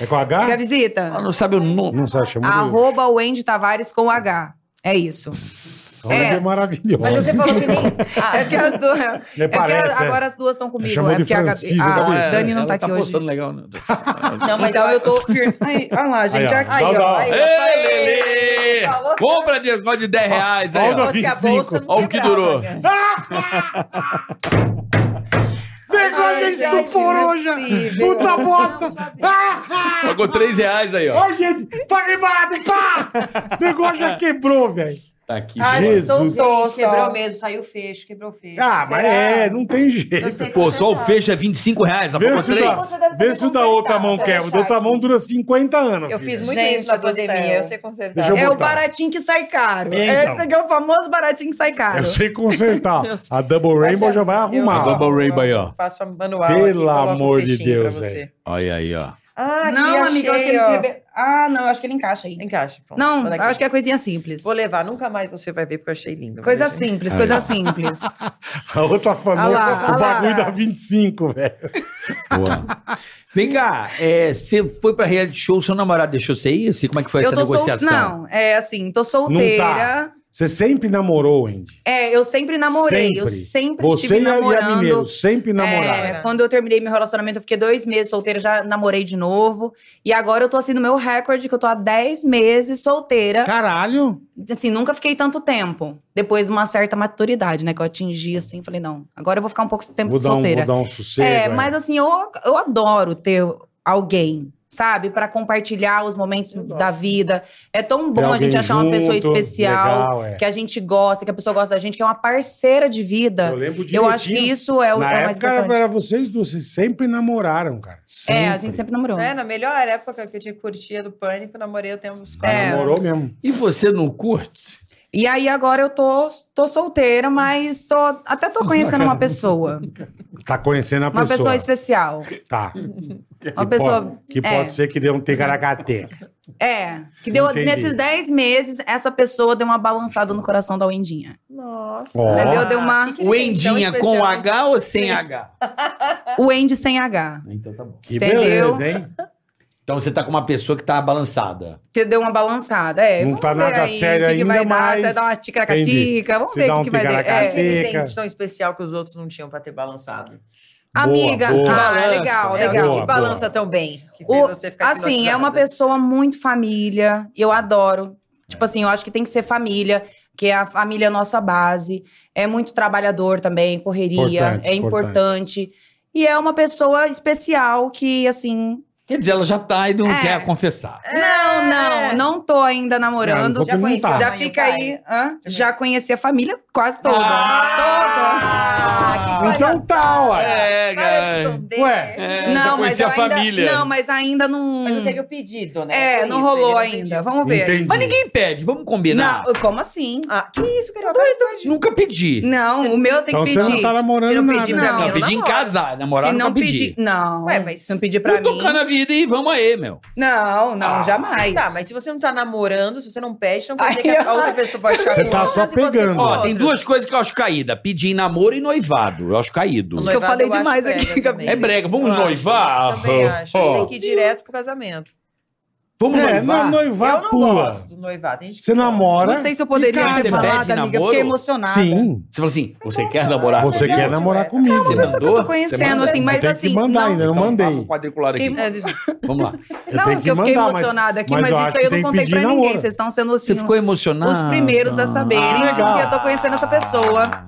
É com H? Ela Gabizita. não sabe o nome. Não sabe, chama Arroba o Andy Tavares com H. É isso. Olha é. que maravilhoso. Mas você falou que nem. Ah, É que as duas. É É, porque parece, é. agora as duas estão comigo. Chamou é de porque a, Gabi, Francisco, a Gabi. Dani não Ela tá aqui hoje. tá postando legal, né? não, mas então eu tô firme. É Aí, olha lá, gente. Aí, ó. aqui. Dá, um Aí, ó, dá. aí, ó, Ei, falei. Lelê! Falou Compra de negócio de 10 reais aí, Olha ó. o fosse a 25. bolsa, não Olha o que quebrava, né? durou. cara. Negócio Ai, de gente, é estuporou já. impossível. Puta bosta. Ah, ah. Pagou 3 reais aí, ó. Ó, gente, paguei barato. Pá! Negócio já quebrou, velho. Tá aqui. Ai, Jesus. soltou, um Só. quebrou mesmo, saiu o fecho, quebrou o fecho. Então Ah, mas é, não tem jeito. Não sei Pô, como só o será. fecho é 25 reais, só Vê pagou se, o 3. da, Você deve saber vê se o da outra consertar, mão se quebra. O da outra deixar mão aqui. dura 50 anos. Eu filho. fiz muito Gente isso na do pandemia, céu. eu sei consertar. Deixa eu É o botar. baratinho que sai caro. É, então. Esse aqui é o famoso baratinho que sai caro. Eu sei consertar. A Double é Rainbow já vai A arrumar. Double Rainbow aí, ó. Faço a manual. Pelo aqui, coloco o amor de fechinho pra Deus, você. velho. Olha aí, ó. Ah, aqui não, achei, amigo, eu acho que ele se ó. liber- Ah, não, eu acho que ele encaixa aí. Encaixa, pronto. Não, Olha eu aqui. acho que é coisinha simples. Vou levar, nunca mais você vai ver, porque eu achei lindo. Coisa Vou assim. deixar. simples, coisa simples. A outra fanou Ah lá, o ah lá. bagulho da 25, velho. Boa. Vem cá, é, você foi pra reality show, seu namorado deixou você ir? Assim, como é que foi eu essa tô sol... negociação? Não, é assim, tô Não solteira. tá. Você sempre namorou, Andy. É, eu sempre namorei. Eu sempre Você estive e a- e a namorando. Mineiro sempre namoraram. É, quando eu terminei meu relacionamento, eu fiquei dois meses solteira, já namorei de novo. E agora eu tô assim no meu recorde, que eu tô há 10 meses solteira. Caralho. Assim, nunca fiquei tanto tempo. Depois de uma certa maturidade, né? Que eu atingi, assim, falei, não, agora eu vou ficar um pouco tempo Vou dar, um, solteira. vou dar um sossego. é, mas assim, eu, eu adoro ter alguém, sabe? Pra compartilhar os momentos da vida. É tão bom a gente achar uma pessoa especial. É. é. Que a gente gosta, que a pessoa gosta da gente, que é uma parceira de vida. lembro Eu, acho que isso é o, Na é o mais época importante. era, era vocês duas, vocês sempre namoraram, cara. Sempre. É, a gente sempre namorou. É, na melhor época que eu tinha curtia do pânico, namorei o tempo dos É. Namorou mesmo. E você não curte? E aí agora eu tô, tô solteira, mas tô, até tô conhecendo uma pessoa. Tá conhecendo a Uma pessoa. pessoa especial. Tá. Uma pessoa. Pode, que é. pode ser que dê um tegaracate. É, que deu Entendi. nesses 10 meses, essa pessoa deu uma balançada no coração da Wendinha. Nossa. Ó. Entendeu? Deu uma- Que que O ele tem de tão então, Endinha com especial, hein? H ou sem H? Ah, O Wendy sem H. Então tá bom. Que Entendeu? beleza, hein? Então você tá com uma pessoa que tá balançada. Você deu uma balançada, é. Não vamos tá ver nada aí sério o que que ainda, vai dar, mas- Você dá uma ticaracatica, vamos Se ver dá o um que, que vai dar. O que que É. ticaracateca. ele tem Teca. de tão especial que os outros não tinham pra ter balançado? Boa, Amiga, boa. ah, Balança, legal, É, legal. o Boa, que balança boa. tão bem? Que fez O- você ficar assim, é uma hipnotizada? pessoa muito família, eu adoro. É. Tipo assim, eu acho que tem que ser família, que a família é a nossa base. É muito trabalhador também, correria, Importante, é importante. E é uma pessoa especial que, assim. Quer dizer, ela já tá e não É. quer confessar. Não, não, não tô ainda Não, não namorando. vou já conheci perguntar. a já mãe e o fica pai. Uhum. aí. hã? Já conheci a família quase toda. Ah, que Então tá, ué. É, Para de cara. esconder. Ué. É, Toda. já Não, mas conheci eu a ainda, família. não, mas ainda não. Mas não teve o pedido, né? É, Por não isso, ele rolou pediu. ainda. Vamos ver. Entendi. Mas ninguém pede, vamos combinar. Não, como assim? Ah, que isso, querido? Doido. Nunca pedi. Não, o meu tem Então que você não pedir. tá namorando Se não nada. pedir nada. pra mim, Não, eu pedi em namoro. casar, namorar se nunca não pedi. pedir. Não. Ué, mas- Se não pedir pra Tô mim. tocando a vida e vamos aí, meu. Não, não, Ah, jamais. Tá, mas se você não tá namorando, se você não pede, então quer dizer Aí, que a ó. outra pessoa pode achar Você que tá outras só e você pegando. com Ó, Ó, tem outras. duas coisas que eu acho caída: pedir em namoro e noivado. Eu acho caído. Acho que eu Noivado falei acho demais brega aqui, também. É brega, vamos Eu acho, noivar. Também acho. A gente tem que ir direto pro casamento. Vamos É, noivar. não, eu noivar não pula. gosto do noivado. Tem gente que Você gosta. namora. Não sei se eu poderia E ter casa, falado, pede amiga. namoro? Fiquei emocionada. Sim. Você falou assim: você quer namorar? Você legal, quer namorar ué. comigo. Você Pessoa que eu mandou? tô Você conhecendo, mandou? assim, mas tem que assim. mandar não, ainda. Eu mandei. Então, quadricular aqui. Fiquei- É, diz- Vamos lá. Eu Não, tenho porque eu fiquei mandar, mas- emocionada aqui, mas mas, eu acho isso aí que eu não tem que contei pedir pra ninguém. namoro. Vocês estão sendo assim, Você ficou emocionado? os primeiros a saberem Ah, legal. que eu tô conhecendo essa pessoa.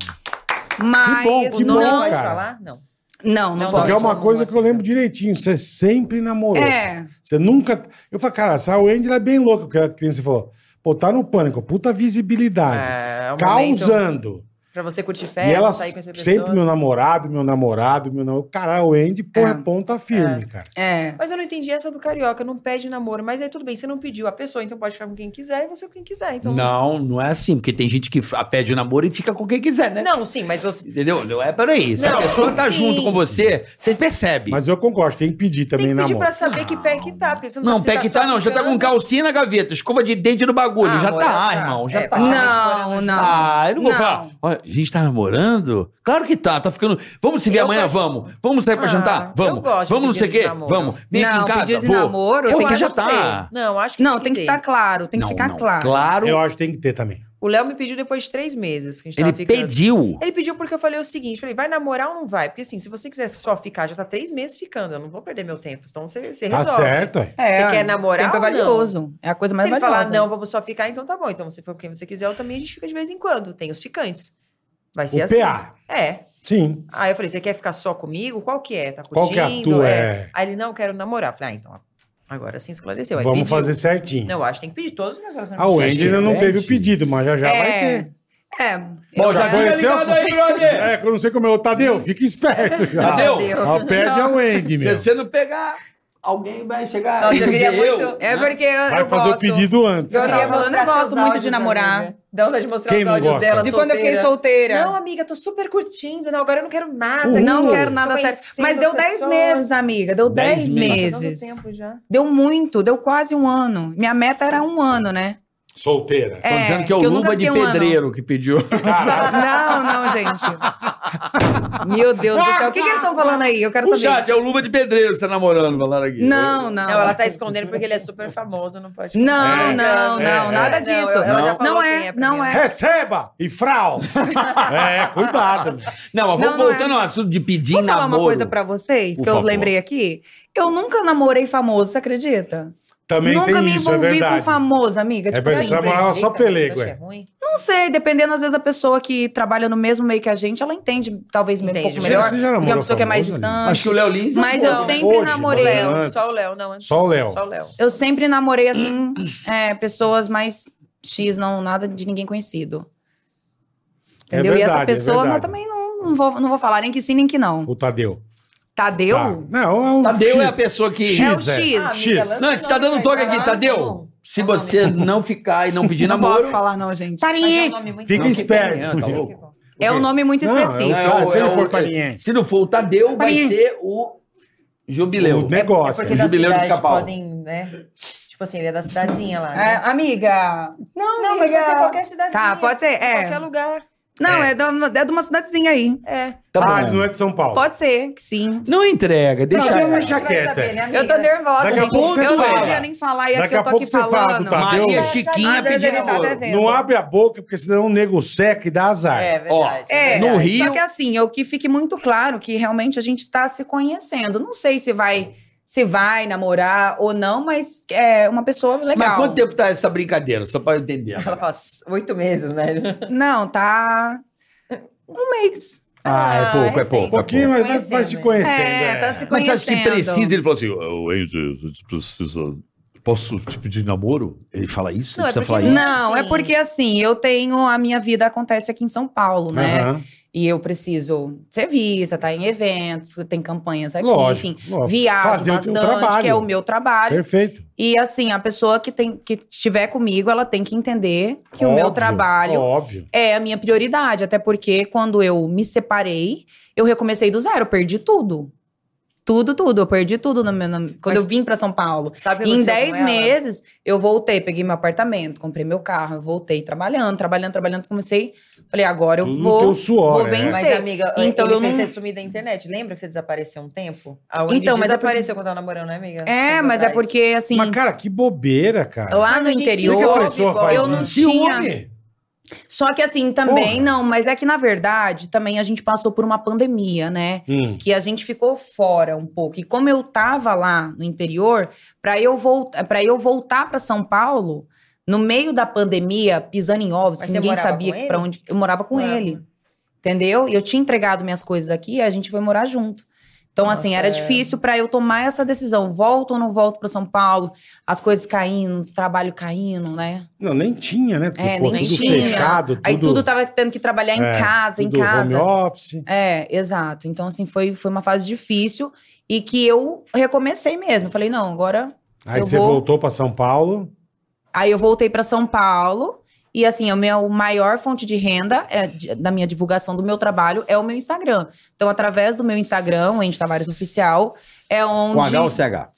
Mas Que bom, que não não, bom, pode cara. falar? Não. não, não, Não, Porque pode. é Ótimo, uma coisa que eu assim, lembro direitinho. Você sempre namorou. É, Você nunca. Eu falo, cara, essa Wendy ela é bem louca, porque a criança falou: pô, tá no pânico, puta visibilidade. É, é um momento causando. pra você curtir festa, E ela sair com essa pessoa. sempre, meu namorado, meu namorado, meu namorado. Cara, a Wendy põe É. a ponta firme, cara. é. Mas eu não entendi essa do carioca, não pede namoro. Mas aí tudo bem, você não pediu a pessoa, então pode ficar com quem quiser e você com quem quiser. Então... Não, não é assim, porque tem gente que fa- pede o namoro e fica com quem quiser, né? é, Não, sim, mas você. Entendeu? Não é por aí. Se a Não, pessoa tá sim. junto com você, você percebe. Mas eu concordo, tem que pedir Tem também que pedir namoro. pra saber que pé que tá. Porque você não, não, sabe se pé que tá só não. Já tá com ficando. calcinha na gaveta, escova de dente no bagulho. Ah, já amor, tá, já tá. irmão. Já É, tá. pra gente Não, não. Ah, eu não vou Não. falar. Olha, a gente tá namorando? Claro que tá, tá ficando. Vamos se ver Eu amanhã, gosto. vamos. Vamos sair pra Ah, jantar? eu Vamos. gosto de vamos não sei pedido o quê. de namoro. Vamos. Vem aqui Não, em casa. pedido de vou. namoro Eu tem acho que já acontecer. tá. Não, acho que Não, tem que ter. estar claro, tem que Não, ficar não. claro. Claro. Eu acho que tem que ter também. O Léo me pediu depois de três meses. Que a gente Ele Tá tava ficando. pediu. Ele pediu porque eu falei o seguinte, falei, vai namorar ou não vai? Porque assim, se você quiser só ficar, já tá três meses ficando, eu não vou perder meu tempo. Então você, você Tá resolve. certo, é. É, Você quer namorar Tempo é ou não? valioso. É a coisa mais se ele valiosa. falar, não, vamos só ficar, então tá bom. Então você for quem você quiser, eu também a gente fica de vez em quando. Tem os ficantes. Vai ser O assim. PA. É. Sim. Aí eu falei, você quer ficar só comigo? Qual que é? Tá curtindo? Qual que é a tua? É. Aí ele, não, quero namorar. Falei, ah, então, agora sim Então, esclareceu. é Aí Vamos pediu. fazer certinho. Não, eu acho que tem que pedir todos os meus a relacionamentos. o Você acha Andy que ainda não pede? teve o pedido, mas já já vai ter. É. é. Bom, Eu já já- conheceu? ligado aí, É, que eu não sei como é. Ô, Tadeu, fica esperto já. Ah, Tadeu, Mas perde a Wendy, se meu. você não pegar, alguém vai chegar. Nossa, eu queria e dizer, muito- É porque eu, Vai eu fazer gosto. o pedido antes. Eu queria mostrar falando, eu seus gosto muito de áudios, namorar. amiga. Dá vontade de mostrar Quem os não áudios gosta? dela De quando eu fiquei é solteira. solteira. Não, amiga, tô super curtindo. Não, agora eu não quero nada. Uhul. Não Uh, quero nada tô sério. Mas deu 10 conhecendo meses, amiga. Deu Dez 10 meses. pessoas. meses. Tanto Tá tempo já. Deu muito, deu quase um ano. Minha meta era um ano, né? Solteira. É, Tô dizendo que é o eu nunca Luva de fiquei um ano. Pedreiro que pediu. Não, não, gente. Meu Deus do céu. O que, que eles estão falando aí? Eu quero O saber. chat é o Luva de Pedreiro que você tá namorando, falaram aqui. Não, não. Não, ela tá escondendo porque ele é super famoso, não pode. Não, É, não, é, não. é. Nada disso. Não, ela já falou Não quem é, é pra não mim. é. Receba e frau. é, cuidado. Não, mas Não, vamos não voltando ao assunto de pedir Vou falar namoro. uma coisa pra vocês Por que eu favor. lembrei aqui. Eu nunca namorei famoso, você acredita? Também nunca tem me isso, é envolvi com verdade. famoso, amiga. É tipo verdade. assim, Essa moral é só pelego, é. é. ruim. Não sei, dependendo, às vezes, a pessoa que trabalha no mesmo meio que a gente, ela entende talvez um Entende. pouco Você- melhor você já do que uma namorou pessoa que é mais famoso, distante. Acho que o Léo é Lins... Mas eu Não, sempre hoje, O namorei. Léo, Léo, antes. só o Léo, não. antes. Só o Léo. Só o Léo. Eu sempre namorei, assim, é, pessoas mais X, não, nada de ninguém conhecido. É Entendeu? e verdade, essa é pessoa, mas verdade. também não, não, vou, não vou falar nem que sim, nem que não. O Tadeu. Tadeu? Tá. Não, é o Tadeu é a X. pessoa que... É o X, é. X. amiga, X. lança Não, a o gente tá nome, dando um vai toque aqui, falar, tá Tadeu. bom. Se você não ficar e não pedir Não namoro... posso falar, não, gente. Mas é um nome muito Fica bom. esperto. Tá louco? É um nome muito Não, específico. é o- Se não for é o- Parinhém. Se não for o Tadeu, vai ser o Jubileu. O negócio. é Porque O da jubileu de cidade Capau. podem, né? Tipo assim, ele é da cidadezinha lá. É, né? amiga. Não, Não, mas pode ser qualquer cidadezinha. Tá, pode ser, é. Qualquer lugar. Não, é, de uma- é de uma cidadezinha aí. É. Tá bom. Ah, ele não é de São Paulo. Pode ser, que sim. Não entrega, deixa Tadeu ela. é A gente vai jaqueta. saber, né, amiga? Eu tô nervosa, Daqui a gente. pouco você eu não fala. podia nem falar e Daqui aqui a eu tô pouco aqui você fala tá do falando. Tadeu. Maria Às Chiquinha é vezes pediu ele tá namoro. devendo. Não abre a boca, porque senão o nego seca e dá azar. É verdade. É, No verdade. Rio- Só que assim, o que fique muito claro é que realmente a gente está se conhecendo. Não sei se vai se vai namorar ou não, mas é uma pessoa legal. Mas quanto tempo tá essa brincadeira? Só pra eu entender. Ela faz oito meses, né? Não, tá um mês. Ah, é pouco, é recente. pouco. Um pouquinho, Se mas vai, vai se conhecendo, conhecendo. É, é. tá se conhecendo. Mas você acha que precisa? Ele falou assim: "Ô, Andy, você precisa. Posso te pedir namoro? Ele fala isso? Não, é Ele precisa porque falar isso? Não, é Assim. porque assim, eu tenho a minha vida acontece aqui em São Paulo, né? Aham. E eu preciso ser vista, estar em eventos, tem campanhas aqui, Lógico, enfim. lógico. Viajo Fazer o teu bastante, trabalho. que é o meu trabalho. Perfeito. E assim, a pessoa que tem que tiver comigo, ela tem que entender que o meu Óbvio, trabalho Óbvio. é a minha prioridade, até porque quando eu me separei, eu recomecei do zero, eu perdi tudo. Tudo, tudo, eu perdi tudo no meu- na- Mas- quando eu vim pra São Paulo. Sabe o que Em aconteceu com 10 ela? meses, eu voltei, peguei meu apartamento, comprei meu carro, eu voltei trabalhando, trabalhando, trabalhando, comecei, falei, agora eu Tudo no vou teu suor, vou né? vencer. Mas, amiga, Então, então ele eu fez não- você sumir da internet. Lembra que você desapareceu um tempo? A Wendy Então, mas é desapareceu quando tava namorando, né, amiga? É, Anos mas é atrás. porque, assim, Mas, cara, que bobeira, cara. lá Mas no a gente se interior. Por que que a envolve, pessoa gosta. faz eu não isso? tinha. Ciúme. Só que, assim, também Porra. não. Mas é que, na verdade, também a gente passou por uma pandemia, né? Hum. Que a gente ficou fora um pouco. E como eu tava lá no interior, pra eu, volta, pra eu voltar pra São Paulo, no meio da pandemia, pisando em ovos, Mas que você ninguém morava sabia com que pra ele? onde. Eu morava com Morava. ele. Entendeu? E eu tinha entregado minhas coisas aqui e a gente foi morar junto. Então, Nossa, assim, era é. difícil pra eu tomar essa decisão. Volto ou não volto pra São Paulo? As coisas caindo, os trabalhos caindo, né? Não, nem tinha, né? Porque, É, pô, nem tudo tinha. fechado, Aí tudo tava tendo que trabalhar em É, casa, em tudo casa. home office. É, exato. Então, assim, foi, foi uma fase difícil e que eu recomecei mesmo. Eu Falei, não, agora. Aí Eu você vou- voltou pra São Paulo. Aí eu voltei pra São Paulo e, assim, a minha maior fonte de renda é, de- da minha divulgação do meu trabalho é o meu Instagram. Então, através do meu Instagram, Andy Tavares Oficial, é Com onde. H ou CH?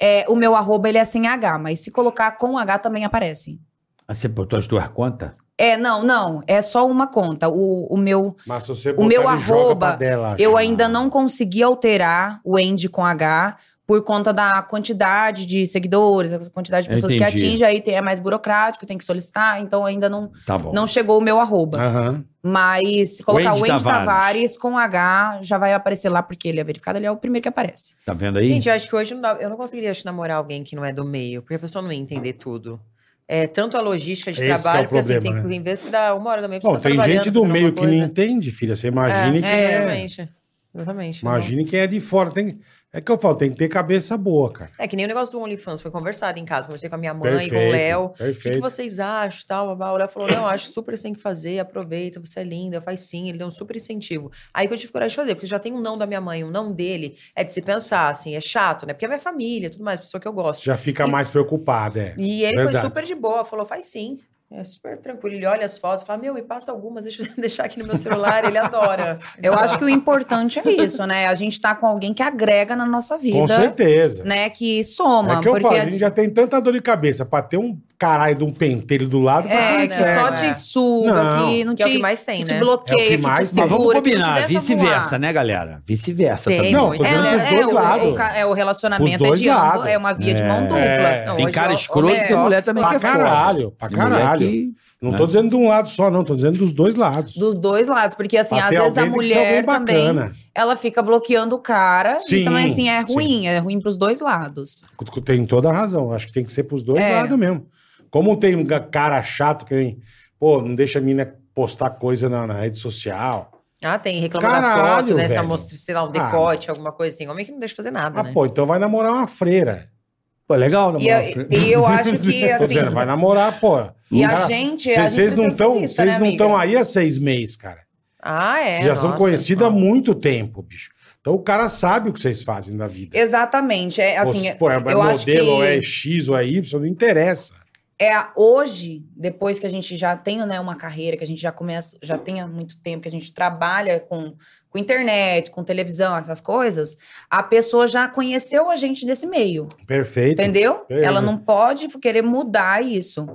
é, o meu arroba ele é sem H, mas se colocar com H também aparece. Ah, Você botou as duas contas? É, não, não. É só uma conta. O, o meu Mas se você meu ele joga arroba, pra dela, acho. Eu ainda não consegui alterar o end com H, por conta da quantidade de seguidores, a quantidade de Eu pessoas que entendi. atinge, aí tem- é mais burocrático, tem que solicitar, então ainda não, Tá bom. não chegou o meu arroba. Aham. Mas se colocar Wendy o Wendy Tavares. Tavares. com H, já vai aparecer lá, porque ele é verificado, ele é o primeiro que aparece. Tá vendo aí? Gente, eu acho que hoje não dá- eu não conseguiria acho, namorar alguém que não é do meio, porque a pessoa não ia entender tudo. É, tanto a logística de Esse que é o trabalho, porque assim, problema, tem que né? vir ver se dá uma hora da manhã. pra Bom, você tá tem gente trabalhando, do fazendo meio que alguma não coisa. entende, filha. Você imagina quem É, é. exatamente. Exatamente. Imagine quem é de fora. Tem... É que eu falo, tem que ter cabeça boa, cara. É que nem o negócio do OnlyFans, foi conversado em casa, conversei com a minha mãe, Perfeito. com o Léo. O que, que Perfeito. vocês acham? Tal, babá. O Léo falou: não, acho super você tem que fazer, aproveita, você é linda, faz sim, ele deu um super incentivo. Aí que eu tive coragem de fazer, porque já tem um não da minha mãe, um não dele, é de se pensar, assim, é chato, né? Porque é minha família, tudo mais, pessoa que eu gosto. Já fica mais preocupada, é. E ele foi Verdade. super de boa, falou: faz sim. É super tranquilo. Ele olha as fotos, fala: meu, me passa algumas, deixa eu deixar aqui no meu celular, ele adora. Então, Eu acho que o importante é isso, né? A gente tá com alguém que agrega na nossa Com vida, certeza. né? Que soma. é que eu porque falo, a- a gente já tem tanta dor de cabeça pra ter um caralho de um pentelho do lado. pra um é, Ah, que não, só é. te suga, né? Não. que não Que é o que te, mais tem, que né? te bloqueia, É o que que, mais te tem. segura. Mas vamos que não te combinar, Assim, deixa vice-versa, voar. né, galera? Vice-versa Tem, também. Não, muito. tô dizendo É, dos É, dois o, lados. o ca- é, o relacionamento Os é dois de ambos, lados. é uma via de mão dupla. É. Não, Tem hoje cara eu- escroto é, e tem mulher também que é Pra foda. caralho, pra Tem mulher caralho. que- Não né? tô dizendo de um lado só, não. Tô dizendo dos dois lados. Dos dois lados, porque assim, Pra às ter vezes a alguém tem que ser alguém mulher também, bacana. ela fica bloqueando o cara, Sim, então assim, é sim. ruim, é ruim pros dois lados. Tu Tem toda a razão. Acho que tem que ser pros dois É. lados mesmo. Como tem um cara chato que nem, pô, não deixa a mina postar coisa na, na rede social. Ah, tem, reclama da Caralho, foto, né? Você tá velho. mostrando, sei lá, um Ah. decote, alguma coisa. Tem homem que não deixa fazer nada, Ah, né? pô, então vai namorar uma freira. Pô, é legal, Tá E, namorar. eu- e eu acho que, Tô assim. dizendo, é, vai namorar, pô. E Cara, a gente. a gente Vocês não precisa ser estão vista, né, não amiga? estão aí há seis meses, cara. Ah, é. vocês já são nossa. conhecidos há muito tempo, bicho. Então o cara sabe o que vocês fazem na vida. Exatamente. É, assim, Ou, pô, é eu modelo, acho que- ou é X, ou é Y, não interessa. é a- hoje, depois que a gente já tem né, uma carreira, que a gente já começa, já tem há muito tempo, que a gente trabalha com, com internet, com televisão, essas coisas, a pessoa já conheceu a gente nesse meio. Perfeito. Entendeu? É. Ela não pode querer mudar isso.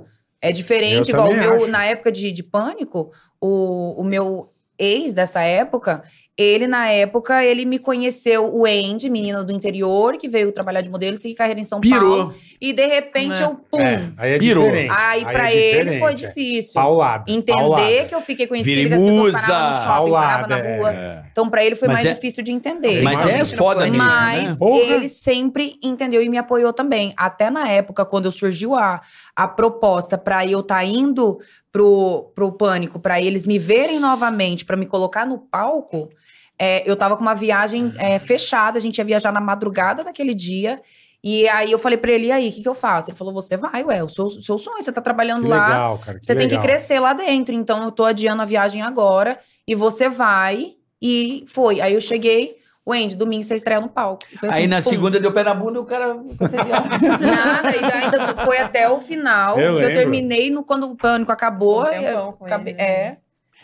É diferente, Eu igual o também meu, acho. na época de, de pânico, o, o meu ex dessa época, ele na época, ele me conheceu, o Andy, menina do interior, que veio trabalhar de modelo, seguir carreira em São Pirou. Paulo. E de repente Né? eu, pum. É, aí é Pirou. diferente. Aí pra é ele foi diferente, é. difícil. Paulada. Entender paulada. que eu fiquei conhecida, Virei que as pessoas musa, paravam no shopping, paulada, paravam na é. rua. Então pra ele foi Mas mais é- difícil de entender. Mas é Imagina, pô, foda mesmo, né? Mas Porra. ele sempre entendeu e me apoiou também. Até na época, quando surgiu a, a proposta para eu estar indo pro, pro Pânico, para eles me verem novamente, para me colocar no palco, é, eu tava com uma viagem é, fechada, a gente ia viajar na madrugada daquele dia. E aí eu falei para ele, e aí, o que, que eu faço? Ele falou, você vai, ué, o seu, o seu sonho, você tá trabalhando Que lá, legal, cara. você tem que legal. crescer lá dentro. Então, eu tô adiando a viagem agora e você vai. E foi. Aí eu cheguei, Wendy, domingo você estreia no palco. E foi assim, Aí na pum. segunda deu pé na bunda e o cara. Nada, e ainda foi até o final. Eu Eu, lembro. terminei no, quando o pânico acabou. Um eu tempão com ele, acabei- né? é.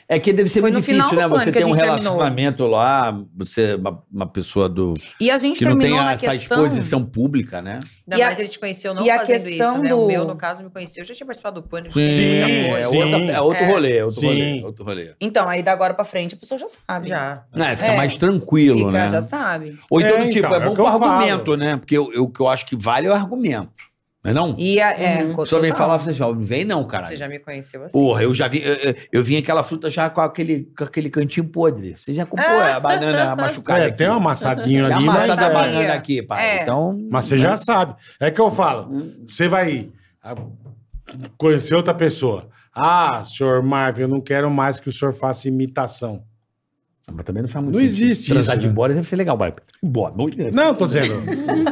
É que deve ser Foi muito no final difícil, né? do Você pânico que ter a um gente terminou. relacionamento lá, você é uma, uma pessoa do. E a gente que não tem terminou na essa questão. exposição pública, né? Ainda E a- mais ele te conheceu não e a fazendo questão isso, né? do- O meu, no caso, me conheceu. Eu já tinha participado do Pânico. Sim, já tinha é, coisa. sim. outra- é outro É. rolê, é outro Sim. rolê, é outro rolê. Então, aí da agora pra frente a pessoa já sabe. Já. Não, é, fica É. mais tranquilo, Fica, né? já sabe. Ou então, É, do tipo, então, é é bom o que pro eu falo. argumento, né? Porque eu- eu- o que eu acho que vale é o argumento. Não é não? E a, é, Uhum. co- Só vem total. falar pra vocês, ó, não vem não, Você caralho. já me conheceu assim. Porra, eu já vi, eu, eu- eu vim aquela fruta já com aquele, com aquele cantinho podre. Você já comprou é, a banana machucada. É, aqui. tem um amassadinho Tá ali, mas, amassada a sabia. é, banana aqui, pai. É. Então. mas você já sabe. É que eu falo, você vai ah, conhecer outra pessoa. Ah, senhor Marvin, eu não quero mais que o senhor faça imitação. Mas também não faz muito Não sentido. existe Transar isso, de né? embora deve ser legal, vai. Boa, não. Não, tô dizendo,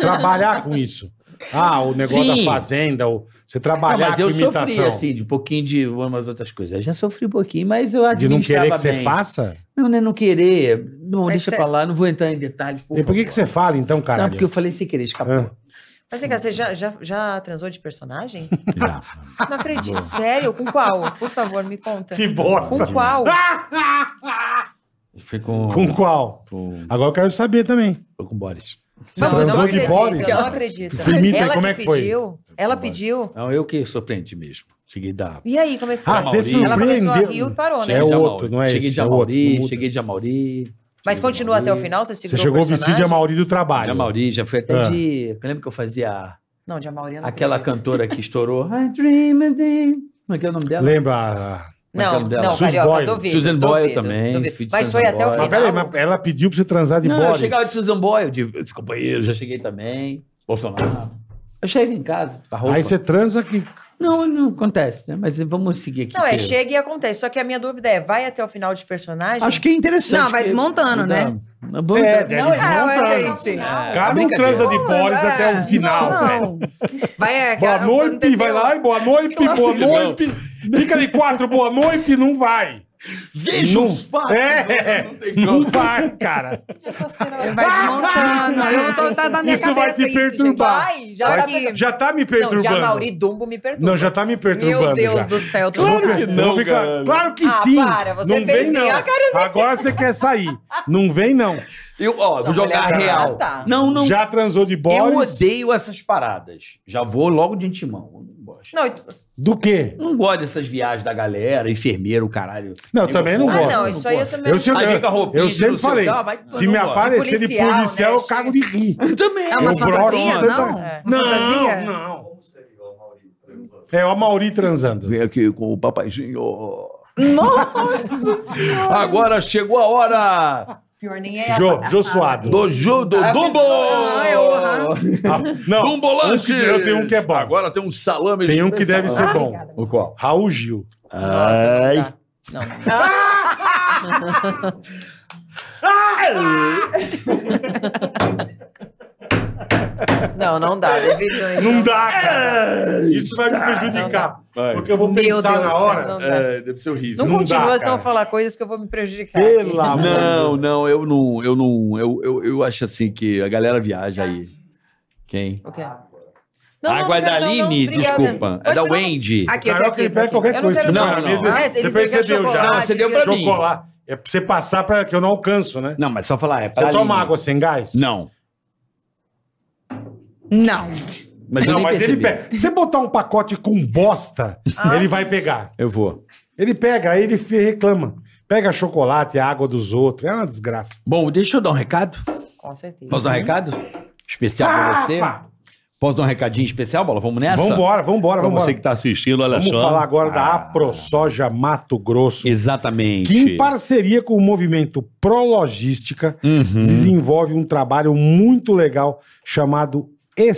trabalhar com isso. Ah, o negócio Sim. da fazenda, o- você Ah, trabalhar mas com eu sofri, é imitação. assim, de um pouquinho de umas outras coisas. Eu já sofri um pouquinho, mas eu de não querer que administrava você bem. faça? Não, né? Não querer. Não, Mas deixa cê- pra lá, não vou entrar em detalhes. E por que, que você fala então, Não, caralho? porque eu falei sem querer, escapou. Ah. Mas vem cá, você já, já, já transou de personagem? Já. Não acredito. Sério? Com qual? Por favor, me conta. Que bosta! Ah, Com qual? Fui com. Com qual? Com, Agora eu quero saber também. com, o Boris. Você transou de acredito, Boris? Eu não acredito. Tu imita, ela como é que foi? pediu. Ela Com Boris. pediu. Não, eu que surpreendi mesmo. Cheguei da. E aí, como é que foi? Ah, você Maurício. ela começou a surpreendeu. rir e parou, É né? Cheguei de outro, Amauri. não é Cheguei esse, de é outro, Amauri, muda. cheguei de Amauri. Mas continua até o final? Você Você segurou chegou o vestido personagem? de Amaury do trabalho. Já Mauri, já foi até Ah. de. Eu lembro que eu fazia a- Não, de Amauri eu não aquela conheço. cantora que estourou. I dream a day. Como é que é o nome dela? Lembra? Ah, a- Não, Aquela dela. não, Susan Carioca, Boyle. duvido. Susan duvido, Boyle também, duvido. fui de Mas Susan foi até o Boyle. final. Mas peraí, mas ela pediu pra você transar de um- não, eu Boris. chegava de Susan Boyle, de esse companheiro, já cheguei também. Bolsonaro. Eu chego em casa, com a roupa. Aí você transa que. Não, não acontece, né? Mas vamos seguir aqui. Não, é que- chega e acontece. Só que a minha dúvida é, vai até o final de personagem? Acho que é interessante. Não, vai que- desmontando, né? Não, vou- É, deve não, desmontar. Ah, vontade. ué, gente. é- O cara não brincadeira. transa de Boris É, até o final, não, velho. não. Vai, é, Boa aquela- noite, vai lá e boa noite, boa Não. noite. Fica de quatro, boa noite, não vai. Veja Não- os fatos. É, Não tem não como. vai, cara. Vai desmontando. Eu tô, tá na minha Isso vai cabeça te isso, gente. perturbar. Vai, já tá Aqui. perturbando. Já tá me Não, já Mauri perturbando. Dumbo me perturba. Não, já tá me perturbando. Meu Deus já. do céu. tô Claro chocada. que não, fica- cara. Claro que Ah, sim. para, você não fez vem, sim, não. a cara Agora você quer sair. Não vem, não. Eu, ó, Essa vou jogar mulher já real. tá. Não, não. Já transou de Boris? eu odeio essas paradas. Já vou logo de antemão. Eu Não gosto. Não, e tu- Do quê? Não gosto dessas viagens da galera, enfermeiro, caralho. Não, eu também não ah, gosto. não, isso aí eu também... Eu, se- Aí fica roupinha eu de sempre não sei o falei, que lá, vai- se eu me não gosto. aparecer de Policial, policial, né, eu chega. cago de rir. Eu também. É umas Eu broto fantasias, não? instantâneo. Uma fantasia? Não, não. É o Mauri transando. Vem aqui com o papaizinho. Nossa senhora. Agora chegou a hora Pior nem é... Jô, Jô Suado. do jogo do Ah, Dumbo! ah, eu, ah. Ah, não, um Dumbolante! que, eu tenho um que é bom. Agora tem um salame Tem um que especial. deve ser Ah, bom. obrigada. O qual? Raul Gil. Nossa, Ai. não dá. Não, não. dá. Não, não dá. né? David, Não dá, É. cara. Isso vai me prejudicar. Vai. Porque eu vou Meu pensar Deus na do hora. céu, não dá. É, deve ser horrível. Não, Não dá, continua, senão cara. eu falar coisas que eu vou me prejudicar. Pelo Ah, amor de Não, Deus. não, eu não, eu não, eu, eu, eu acho assim que a galera viaja Tá. aí. Quem? O quê? a Guadaline, desculpa, é da Wendy. Wendy. Aqui, aqui, Carioca, aqui, ele pega aqui. qualquer Eu não É coisa. quero Você põe não, na não. mesa, Ah, Você eles veem percebeu já. chocolate, Não, você deu queria pra mim. Chocolate. É pra você passar pra que eu não alcanço, né? Não, mas só falar, é Você pra toma Aline. água sem gás? Não, Não. mas eu Não, nem mas ele percebi. pega. Se você botar um pacote com bosta, ele vai pegar. Eu vou. Ele pega, aí ele fe- reclama. Pega chocolate, a água dos outros. É uma desgraça. Bom, deixa eu dar um recado. Com certeza. Posso dar um recado? Especial pra você? Uhum. Rafa! Posso dar um recadinho especial, Bola? Vamos nessa? Ah, Vambora, vambora, Pra você vambora. que tá assistindo, olha Vamos só. falar agora da Ah, AproSoja Mato Grosso, Exatamente. que em parceria com o movimento Prologística Uhum. desenvolve um trabalho muito legal chamado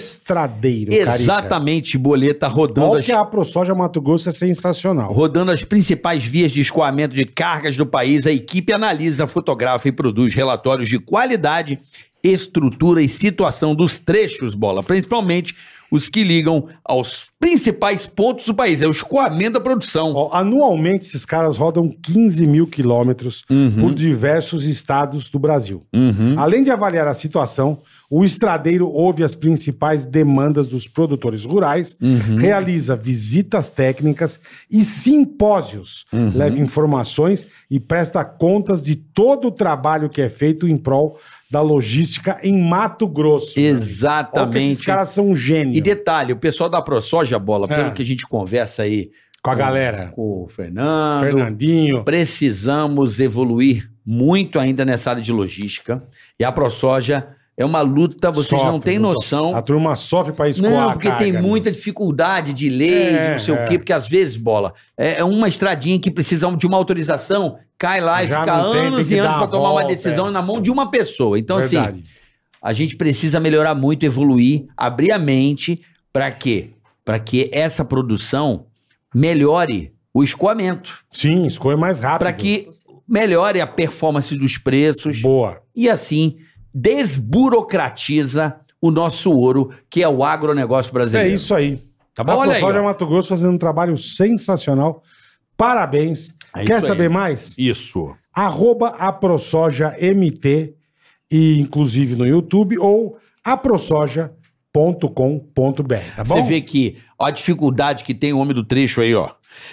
Estradeiro, Carica. Exatamente, boleta rodando Olha as que a AproSoja Mato Grosso é sensacional. Rodando as principais vias de escoamento de cargas do país, a equipe analisa, fotografa e produz relatórios de qualidade, estrutura e situação dos trechos, bola, principalmente os que ligam aos principais pontos do país. É o escoamento da produção. Ó, anualmente, esses caras rodam 15 mil quilômetros por diversos estados do Brasil. uhum. Além de avaliar a situação, o estradeiro ouve as principais demandas dos produtores rurais, Uhum. realiza visitas técnicas e simpósios, Uhum. leva informações e presta contas de todo o trabalho que é feito em prol da logística em Mato Grosso. Olha que Exatamente. esses caras são E gênios detalhe, o pessoal da ProSoja, bola, É. pelo que a gente conversa aí com a galera. com o Fernando, Fernandinho. precisamos evoluir muito ainda nessa área de logística. E a ProSoja é uma luta, vocês não Sofre, têm não noção. A turma sofre para escoar Então, Não, a porque carga, tem né? muita dificuldade de lei, de É, não sei é. o quê, porque às vezes, bola, é é uma estradinha que precisa de uma autorização, cai lá e Já fica não tem, tem anos que e dar anos a para tomar uma volta, decisão é. na mão de uma pessoa. Então, assim, Verdade. a gente precisa melhorar muito, evoluir, abrir a mente para quê? Para que essa produção melhore o escoamento, Sim, escolha mais rápido. para que melhore a performance dos preços Boa. e assim desburocratiza o nosso ouro, que é o agronegócio É brasileiro. isso aí. Tá bom? A Olha aí, ProSoja ó. Mato Grosso fazendo um trabalho sensacional. Parabéns. É Quer isso saber aí. mais? Isso. Arroba a ProSoja MT, e inclusive no YouTube, ou aprosoja.com.br, tá bom? Você vê que ó, a dificuldade que tem o homem do trecho aí, ó.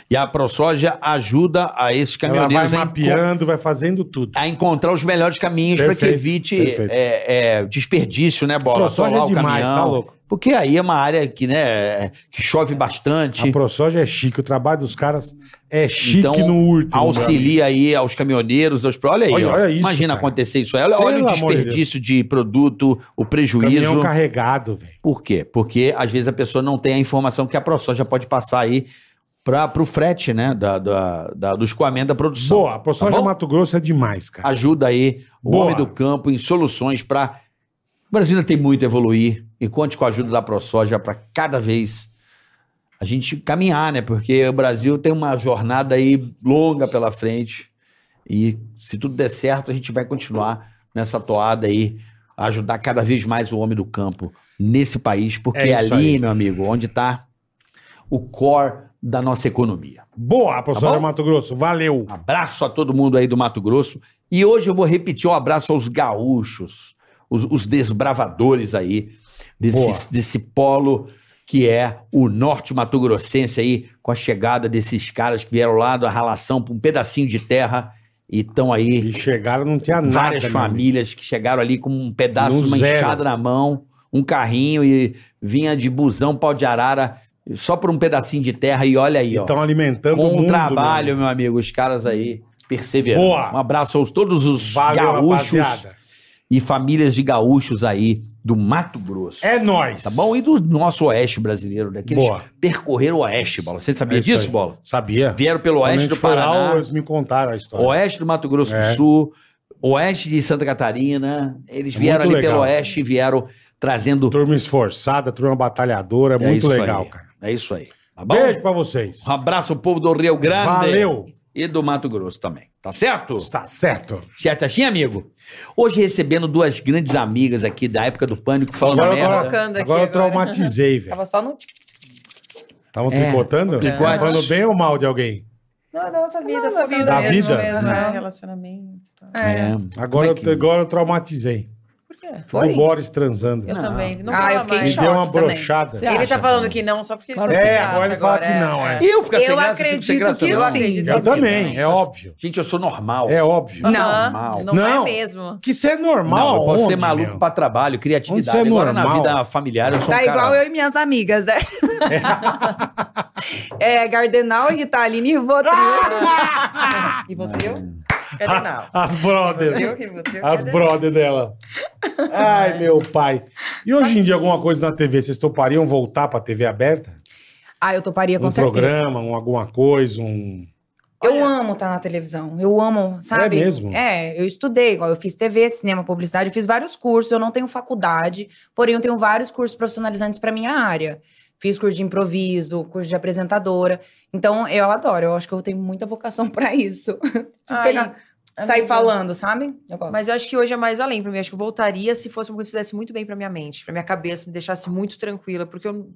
E a ProSoja ajuda a esses Ela vai caminhoneiros a, enco- mapeando, vai fazendo tudo. a encontrar os melhores caminhos para que Perfeito, evite perfeito. é, é, desperdício, né, Bola? ProSoja Atolar é demais, tá louco? Porque aí é uma área que, né, que chove bastante, A ProSoja é chique, o trabalho dos caras é chique Então, no último. auxilia aí aos caminhoneiros, aos... Olha aí, um Olha- ó. olha isso, imagina cara. acontecer isso aí. Olha, olha o Pelo amor de desperdício de produto, o prejuízo. Caminhão carregado, velho. Por quê? Porque às vezes a pessoa não tem a informação que a ProSoja pode passar aí para o frete, né? Da, da, da- do escoamento da produção. Boa, a ProSoja Tá bom? Mato Grosso é demais, cara. Ajuda aí o Boa. homem do campo em soluções para. O Brasil ainda tem muito a evoluir e conte com a ajuda da ProSoja para cada vez a gente caminhar, né? Porque o Brasil tem uma jornada aí longa pela frente e se tudo der certo, a gente vai continuar nessa toada aí, a ajudar cada vez mais o homem do campo nesse país, porque É é isso ali, aí. meu amigo, onde está o core da nossa economia. Boa, a ProSoja Tá bom? Mato Grosso, valeu. Um Abraço a todo mundo aí do Mato Grosso. E hoje eu vou repetir um abraço aos gaúchos, os, os desbravadores aí, Boa. desse, desse polo que é o norte mato-grossense aí, com a chegada desses caras que vieram lá da ralação para um pedacinho de terra e estão aí. E chegaram, não tinha nada. várias meu famílias que chegaram ali com um pedaço, No uma zero. enxada na mão, um carrinho e vinha de busão, pau de arara, só por um pedacinho de terra e olha aí, amigo. ó. Estão alimentando o Bom mundo. trabalho, meu meu amigo. Os caras aí perseverando. Boa. Um abraço aos todos os amigo. Valeu, gaúchos rapaziada. e famílias de gaúchos aí do Mato Grosso. É nóis. Tá bom? E do nosso oeste brasileiro, né? Que eles Boa. percorreram o oeste, Bola. Você sabia É isso disso, aí. Bola? Sabia? Vieram pelo oeste do Paraná, Eles me contaram a história. oeste do Mato Grosso É. do Sul, oeste de Santa Catarina. Eles É vieram ali muito pelo legal. oeste e vieram trazendo... Turma esforçada, turma batalhadora, é É muito isso legal, aí. cara. É isso aí. Tá bom? Beijo pra vocês. Um abraço, povo do Rio Grande Valeu. e do Mato Grosso também. Tá certo? Está certo. Certo assim, amigo? Hoje recebendo duas grandes amigas aqui da época do Pânico, falando Agora, merda. agora, Trocando aqui agora eu agora. traumatizei, velho. Tava só no. tic, tic, tic. Estavam É, tricotando? tricote. Falando bem ou mal de alguém? Não, da nossa vida, da família mesmo, vida. Da vida? mesmo, né? Não. Relacionamento. e tal. É. Agora, Como é que- eu, agora eu traumatizei. Por quê? Foi? Do Boris transando. Eu Não. também. Não Ah, fala eu fiquei Me mais. em deu uma choque também. brochada. Ele Acha, tá falando mano? que tá, não, só porque Claro ele que ficou é, sem graça agora ele fala que não, é. Eu ficar sem Eu graça, fico sem acredito graça, que não. sim. Eu também, é óbvio. Gente, eu sou normal. É óbvio. Aham, Não. Não, Não. é mesmo. Que isso é normal. Não, eu posso ser onde, maluco meu? pra trabalho, Onde criatividade. você é Agora na normal? vida familiar eu sou um Tá cara... igual eu e minhas amigas, né? é, Gardenal, Ritalina e Ah! Rivotril. E Rivotril? Cadê não? As, as brother. Rivotril, Rivotril, As cadê? brother dela. Ai, meu pai. E hoje em dia, alguma coisa na TV, vocês topariam voltar pra TV aberta? Ah, eu toparia com um certeza. programa, um, alguma coisa, um. Eu amo estar na televisão. Eu amo, sabe? É mesmo? É, eu estudei, igual eu fiz TV, cinema, publicidade, eu fiz vários cursos, eu não tenho faculdade, porém eu tenho vários cursos profissionalizantes para minha área. Fiz curso de improviso, curso de apresentadora. Então, eu adoro, eu acho que eu tenho muita vocação para isso. Tipo, Ai, pegar, sair amiga. falando, sabe? Eu gosto. Mas eu acho que hoje é mais além pra mim. Eu acho que eu voltaria se fosse uma coisa que fizesse muito bem pra minha mente, pra minha cabeça, me deixasse muito tranquila, porque eu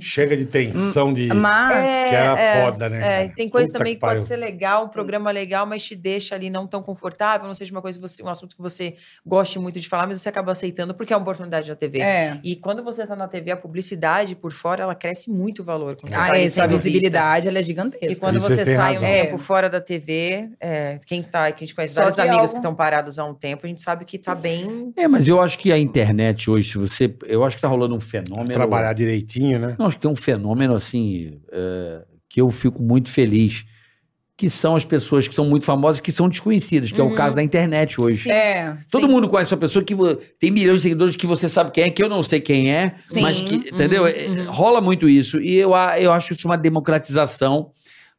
Chega de tensão de. Mas- que era Hum, é, foda, né? É, cara? tem coisa Puta também que, pariu. pode ser legal, um programa legal, mas te deixa ali não tão confortável, não seja uma coisa que você, um assunto que você goste muito de falar, mas você acaba aceitando porque é uma oportunidade na TV. é. E quando você tá na TV, a publicidade por fora, ela cresce muito o valor. quando você tá Ah, aparece é, sua em revista. visibilidade, ela é E gigantesca. quando Isso vocês você têm sai um razão. tempo É. fora da TV, é, quem tá, que a gente conhece Só vários que amigos algo- que estão parados há um tempo, a gente sabe que tá bem. É, mas eu acho que a internet hoje, se você... Eu acho que tá rolando um fenômeno... Trabalhar direitinho, né? Não, acho que tem um fenômeno assim é, que eu fico muito feliz, que são as pessoas que são muito famosas que são desconhecidas, que é o Uhum. caso da internet hoje. É, Todo Sim. mundo conhece uma pessoa que vo- tem milhões de seguidores que você sabe quem é, que eu não sei quem é, Sim. mas que, entendeu? É, uhum. Rola muito isso. E eu, a- eu acho isso uma democratização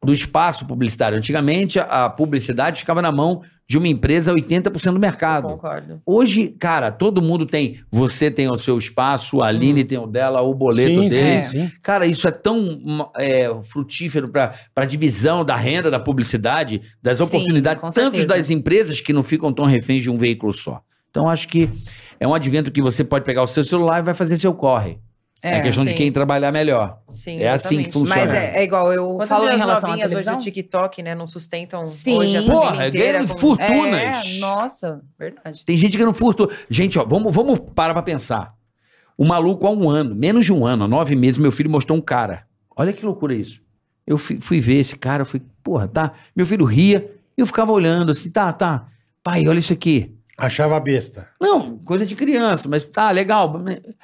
do espaço publicitário. Antigamente, a, a publicidade ficava na mão de uma empresa 80% do mercado. Tá Concordo. Hoje, cara, todo mundo tem. Você tem o seu espaço, a Hum. Aline tem o dela, o boleto sim, dele. É. sim, sim. Cara, isso é tão uma, é, frutífero para a divisão da renda, da publicidade, das Sim, oportunidades, com tantos certeza. das empresas que não ficam tão reféns de um veículo só. Então, acho que é um advento que você pode pegar o seu celular e vai fazer seu corre. É, é. questão de sim. quem trabalhar melhor. Sim, É assim que exatamente. funciona. Mas é, é igual eu Quantas falo em meninas relação à novinhas hoje televisão. no TikTok, né? Não sustentam Sim. hoje a Porra, família inteira ganhando com- furto. É, Fortunas. nossa, verdade. Tem gente que não furtou. Gente, ó, vamos, vamos parar pra pensar. O maluco há um ano, menos de um ano, há nove meses, meu filho mostrou um cara. Olha que loucura isso. Eu fui, fui ver esse cara, eu fui, porra, tá. Meu filho ria, eu ficava olhando assim, tá, tá. Pai, olha isso aqui. Achava besta. Não, coisa de criança, mas tá legal.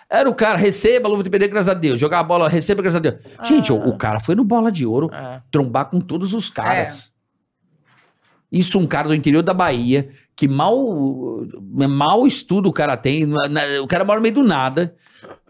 Era o cara, receba a luva de pereira, graças a Deus. Jogar a bola, receba, graças a Deus. Gente, Ah. o, o cara foi no bola de ouro Ah. trombar com todos os caras. Isso, um cara do interior da Bahia, que mal, mal estudo o cara tem, na- na- o cara mora no meio do nada.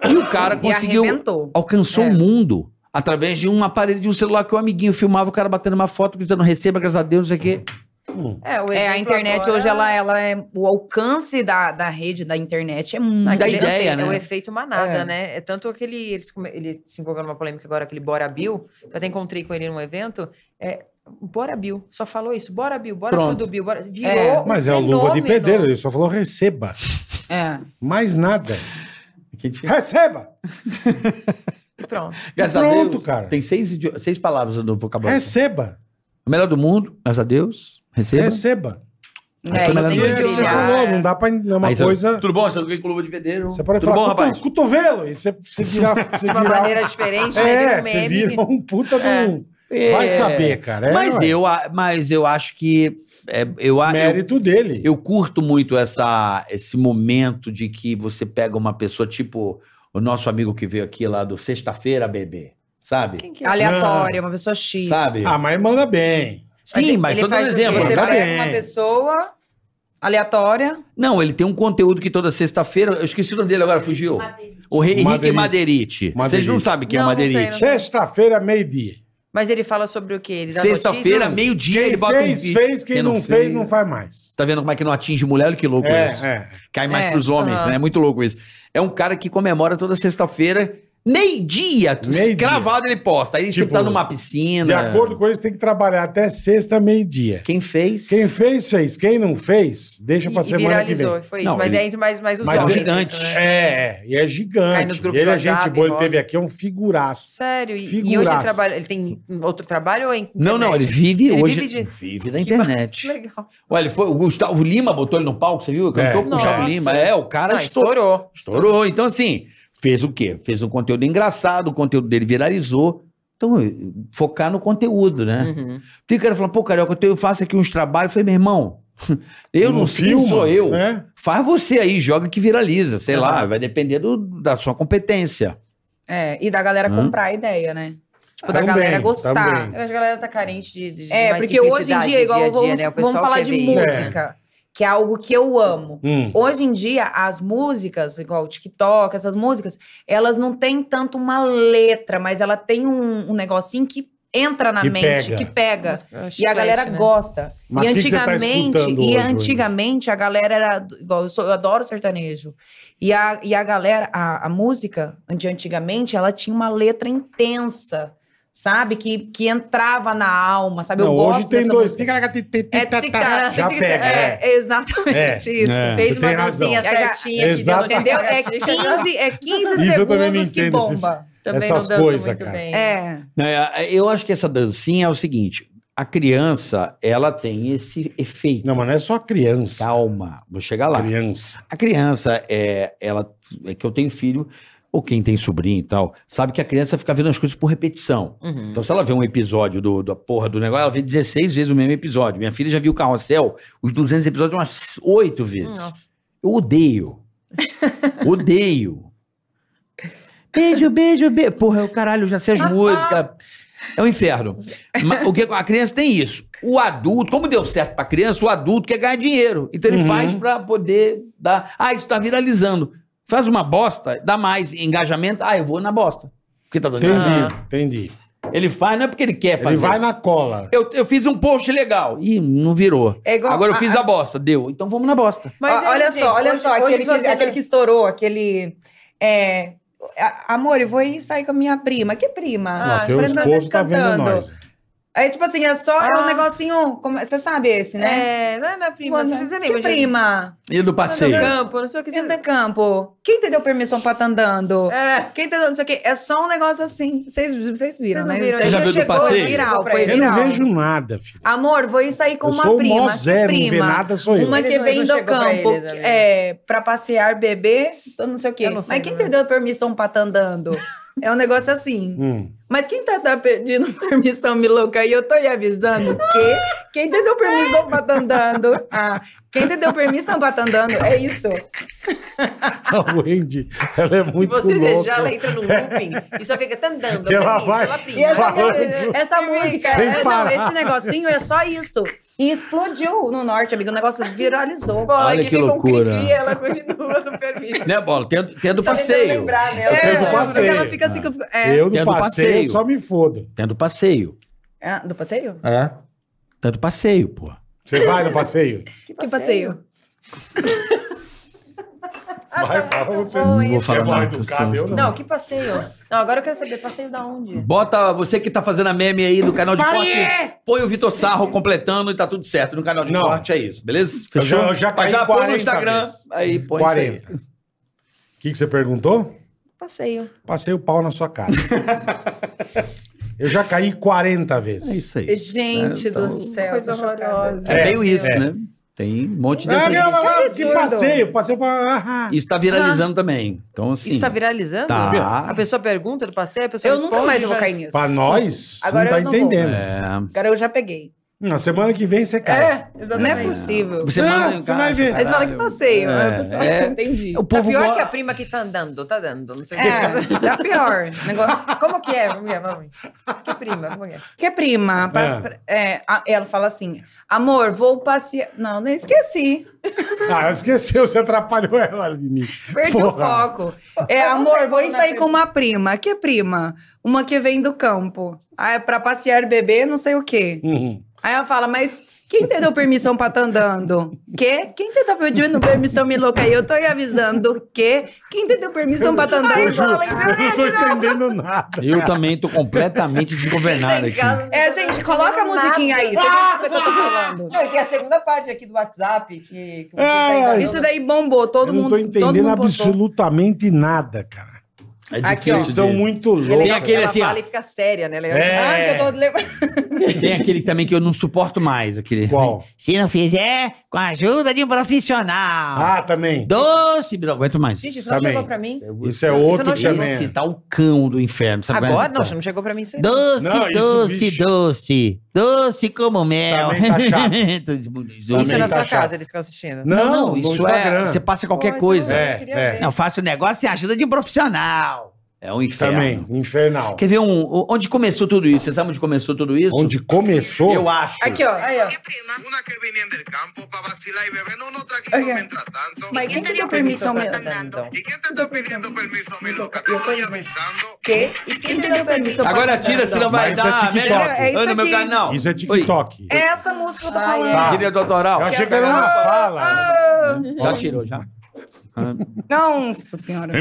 E o cara conseguiu. E arrebentou. Alcançou É. o mundo através de um aparelho de um celular que o amiguinho filmava, o cara batendo uma foto, gritando, receba, graças a Deus, não sei o quê. Hum. É, o É, a exemplo internet agora- hoje, ela, ela é. O alcance da, da rede da internet é muito. Da Aquele- gigantesco. ideia, É o né? efeito manada, É. né? É tanto aquele. Eles, come- ele se envolveu numa polêmica agora, aquele Bora Bill, que eu até encontrei com ele num evento. É, Bora Bill, só falou isso. Bora Bill, bora Pronto. tudo Bill, bora. Virou. É. um Mas é o luva de fenômeno. pedreiro, ele só falou receba. É. Mais nada. Que a gente- Receba! Pronto. Graças Pronto, a Deus, cara. Tem seis, idi- seis palavras no vocabulário. Receba! O melhor do mundo, graças a Deus. Receba. Receba! É, câmera isso Tem que E é tem o que que você brilhar. brilhar. falou, não dá pra. É uma Aí você- coisa. Tudo bom? Você não tem clube de pedreiro? Você pode Tudo falar bom, coto- rapaz? cotovelo. E você, você virar. Você De uma virar maneira diferente, né? Vira é, um você meme. vira um puta de um. É. Vai saber, cara. É, mas, ué. eu, a- mas eu acho que... é, eu, a- eu, Mérito dele. eu curto muito essa, esse momento de que você pega uma pessoa, tipo o nosso amigo que veio aqui lá do Sexta-feira, bebê. Sabe? Quem que é? Aleatória, uma pessoa X. Sabe? Ah, mas manda bem. Sim, mas ele todo faz o quê? exemplo. Você Tá pega bem. uma pessoa. Aleatória. Não, ele tem um conteúdo que toda sexta-feira... Eu esqueci o nome dele agora, fugiu. O Re- Henrique Maderite. Maderite. Vocês Maderite. não sabem quem é Não, não sei, Maderite. não sei. Sexta-feira, meio-dia. Mas ele fala sobre o quê? Ele dá Sexta-feira, notícia? meio-dia, ele Quem bota um fez, vídeo. fez. Quem, não, fez, não faz mais. Tá vendo como é que não atinge mulher? Olha que louco isso. É, é. Cai mais É, pros homens, aham. né? É muito louco isso. É um cara que comemora toda sexta-feira, meio-dia. Meio-dia. Cravado ele posta. Aí ele Tipo, sempre tá numa piscina. De acordo com eles, tem que trabalhar até sexta, meio-dia. Quem fez? Quem fez, fez. Quem não fez, deixa E- pra e semana que vem. viralizou, foi isso. Não, mas ele- é entre mais, mais os Mas homens. é gigante. isso, né? É, é, e é Cai gigante. nos grupos Ele é de gente WhatsApp, boa, ele envolve. teve aqui, é um figuraço. Sério, e, e hoje Figuraça. ele trabalha. Ele tem outro trabalho ou é internet? Não, não, ele vive Ele hoje. vive de- vive na Que internet. Legal. Olha, ele foi, o Gustavo Lima botou ele no palco, você viu? Cantou com o Gustavo Nossa. Lima. É, o cara Não, estourou. estourou. Estourou. Então, assim, fez o quê? Fez um conteúdo engraçado, o conteúdo dele viralizou. Então, focar no conteúdo, né? Uhum. Tem cara falando, pô, Carioca, eu tenho- eu faço aqui uns trabalhos. Eu falei, meu irmão, eu não, sei quem filma, sou eu. né? Faz você aí, joga que viraliza, sei lá, Aham. vai depender do- da sua competência. É, e da galera Hã? comprar a ideia, né? Tipo, da Também, galera gostar. também. Eu acho que a galera tá carente de. de É, mais porque hoje em simplicidade dia, no igual dia a dia, vamos, né? O vamos pessoal falar quer de ver isso. música, que é algo que eu amo. Hum. Hoje em dia, as músicas, igual o TikTok, essas músicas, elas não têm tanto uma letra, mas ela tem um, um negocinho que entra na Que mente, pega. que pega. É um E a chiclete, galera né? gosta. Mas e o que que você tá antigamente, escutando e hoje, antigamente a galera era do- igual eu, sou, eu adoro sertanejo. E a, e a galera, a, a música de antigamente, ela tinha uma letra intensa, sabe? Que, que entrava na alma, sabe? Eu Não, gosto hoje tem dessa dois. música. É, tic-tac, Já tic-tac, pega, é. é, exatamente isso. É. Você Fez uma tem razão. dancinha É, certinha aqui. exato. Entendeu? É tic-tac. 15, é 15 Isso eu também não segundos que entendo, bomba. esses- Também Essas não danço coisas, muito cara. bem. É. Né, Eu acho que essa dancinha é o seguinte: a criança, ela tem esse efeito. Não, mas não é só criança. Calma, vou chegar Tá lá. Criança. A criança, é, ela, é que eu tenho filho, ou quem tem sobrinho e tal, sabe que a criança fica vendo as coisas por repetição. Uhum. Então, se ela vê um episódio do, da porra do negócio, ela vê 16 vezes o mesmo episódio. Minha filha já viu Carrossel, os 200 episódios, umas 8 vezes. Nossa. Eu odeio. odeio. Beijo, beijo, beijo. Porra, eu, caralho, eu já sei as músicas. É um inferno. Mas o que, a criança tem isso. O adulto, como deu certo pra criança, o adulto quer ganhar dinheiro. Então ele Uhum. faz pra poder dar. Ah, isso tá viralizando. Faz uma bosta, dá mais engajamento. Ah, eu vou na bosta. Porque tá dando engajamento. Entendi, entendi. Ele faz, não é porque ele quer fazer. Ele vai na cola. eu, eu fiz um post legal. Ih, não virou. É igual- Agora eu fiz a, bosta, deu. Então vamos na bosta. Ó, é, Ah, olha gente, só, olha hoje- só, hoje aquele, que, você tá- aquele que estourou, aquele. é, a- amor, eu vou ir sair com a minha prima. Que prima? Ah, Ó, teu parece que esposo tá tá vendo cantando. nós. Aí, tipo assim, é só é Ah. um negocinho. como- Você sabe esse, né? É, não é na prima. Quando- Você você que lembra de- prima? E do Tá passeio. No campo, não sei o que. Quem Você... tá campo? Quem te deu permissão pra tá andando? É. Quem te deu não sei o quê? É só um negócio assim. Vocês vocês viram, Vocês não né? viram? Isso já aí viu do chegou, passeio? Foi viral, foi Eu Eu não viral. vejo nada, filho. Amor, vou ir sair Ah, com eu uma sou o mó prima. Que zero, não vê prima? nada, sou eu. Uma Eles que não- vem eles do não chegam pra campo eles, amigo. é, pra passear, beber, então não sei o quê. Eu não sei, Mas quem né? te deu permissão pra tá andando? É um negócio assim. Hum. Mas quem tá, tá pedindo permissão, Milouca, e eu tô aí avisando que quem te deu permissão pra tá andando, ah, quem te deu permissão pra tá andando, é isso. A Wendy, ela é muito Se você louca. deixar, ela entra no looping e só fica tandando. Que ela vai- E essa, Falando. música- essa música, Sem é, não, parar. esse negocinho é só isso. E explodiu no norte, amigo, o negócio viralizou. Olha Olha que, que fica um loucura. cri-cri, ela continua no permisso. Né, Bola? Tem, tem a do Tá tentando passeio. lembrar, né? Eu tenho do É, porque passeio. Ela fica assim, que eu fico- é, Eu no Tem a do passeio, passeio. só me fodo. Tem a do passeio. Ah, do passeio? É. Tem a do passeio, pô. Você vai no passeio? Que passeio? Ah, Vai, tá fala muito você. bom Não vou isso. Você é falar mal nada, educado, eu eu sou- Não, não. que passeio. Não, agora eu quero saber, passeio da onde? Bota você que tá fazendo a meme aí do canal de corte. Põe o Vitor Sarro completando e tá tudo certo. No canal de Não. corte é isso, beleza? Eu já- eu já Mas caí já põe no 40 Instagram. vezes. Aí põe isso aí. 40. O que, que você perguntou? Passeio. Passei o pau na sua cara. eu já caí 40 vezes. É isso aí. Gente do céu. Coisa tô chocada. horrorosa. É, É, meio isso, é. né? Tem um monte de. Ah, não, mas lá, que absurdo. passeio, passeio pra... Ah, Isso tá viralizando também. Então, assim. Isso tá viralizando? Tá. A pessoa pergunta do passeio, a pessoa Eu nunca responde, mais eu vou já- cair nisso. pra nós, você Agora não tá eu não vou. entendendo. É. Cara, eu já peguei. Na semana que vem você cai. É, Não é exatamente. possível. um Você, Não, manda em você casa, vai ver. Eles falam que caralho. passeio. né? É, a pessoa é. não entendi. O Tá povo pior go- que a prima que tá andando, tá dando, não sei o que. É, dá pior. Negócio... Como que é? Vamos ver, vamos ver. Que prima, como que é? Que é prima. pra- É. pra- é, a- ela fala assim: amor, vou passear. Não, nem esqueci. Ah, ela esqueceu, você atrapalhou ela ali. Nick. Perdi Porra. o foco. É, Eu não sei amor, vou como é sair prima. com uma prima. Que prima? Uma que vem do campo. Ah, é pra passear bebê, não sei o quê. Uhum. Aí ela fala, mas quem te deu permissão pra tá andando? Que? Quem te tá pedindo permissão, me louca? aí? Eu tô aí avisando que? Quem te deu permissão pra tá Eu andando? juro, eu não tô entendendo nada. Eu também tô completamente desgovernado Tá em aqui. casa, não tá É, gente, dando coloca nada. a musiquinha aí. Você vai saber o que eu tô falando. Não, e tem a segunda parte aqui do WhatsApp que. que você Ah, tá invadindo. Isso daí bombou, todo eu não mundo. tô todo entendendo mundo postou. absolutamente nada, cara. É Aqui, ó. Eles são de- E muito é loucos. legal Tem que aquele ela assim, ó. fala e fica séria, né? Ela é- É. Ah, que eu tô lembrando. Tem aquele também que eu não suporto mais. Aquele... Qual? Se não fizer, com a ajuda de um profissional. Ah, também. Doce, não aguento mais. Gente, isso não Também. chegou pra mim. Isso é Isso- isso outro não que chega. também. Esse tá o cão do inferno. Sabe qual é? Agora? Não, não chegou pra mim isso aí. não. Doce, Não, isso, doce, bicho. doce. Doce como mel. Também tá chato. Isso é Também na tá sua chato. casa, eles ficam assistindo. Não, Não, no isso é. Instagram. Você passa qualquer Pô, coisa. isso eu É, queria é. ver. Não, faça o negócio e ajuda de um profissional. É um inferno. Também, infernal. Quer ver um, o- onde começou tudo isso? Você sabe onde começou tudo isso? Onde começou... Eu acho. Aqui, ó. Aí, ó. Una que venían del campo para vacilar y beber unos traguitos Oiga. mientras tanto. Mas quem te deu permissão, Então, me tá Andando. ¿Y quién te está pidiendo permiso, mi loca? Te Yo estoy puedo- avisando. Que? E quem te deu permissão pra Agora tá tira, andando? senão vai Mas isso é dar. TikTok. merda. É isso Anda no meu aqui. canal. Isso é Oi. TikTok. É essa música que eu tô Ah, falando. é. Tá. Direito autoral. Eu achei que era uma fala. Ah, Já tirou, já. Nossa senhora.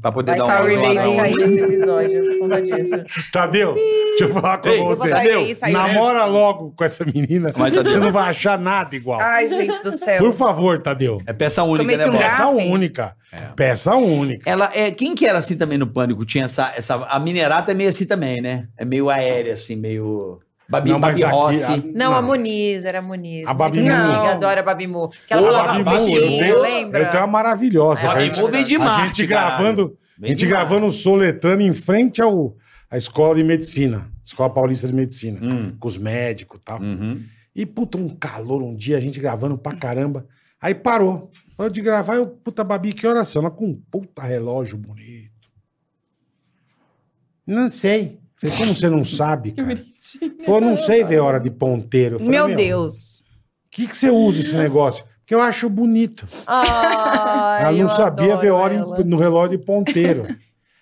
pra poder dar Sorry, uma zoada baby. na Vai outra. cair esse episódio por conta disso. Tadeu, deixa eu falar com Ei, você. eu vou sair aí, sair namora logo com essa menina. Vai, Tadeu. você não vai achar nada igual. Ai, gente do céu. Por favor, Tadeu. É peça única, Cometi né, um Bola? gafe. Peça única. Peça única. Ela é, quem que era assim também no Pânico? Tinha essa, essa a Minerata é meio assim também, né? É meio aérea assim, meio Babi, Não, mas Babi Rossi. aqui- Não, Não. a Muniz, era a Muniz. A Babi Minha Mu. amiga adora a Babimu. Que ela Ô, falava Babi Mu, baixinho, eu- lembra? Eu tenho uma maravilhosa. É, a Babi gente, Mu vem de a Marte, gente caralho. gravando, a Vem gente de gravando o Soletrano em frente ao, à escola de medicina. Escola Paulista de Medicina. Hum, Com os médicos e tal. uhum. E, puta, um calor um dia, a gente gravando pra caramba. Aí parou. Parou de gravar, eu, puta, Babi, que horas são? Ela com um puta relógio bonito. Não sei. Falei, como você não sabe, cara? Falou, não sei ver hora de ponteiro. Eu falei, Meu Deus. O que, que você usa esse negócio? Porque eu acho bonito. Ai, ela eu não sabia adoro ver hora em- ela. no relógio de ponteiro.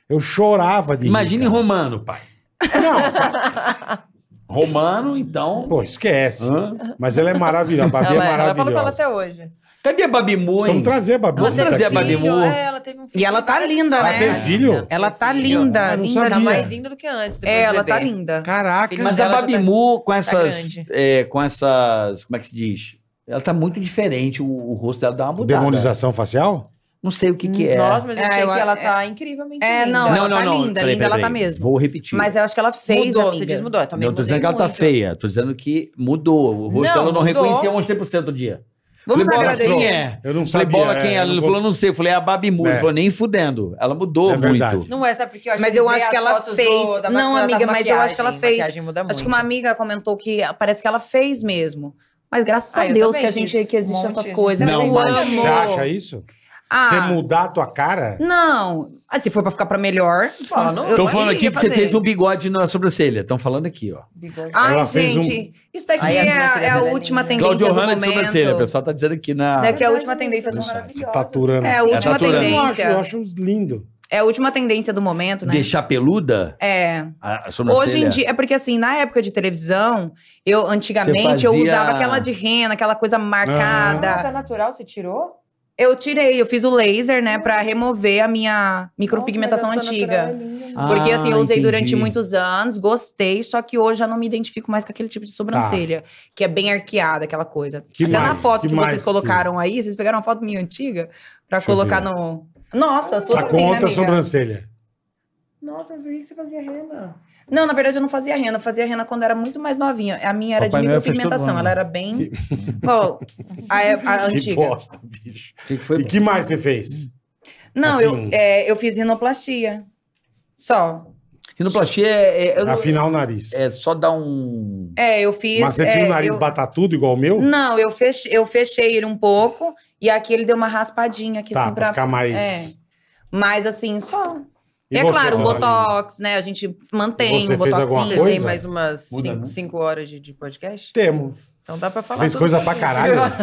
Eu chorava de Imagine rir, Romano, pai. cara. Não, Romano, então. pô, esquece. Hã? Mas ela é maravilhosa. A Ela, Babi é ela fala com ela maravilhosa. até hoje. Cadê a Babi Mu, hein? Vamos trazer a Babi. Vamos Você tá trazer a aqui. Babi Mu. Filho, é, ela teve um filho. E ela tá linda, Ela né? teve filho? Ela tá Teve linda, Eu não linda. Tá sabia. mais linda do que antes. depois É, do ela tá bebê. linda. Caraca. Mas Mas a ela já Babi tá- Mu com essas grande. é, com essas, como é que se diz? Ela tá muito diferente, o, o rosto dela dá uma é mudada. Demonização facial? Não sei o que que é. Nossa, mas eu É, achei eu- que ela é- tá incrivelmente É, linda. não, ela tá linda, linda ela tá mesmo. Vou repetir. Mas eu acho que ela fez, mudou, amiga. você diz mudou. Eu também não tô mudei dizendo que ela tá muito. feia, tô dizendo que mudou. O rosto Não, dela eu mudou. não reconhecia há uns tempos outro dia. Vamos falei, bola, agradecer. quem é? Eu não Falei, sabia. bola, quem é? Ele eu falou, não sei. Eu Falei, é a Babi Mui. É. Ele falou, nem fudendo. Ela mudou É verdade. muito. Não é, sabe? Porque eu acho Mas eu ver acho que as ela fotos fez. da Não, maquiagem- amiga, da mas eu acho que ela maquiagem. fez. Maquiagem muda Acho que muito. uma amiga comentou que parece que ela fez mesmo. Mas graças Ah, a eu Deus também que a gente fiz que existe um essas monte. coisas. Não, eu mas amo. Você acha isso? Você Ah, mudar a tua cara? não. Ah, se for pra ficar pra melhor. Pô, não- eu Estão mas falando iria aqui que você fazer. fez um bigode na sobrancelha. Estão falando aqui, ó. Ai, Ela fez um- gente, isso daqui Ai, é, a a- é a sobrancelha última dela é tendência Cláudio do Hanna de sobrancelha. O momento. pessoal tá dizendo aqui na... Daqui é a última tendência do Nossa, momento. tá taturando. É a Tá última adorando. Eu acho, eu tendência. acho lindo. É a última tendência do momento, né? Deixar peluda É. a a sobrancelha. Hoje em dia, é porque assim, na época de televisão, eu antigamente eu fazia- usava aquela de rena, aquela coisa marcada. Ah, tá natural, você tirou? Eu tirei, eu fiz o laser, né, Pra remover a minha micropigmentação Nossa, Hum. mas a sua antiga. natural é linda. Ah, Porque assim, eu usei durante entendi. muitos anos, gostei, só que hoje eu não me identifico mais com aquele tipo de sobrancelha, que é bem arqueada, aquela coisa. Tá. Que Até na mais? foto Que que, mais vocês que- colocaram aí, vocês pegaram uma foto minha antiga pra Deixa eu colocar ver. no. Nossa, a sua Tá com também, né, outra amiga? sobrancelha. Nossa, mas por que que você fazia rena? Não, na verdade eu não fazia rena, eu fazia rena quando era muito mais novinha. A minha era Papai de Noel fez todo micropigmentação, ano. ela era bem. Bom, a, é, a Que antiga. bosta, bicho. O que que foi? E que mais você fez? Não, Assim- eu, é, eu fiz rinoplastia. Só. Rinoplastia é... é- eu não- Afinar o nariz. É só dar um... É, eu fiz. Mas você é, tinha o nariz eu- batatudo igual o meu? Não, eu fechei, eu fechei ele um pouco e aqui ele deu uma raspadinha aqui tá, assim pra, pra. ficar mais... É. Mas assim, só. E, é você, claro, o Dona Lina? botox, né? A gente mantém Você fez o botoxinho. alguma Você tem coisa? mais umas Muda, né? 5 horas de, de podcast? Temo. Então dá pra Você falar. fez tudo coisa que pra eu caralho.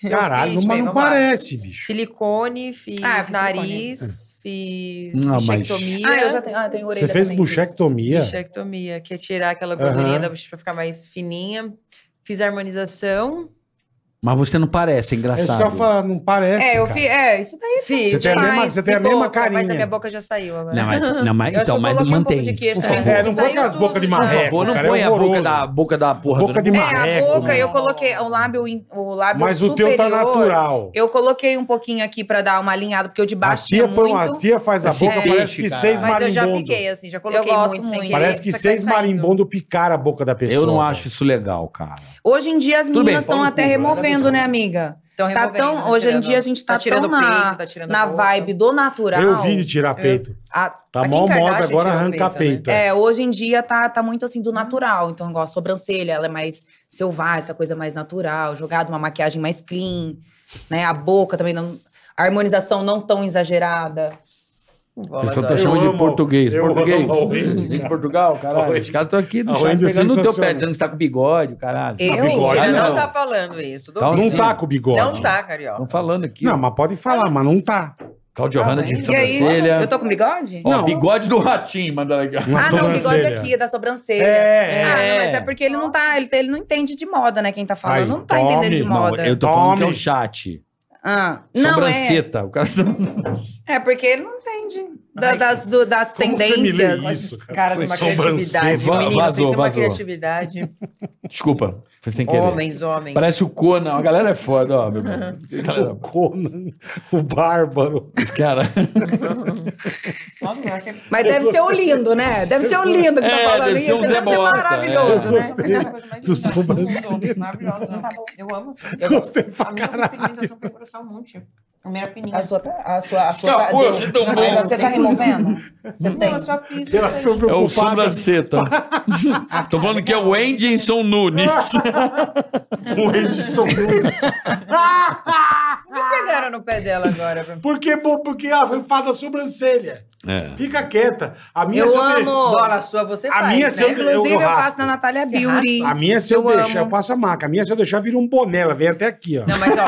fiz. Caralho, Eu fiz, mas bem, não vamos lá. parece, bicho. Silicone, fiz Ah, eu fiz É. nariz, fiz Não, mas- bichectomia. Ah, eu já tenho. Ah, eu tenho orelha Você fez também, buchectomia? Bichectomia, que é tirar aquela gordurinha Aham. da bochecha pra ficar mais fininha. Fiz harmonização. Mas você não parece, é É isso engraçado. que eu ia falar, não parece, É, eu cara. fiz. É, isso daí. Fiz. Você tem a demais, mesma- você tem a de mesma boca, Mas carinha. a minha boca já saiu agora. Não, mas, não, mas Eu acho então, que eu mas coloquei um pouco mantém. de queijo por também. favor. É, não põe Saiu aquelas tudo bocas de já. Por marreco. favor, não cara, é põe a horroroso. boca da, boca da porra Boca do- de É, marreco. a boca né? eu coloquei o lábio, in- o lábio Mas o teu superior. tá natural. Eu coloquei um pouquinho aqui pra dar uma alinhada, porque o de A baixo tia tinha põe um uma muito. cia, faz a Esse boca, É peixe, parece que cara. seis Mas eu já marimbondos. fiquei, assim, já coloquei gosto muito, sem muito. querer. Parece que só vai seis saindo. marimbondos picaram a boca da pessoa. Eu não acho isso legal, cara. Hoje em dia as Tudo bem, meninas Paulo um estão até Cuba, era removendo, bizarro. né, amiga? Tão Tá removendo, tão, tá hoje em tirando- dia a gente tá, tá tirando tão o na, peito, tá tirando a na boca. vibe do natural. Eu vi de tirar peito. A- Tá Aqui em mó moda Kardashian agora tirou o arrancar peito, né? peito. é. Uhum. É, hoje em dia tá, tá muito assim do natural. Então, igual a sobrancelha, ela é mais selvagem, essa coisa mais natural, jogada uma maquiagem mais clean, né? A boca também não. A harmonização não tão exagerada. Bola, O pessoal adoro. tá Eu chamando amo. de português. Eu português. amo a Wendy, Em cara. Portugal, A caralho. Wendy. Os caras estão aqui A no chat Wendy é pegando no teu pé, sensacional. dizendo que você tá com bigode, caralho. Eu? Bigode, Ele não não. tá falando isso. do é Tá bem. Não sim. tá com o bigode. Não tá, carioca. Estão falando aqui. Não, mas pode falar, mas não tá. Cláudio Hanna de Ah, E aí, sobrancelha. eu tô com bigode? Ó, Não. bigode do ratinho, mandaram aqui. Uma ah, não, o bigode sobrancelha. aqui, da sobrancelha. É, Ah, é. não, mas é porque ele não tá, ele, ele não entende de moda, né? Quem tá falando Aí, não tá tome. entendendo de Não, moda. Eu tô falando que é o Tome. chat. Ah, não, é, Sobranceta. O cara tá- é porque ele não entende da- das, do- das Como você me lê tendências. isso? cara? Cara, tem Foi uma sobrancelha. criatividade. Va- Menino, vocês vazou, têm uma vazou. criatividade. Desculpa, foi sem querer. Homens, homens. Parece o Conan. A galera é foda, ó, meu irmão. O Conan, o Bárbaro. Esse cara. Nossa, eu acho que é- Mas deve ser o lindo, né? Deve ser o lindo que tá É, falando deve isso. ser um deve Zé ser Bosta, maravilhoso, é. né? Eu gostei. Cara, a coisa mais linda Do do mundo. sobrancelha. Maravilhosa. Não, tá bom. Eu amo. Eu Gostei gosto. pra A minha experimentação foi coração um monte. A minha opinião. A sua, tá- a sua, a sua Ah, tá- pô, deu. você tomou. Mas você tá removendo? Você Não, tem. eu só fiz. Elas estão É o preocupadas sobranceta. Tô falando que é o Edson Nunes. com o Edson Nunes. pegaram no pé dela agora. pra- Porque, pô, porque a fada sobrancelha. É. Fica quieta. A minha Eu sobre- amo. Bola sua, você A faz. minha né? se eu- Inclusive, eu, faço raspo. na Natália Você Beauty. A minha, é se eu, Eu deixar, eu amo. passo a marca. A minha, se eu deixar, vira um boné. Ela vem até aqui, ó. Não, Não, mas ó.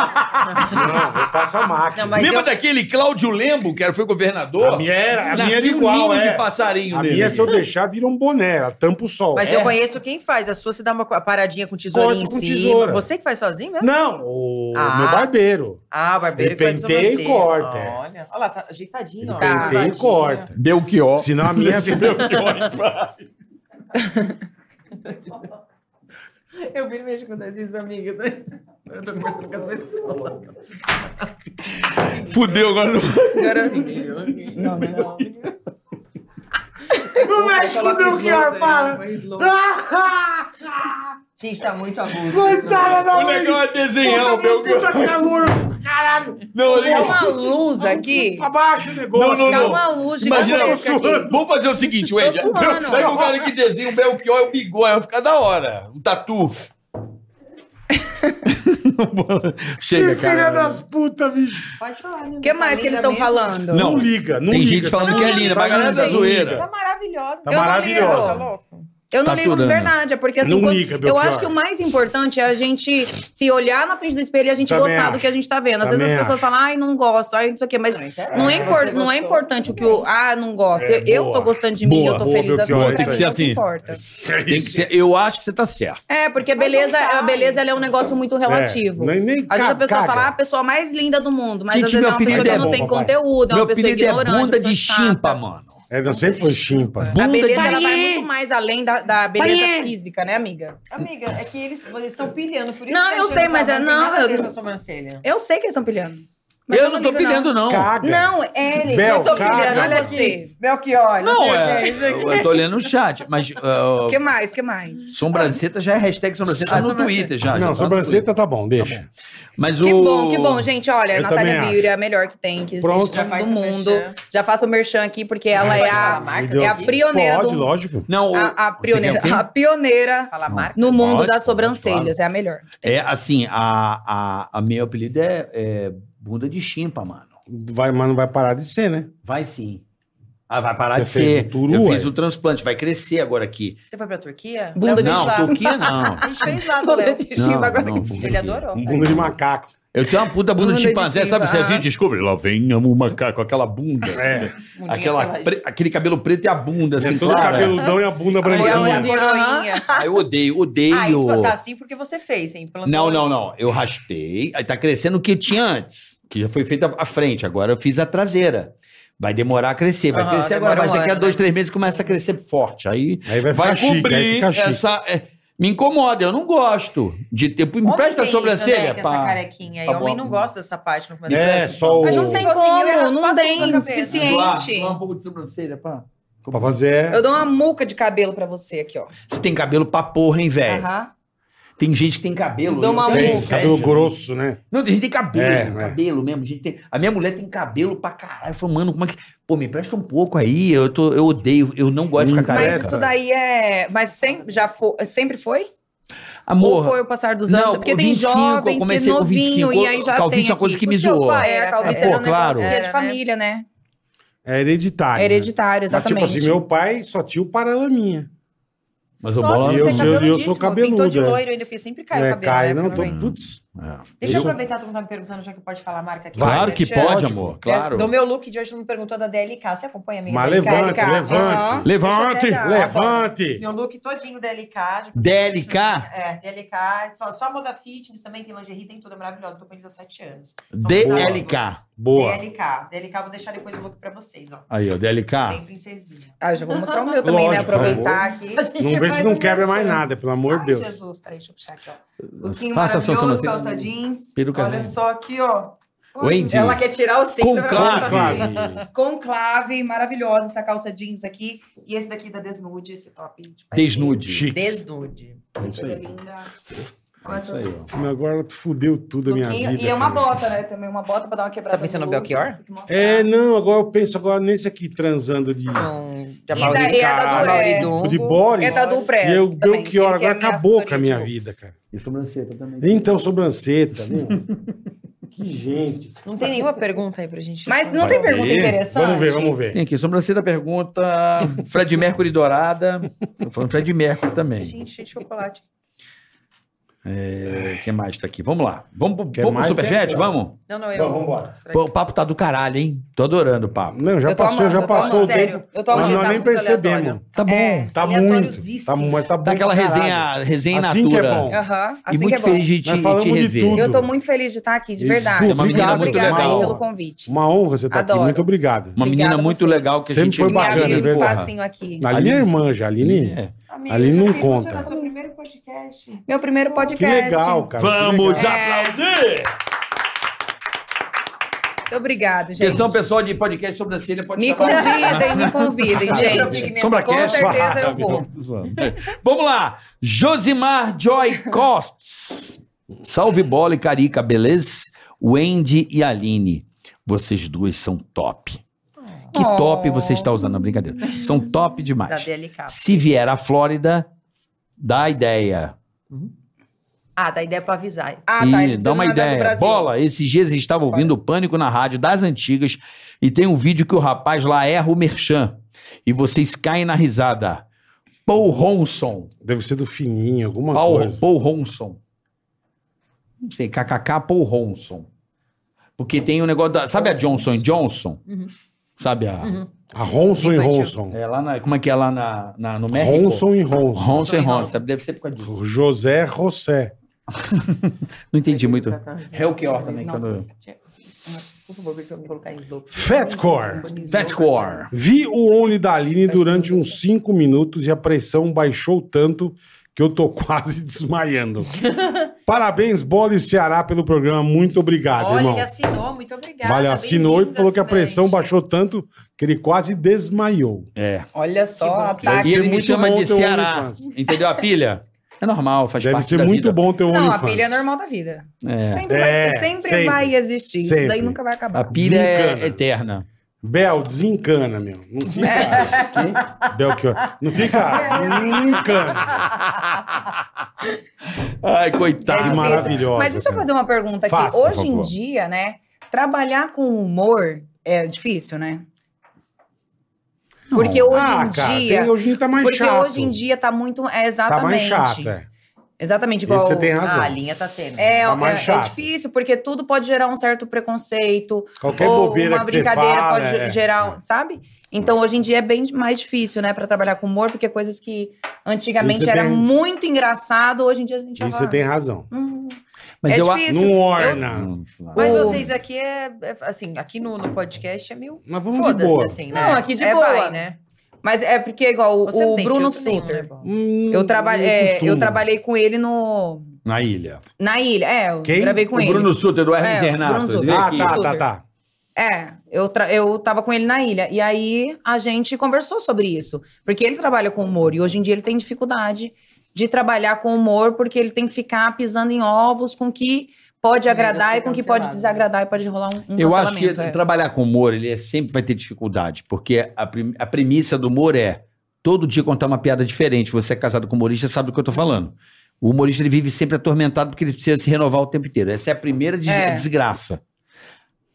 eu passo a marca. Não, mas Lembra eu- daquele Cláudio Lembo, que era- foi governador? A minha era- a minha era Nasceu igual, um ninho é. de passarinho A dele. minha, se eu deixar, vira um boné. Ela tampa o sol. Mas É. eu conheço quem faz. A sua, você dá uma co- paradinha com tesourinha em Corta com cima. tesoura. Você que faz sozinho mesmo? É? Não, o Ah. meu barbeiro. Ah, o barbeiro que faz Ele isso penteia e você. corta, é. Olha. Olha lá, tá ajeitadinho. Ele ó, Tá. penteia lavadinho. e corta. Deu que ó. Senão a minha vira... Eu viro mexo com esses amigos. né? Eu tô conversando com as pessoas. Fudeu agora. não- Agora... Não, é um né? Não mexe com o meu guiar, para! Gente, tá muito abuso. Coitada da O legal mãe! é desenhar o meu Puta calor! Caralho! Não, o Dá legal. uma luz aqui. Abaixa o negócio! Não, Dá não, uma luz Imagina, gigantesca aqui. vamos fazer o seguinte, o Ed. Tô suando. Pega um cara que desenha o Belchior e o Bigode, vai ficar da hora. Um tatu. Que Chega, filha cara. das putas, bicho! Pode falar, né? O que mais que eles estão falando? Não. Não, liga, não Tem liga. gente falando Tá que é lindo, linda, mas a galera lindo, da não zoeira. liga. Tá maravilhosa. Tá é Eu não maravilhosa. ligo. é louco. Eu não Tá ligo de aturando. verdade, é porque assim, Não quando- liga, eu Belchior. acho que o mais importante é a gente se olhar na frente do espelho e a gente Também gostar do acho. que a gente tá vendo. Às vezes Também as pessoas acho. falam, ai, não gosto, ai, não sei o quê, mas Não interessa. não é, Você impor- não gostou. é importante o que o, ah, não gosto. É, eu boa. tô gostando de mim, Boa, eu tô boa, feliz assim, Belchior, pra tem que mim ser não assim. importa. Tem que ser- eu acho que você tá certo. É, porque Mas beleza, não tá. a beleza ela é um negócio muito relativo. É, nem, nem Às vezes a caga, pessoa caga. fala, ah, a pessoa mais linda do mundo, mas Gente, às vezes meu é uma pessoa apelido é que não bom, tem papai. conteúdo, é Meu uma pessoa apelido é ignorante. uma bunda pessoa de chata. chimpa, mano. É, não, sempre foi chimpa. A Bunda beleza, ela vai Pariê. muito mais além da, da beleza Pariê. física, né, amiga? Amiga, é que eles estão pilhando. Por isso Não, que a eu gente sei, tá mas é- falando, tem não, nada a eu- ver com essa sobrancelha. Eu sei que eles estão pilhando. Mas Eu, não tô ligo, pilhando, não. Caga. Não, é, eles. Bel, eu tô caga. é Olha pilhando, olha aqui. você. Belchior, não, Não, sei o que é. é isso aqui. Eu tô olhando o chat, mas. O ah, que mais, que mais? Sobranceleta já é hashtag sobranceleta Ah, no sobrancelha. Twitter já. já tá Não, no sobrancelha tá bom, deixa. Twitter. Mas Que o- bom, que bom, gente. Olha, Eu Natália também Biura é a melhor que tem, que Pronto. existe Já do faz o mundo. merchan. Já faço o merchan aqui, porque ela Pode é falar a, a marca é a aqui? pioneira Pode, do- lógico. Não, o- a, a você quer pioneira, o quê? a pioneira Fala a marca. no mundo Pode, das sobrancelhas, é a melhor. É assim, a, a, a meu apelido é, é bunda de chimpa, mano. Vai, mas não vai parar de ser, né? Vai sim. Ah, vai parar Você de fez ser. o turu, Eu ué? fiz o transplante, vai crescer agora aqui. Você foi pra Turquia? Bunda de não, chimpa. Turquia não. A gente fez lá do Toda Léo. de Não, chimpa agora. não, bunda Ele de- adorou. Um bunda de macaco. Eu tenho uma puta bunda, de Bunda de chimpanzé, sabe? Você chimpa. viu? Descobre. Lá vem o macaco, aquela bunda. É. Mundinha Aquela, peladinha. pre- aquele cabelo preto e a bunda, assim, é todo clara. cabeludão e a bunda Aí a unha branquinha. onde- coroinha. Ah, eu odeio, Ah, isso odeio. tá assim porque você fez, hein? Plantou- Não, não, não. Eu raspei. Aí tá crescendo o que tinha antes, que já foi feito a- a frente. Agora eu fiz a traseira. Vai demorar a crescer, vai Aham, crescer agora, demora mas um daqui a ano, dois, né? três meses começa a crescer forte. Aí Aí vai ficar vai chique, aí cobrir fica chique. essa. é, me incomoda, eu não gosto de ter. Me Homem presta tem a isso, sobrancelha. né, que Essa pá. carequinha. aí. Tá homem bom. não gosta dessa parte. Não começa a É, crescer. só o. Mas não tem Se fosse eu, ia como, raspar tudo não na tem cabeça. suficiente. Doar, doar um pouco de sobrancelha, pá. Pra fazer. Eu dou uma muca de cabelo pra você aqui, ó. Você tem cabelo pra porra, hein, velho? Aham. Tem gente que tem cabelo. Dou eu uma tenho Tem, inveja. é, cabelo grosso, né? Não, tem gente que tem cabelo, É, cabelo mesmo. Gente tem... A minha mulher tem cabelo pra caralho. Eu falo, mano, como é que. Pô, me presta um pouco aí. Eu, tô... eu odeio, eu não gosto de Hum, ficar Mas careca. Parece, isso daí é. Mas sem, já fo- sempre foi? Amor. Ou foi o passar dos anos? não, porque com tem 25, eu jovens que é comecei com novinho 25, e aí já calvície tem é uma coisa aqui. que me O seu zoou. pai era É, calvície, pô, era um negócio claro. que é de Era, né? família, né? É hereditário. É né? hereditário, Mas, tipo exatamente. assim, meu pai só tinha o paralaminha. Mas o Nossa, bola. você é eu- eu- eu cabeludíssimo. sou Pintou de cabeludo, é. loiro ainda, porque sempre cai o é, cabelo. cai, né, não, tô. provavelmente. Putz. Deixa eu eu- aproveitar, todo mundo tá me perguntando, já que pode falar a marca aqui. É. Claro que Merchan. pode, amor. Claro. Do meu look de hoje, todo mundo perguntou da DLK. Você acompanha, amiga? Mas DLK? levante, Aham. levante. Deixa eu até dar. Levante! Meu look todinho DLK. já- DLK? É, DLK. Só, só moda fitness também, tem lingerie, tem tudo. É maravilhoso. Tô com 17 anos. São DLK. Boa. DLK. DLK, vou deixar depois o look pra vocês, ó. Aí, ó, DLK. Bem princesinha. Ah, eu já vou mostrar o meu também, Lógico, né? Aproveitar aqui. Não vê se um não quebra mais nada, pelo amor de Ai, Deus. um Ah, Jesus, peraí, deixa eu puxar aqui, ó. Lookinho Faça a sua maravilhoso, sobrancelha. calça jeans. Peruca Olha mesmo. só aqui, ó. Wendy. Ela quer tirar o cinto. Com pra claro. Tá botar. Conclave. Conclave, maravilhosa essa calça jeans aqui. E esse daqui da Desnude, esse top. de paetê. Desnude. Chique. Desnude. Coisa linda. Com essas... Isso aí, ó. Mas Agora tu fudeu tudo a minha Pouquinho. vida. E é uma cara. bota, né? Também uma bota pra dar uma quebrada. Tá pensando no no look, Belchior? tem que mostrar. É, não, agora eu penso agora nesse aqui transando de, Então, de E da- e é da do, Amaury é, Dumbo. de Boris. é da Dual Press. e eu também, deu que é que é ele hora, quer agora acabou assessoria com a minha de looks. vida, cara. E sobrancelha também. Então, sobrancelha, meu. que gente. Não tem nenhuma pergunta aí pra gente. Mas não responder. tem pergunta interessante? Vamos ver, vamos ver. Tem aqui, sobrancelha pergunta. Fred Mercury dourada. Tô falando Fred Mercury também. Gente, cheio de chocolate. É, Quem mais tá aqui? Vamos lá. Vamos, pro- Quer vamos pro mais? Superchat? Tem- Vamos? Não, não, eu. Então, vambora. Pô, o papo tá do caralho, hein? Tô adorando o papo. Não, já Eu tô passou, amando, já eu tô passou amando, o tempo. sério. Eu tô Mas amando. Hoje nós tá nem muito percebemos. aleatório. Tá bom. É. Tá muito. Tá, mas tá bom. Tá aquela pra caralho. resenha, resenha Assim in que é natura. bom. Aham, E assim muito que é bom. feliz de te, Nós falamos te de rever. tudo. Eu tô muito feliz de estar aqui, de Isso, é verdade. uma menina Muito muito obrigada legal. aí pelo convite. Uma honra você estar aqui. Adoro. Muito obrigado. Uma menina Obrigada a muito vocês. legal que a Sempre gente foi Me bacana, abriram é um verdade. espacinho aqui. A Aline é irmã já, a Aline. É. Amiga, Ali eu não fiquei conta. emocionada, Seu primeiro podcast. Meu primeiro Que podcast. legal, cara. que legal. É. aplaudir! Muito obrigado, gente. Atenção, pessoal de podcast Sobrancelha, pode Me chamar. convidem, me convidem, gente. Com Sombracast. certeza eu vou. Vamos lá. Josimar Joy Costs. Salve bola e carica, beleza? Wendy e Aline. Vocês duas são top. Que Oh. top você está usando, não, brincadeira. São top Da demais. DLK. Se vier à Flórida, dá ideia. Ah, da ideia pra avisar. Ah, Ih, tá. ele dá precisa uma mandar do ideia. Brasil. Bola, esses dias estava ouvindo o Pânico na rádio das antigas e tem um vídeo que o rapaz lá erra o merchan e vocês caem na risada. Paul Ronson. Deve ser do fininho, alguma Paul, coisa. Paul Ronson. Não sei, KKK Paul Ronson. Porque tem um negócio da... Sabe a Johnson Johnson? Uhum. Sabe a... Uhum. A Ah, Ronson e Infantil. Ronson. É lá na... Como é que é lá na, na- no México? Ronson e Ronson. Ronson e Ronson. Ronson. Deve ser por causa disso. José José. Não entendi muito. Hellkior Helkior também, Nossa. quando- Por favor, deixa eu me colocar em slow. Fatcore. Fatcore. Vi o Only da Aline durante uns 5 minutos e a pressão baixou tanto que eu tô quase desmaiando. Parabéns, Bola e Ceará, pelo programa. Muito obrigado, Olha, irmão. ele tá assinou, muito obrigada. Vale, assinou e bem-vinda, falou que a pressão assinante. baixou tanto que ele quase desmaiou. É. Olha Que só, tá bom. Deve E ataque. ser ele me muito chama bom de ter um Ceará. OnlyFans. Entendeu a pilha? É normal, faz Deve parte ser da muito vida. bom ter um Não, a OnlyFans. pilha é normal da vida. É. Sempre, É, vai, sempre, sempre. vai existir. Isso Sempre. daí nunca vai A acabar. pilha é Desencana. eterna. Bel, desencana, meu. Não É. fica. Belchior. Não fica. Não É encana. Ai, coitado. É difícil. maravilhosa, Mas deixa eu cara. fazer uma pergunta aqui. assim, Faça, por Hoje em favor. dia, né, trabalhar com humor é difícil, né? Porque hoje em dia... Ah, tem- hoje em dia tá mais porque chato. hoje em dia tá muito... É, tá mais exatamente. chato, é. Exatamente igual... Isso você tem razão. Ah, a linha tá tendo. É, Tá é, mais é chato. difícil, porque tudo pode gerar um certo preconceito. Qualquer ou bobeira uma que você brincadeira fala, pode é. gerar, um, sabe? Então, hoje em dia é bem mais difícil, né, pra trabalhar com humor, porque coisas que antigamente Isso é era bem- muito engraçado, hoje em dia a gente Isso fala, você tem razão. "Hum, Mas é eu a- difícil. Não Eu- orna. Hum, lá. Mas O- vocês aqui é, é, assim, aqui no, no podcast é meio Mas vamos de foda-se, boa. assim, né? Não, aqui de É, boa. vai, né? Mas é porque é igual Você o, não o tem Bruno filtro nenhum, né, Suter. Bola? Hum, Eu, traba não é, costumo. eu trabalhei com ele no Na ilha. na ilha. É, eu Quem? gravei com o ele. Bruno Suter, do Hermes É, o Renato. Bruno Suter. veio Ah, aqui. tá, tá, Suter. tá. É, eu, tra- eu tava com ele na ilha. E aí a gente conversou sobre isso. Porque ele trabalha com humor e hoje em dia ele tem dificuldade de trabalhar com humor porque ele tem que ficar pisando em ovos com que pode Vai agradar ser e com que cancelado, né? pode desagradar e pode rolar um, um Eu acho que cancelamento, é. trabalhar com humor, ele é- sempre vai ter dificuldade, porque a, prim- a premissa do humor é todo dia contar uma piada diferente. Você é casado com humorista, sabe do que eu tô falando. O humorista ele vive sempre atormentado porque ele precisa se renovar o tempo inteiro. Essa é a primeira des- É. desgraça.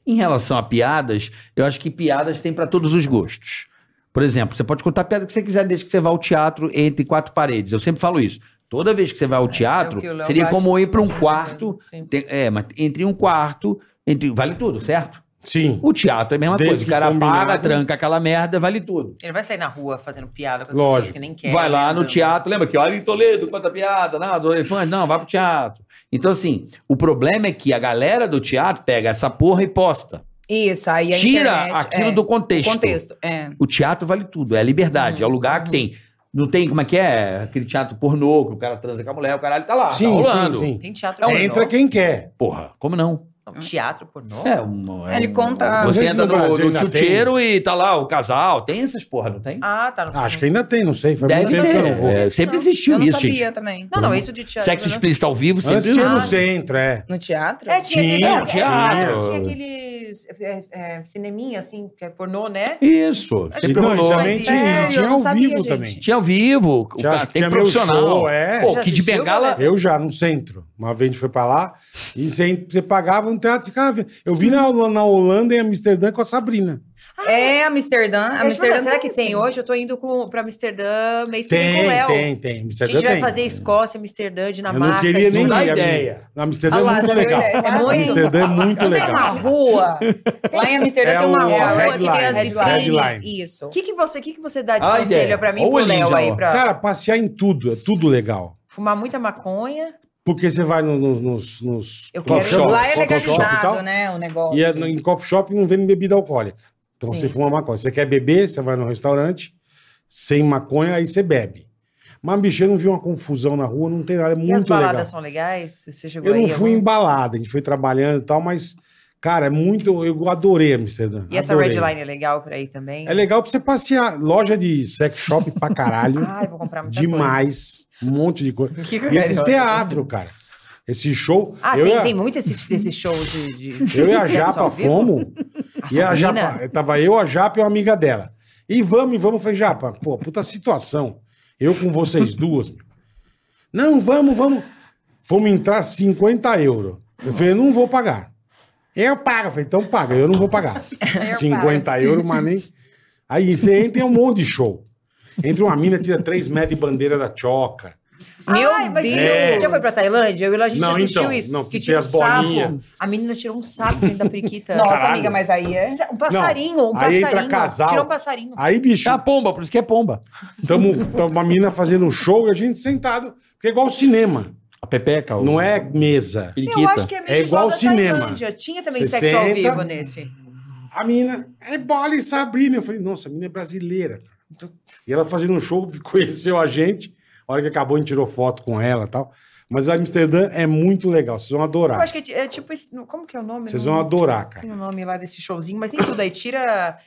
Em relação a piadas, eu acho que piadas tem para todos os gostos. Por exemplo, você pode contar a piada que você quiser desde que você vá ao teatro entre quatro paredes. Eu sempre falo isso. Toda vez que você vai ao Ah, É teatro, o que o Léo né? seria Bastos como ir para um disse quarto. mesmo, sim. tem- é, mas entre um quarto, entre vale tudo, certo? Sim. O teatro é a mesma Desde coisa. O cara que combinado. paga, tranca aquela merda, vale tudo. Ele vai sair na rua fazendo piada com as Lógico. pessoas que nem querem. vai lá né, no Bruno? teatro, lembra que olha em Toledo, conta piada, não, do elefante, não, vai pro teatro. Então, assim, o problema é que a galera do teatro pega essa porra e posta. Isso, aí a Tira internet, aquilo é, do contexto. contexto. Uhum, É. O teatro vale tudo, é a liberdade, é o lugar que tem. Não tem, como é que é? Aquele teatro pornô, que o cara transa com a mulher, o caralho tá lá, Sim, tá sim, rolando. sim. Tem teatro É um- pornô. Entra quem quer. Porra, como não? Não, Teatro pornô? É, um, é Ele um- conta- Você Mas entra no no, Brasil no ainda chuteiro e tá lá o casal, tem essas porra, não tem? Ah, tá. no- Acho que é ainda tem, não sei. Faz Deve muito tempo que eu não ter. vou. É, sempre Não, né? existiu Eu não isso, sabia gente. também. Não, não, isso de teatro. Sexo pornô- explícito ao vivo sempre Antes tinha no Ah. centro, é. No teatro? É, tinha, aquele- Tinha, é, tinha. é, tinha aqueles é, é, cineminha, assim, que é pornô, né? Isso. Sempre Não, isso rolou. também Mas tinha, sério, tinha eu não ao sabia, vivo gente. também. Tinha ao vivo. O Tinha- cara tem tinha meu profissional. show, é. Pô, Já Kid assistiu, Bengala. galera? Eu já, no centro. Uma vez a gente foi pra lá e você, en- você pagava um teatro e ficava. vendo. Eu vi na, Hola- na Holanda, em Amsterdã, com a Sabrina. É, Amsterdã. Eu te pergunto, Amsterdã será que Ah, tem hoje? Eu tô indo com, pra Amsterdã mês que vem Tem, com o Léo. tem, tem. A Amsterdã gente vai tem. fazer Escócia, Amsterdã, Eu Dinamarca. não queria nem Não dá ir, amigo. ideia. Na Amsterdã Ah lá, é muito não deu legal. ideia. É muito. Amsterdã é muito Não tem uma legal. rua. Lá em Amsterdã É tem uma o- rua, a que tem as headline, vitrines. headline. Isso. O que, que você, que, que você dá de Ah, conselho ideia. pra mim Ou e pro ele Léo já, aí? ó. Pra é. Cara, passear em tudo, é tudo legal. fumar muita maconha? Porque você vai no- no- nos, nos Eu coffee quero- shop, Lá é coffee shop e tal, legalizado, né, o negócio. E é no- em coffee shop não vende bebida alcoólica. Então Sim. você fuma maconha. Você quer beber, você vai no restaurante, sem maconha, aí você bebe. Mas, bicho, eu não vi uma confusão na rua, não tem nada, é e as muito baladas legal. são legais? Você chegou Eu não aí, fui algum? embalada, a gente foi trabalhando e tal, mas, Cara, é muito. Eu adorei Amsterdã. E essa adorei. Red Line é legal pra ir também? É legal pra você passear. Loja de sex shop pra caralho. Ai, vou comprar Ah, muita demais. Um monte de coisa. coisa. Que que eu E esses quero? teatro, cara. Esse show. Ah, eu tem, e a- tem muito esse, desse show de... de- Eu e a de sexo Japa ao vivo? fomos. Nossa, E a menina, Japa, eh, tava eu, a Japa e uma amiga dela. E vamos, e vamos. Eu Falei, Japa, pô, puta situação. Eu com vocês duas. meu. Não, vamos, vamos. Fomos entrar 50 euros. Eu falei, não vou pagar. Eu pago. Eu falei, então paga, eu não vou pagar. 50 euros, mas nem. Aí você entra e é um monte de show. Entra uma mina, tira 3 metros de bandeira da choca. Meu Ai, mas Deus! você já foi pra Tailândia? Eu e a gente Não, assistiu então, isso. não, que que tem tinha um as bolinhas. sapo. A menina tirou um sapo dentro da periquita. Nossa, Caralho. amiga, mas aí é. Um passarinho, um Aí entra passarinho. casal. Tirou um passarinho. Aí, bicho, É a pomba, por isso que é pomba. tamo, tamo uma menina fazendo um show e a gente sentado. Porque é igual cinema, A pepeca. o- não é mesa. periquita. Eu acho que é meio É igual da cinema. Tailândia. Tinha também Você sexo ao senta- vivo nesse. A mina é bola e Sabrina. Eu falei, nossa, a mina é brasileira. cara. E ela fazendo um show, conheceu a gente. A hora que acabou, a gente tirou foto com ela e tal. Mas Amsterdã é muito legal, vocês vão Eu adorar. acho que é, ti- é tipo... esse- Como que é o nome? Vocês Não- vão adorar, cara. Tem o nome lá desse showzinho, mas tem tudo. Aí tira...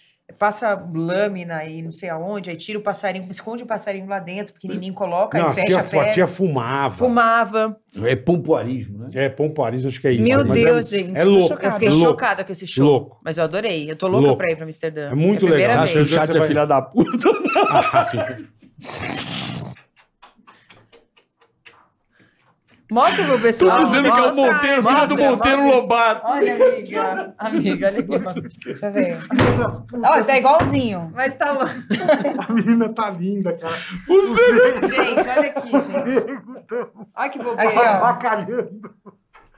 Passa lâmina aí, não sei aonde, aí tira o passarinho, esconde o passarinho lá dentro, pequenininho, coloca, Não, aí a fecha tia, a fu- a perna. tia fumava. Fumava. É pompoarismo, né? É, Pompoaris, acho que é isso. Meu Mas é- Deus, gente. É louco. Eu fiquei louco. chocada com esse show. Louco. Mas eu adorei. Eu tô louca Louco. pra ir pra Amsterdã. É muito a primeira legal. vez. Você acha que o chat é filha da puta? Mostra pro pessoal. Tô dizendo que é mostra, o Monteiro, filho do mostra, Monteiro mostra. Lobato. Olha, amiga. Amiga, olha aqui. Deixa eu ver. Olha, tá igualzinho. Mas tá louco. A menina tá linda, cara. Gente, olha aqui, gente. Ai, que Aqui, bobeira. ó. Bacalhando.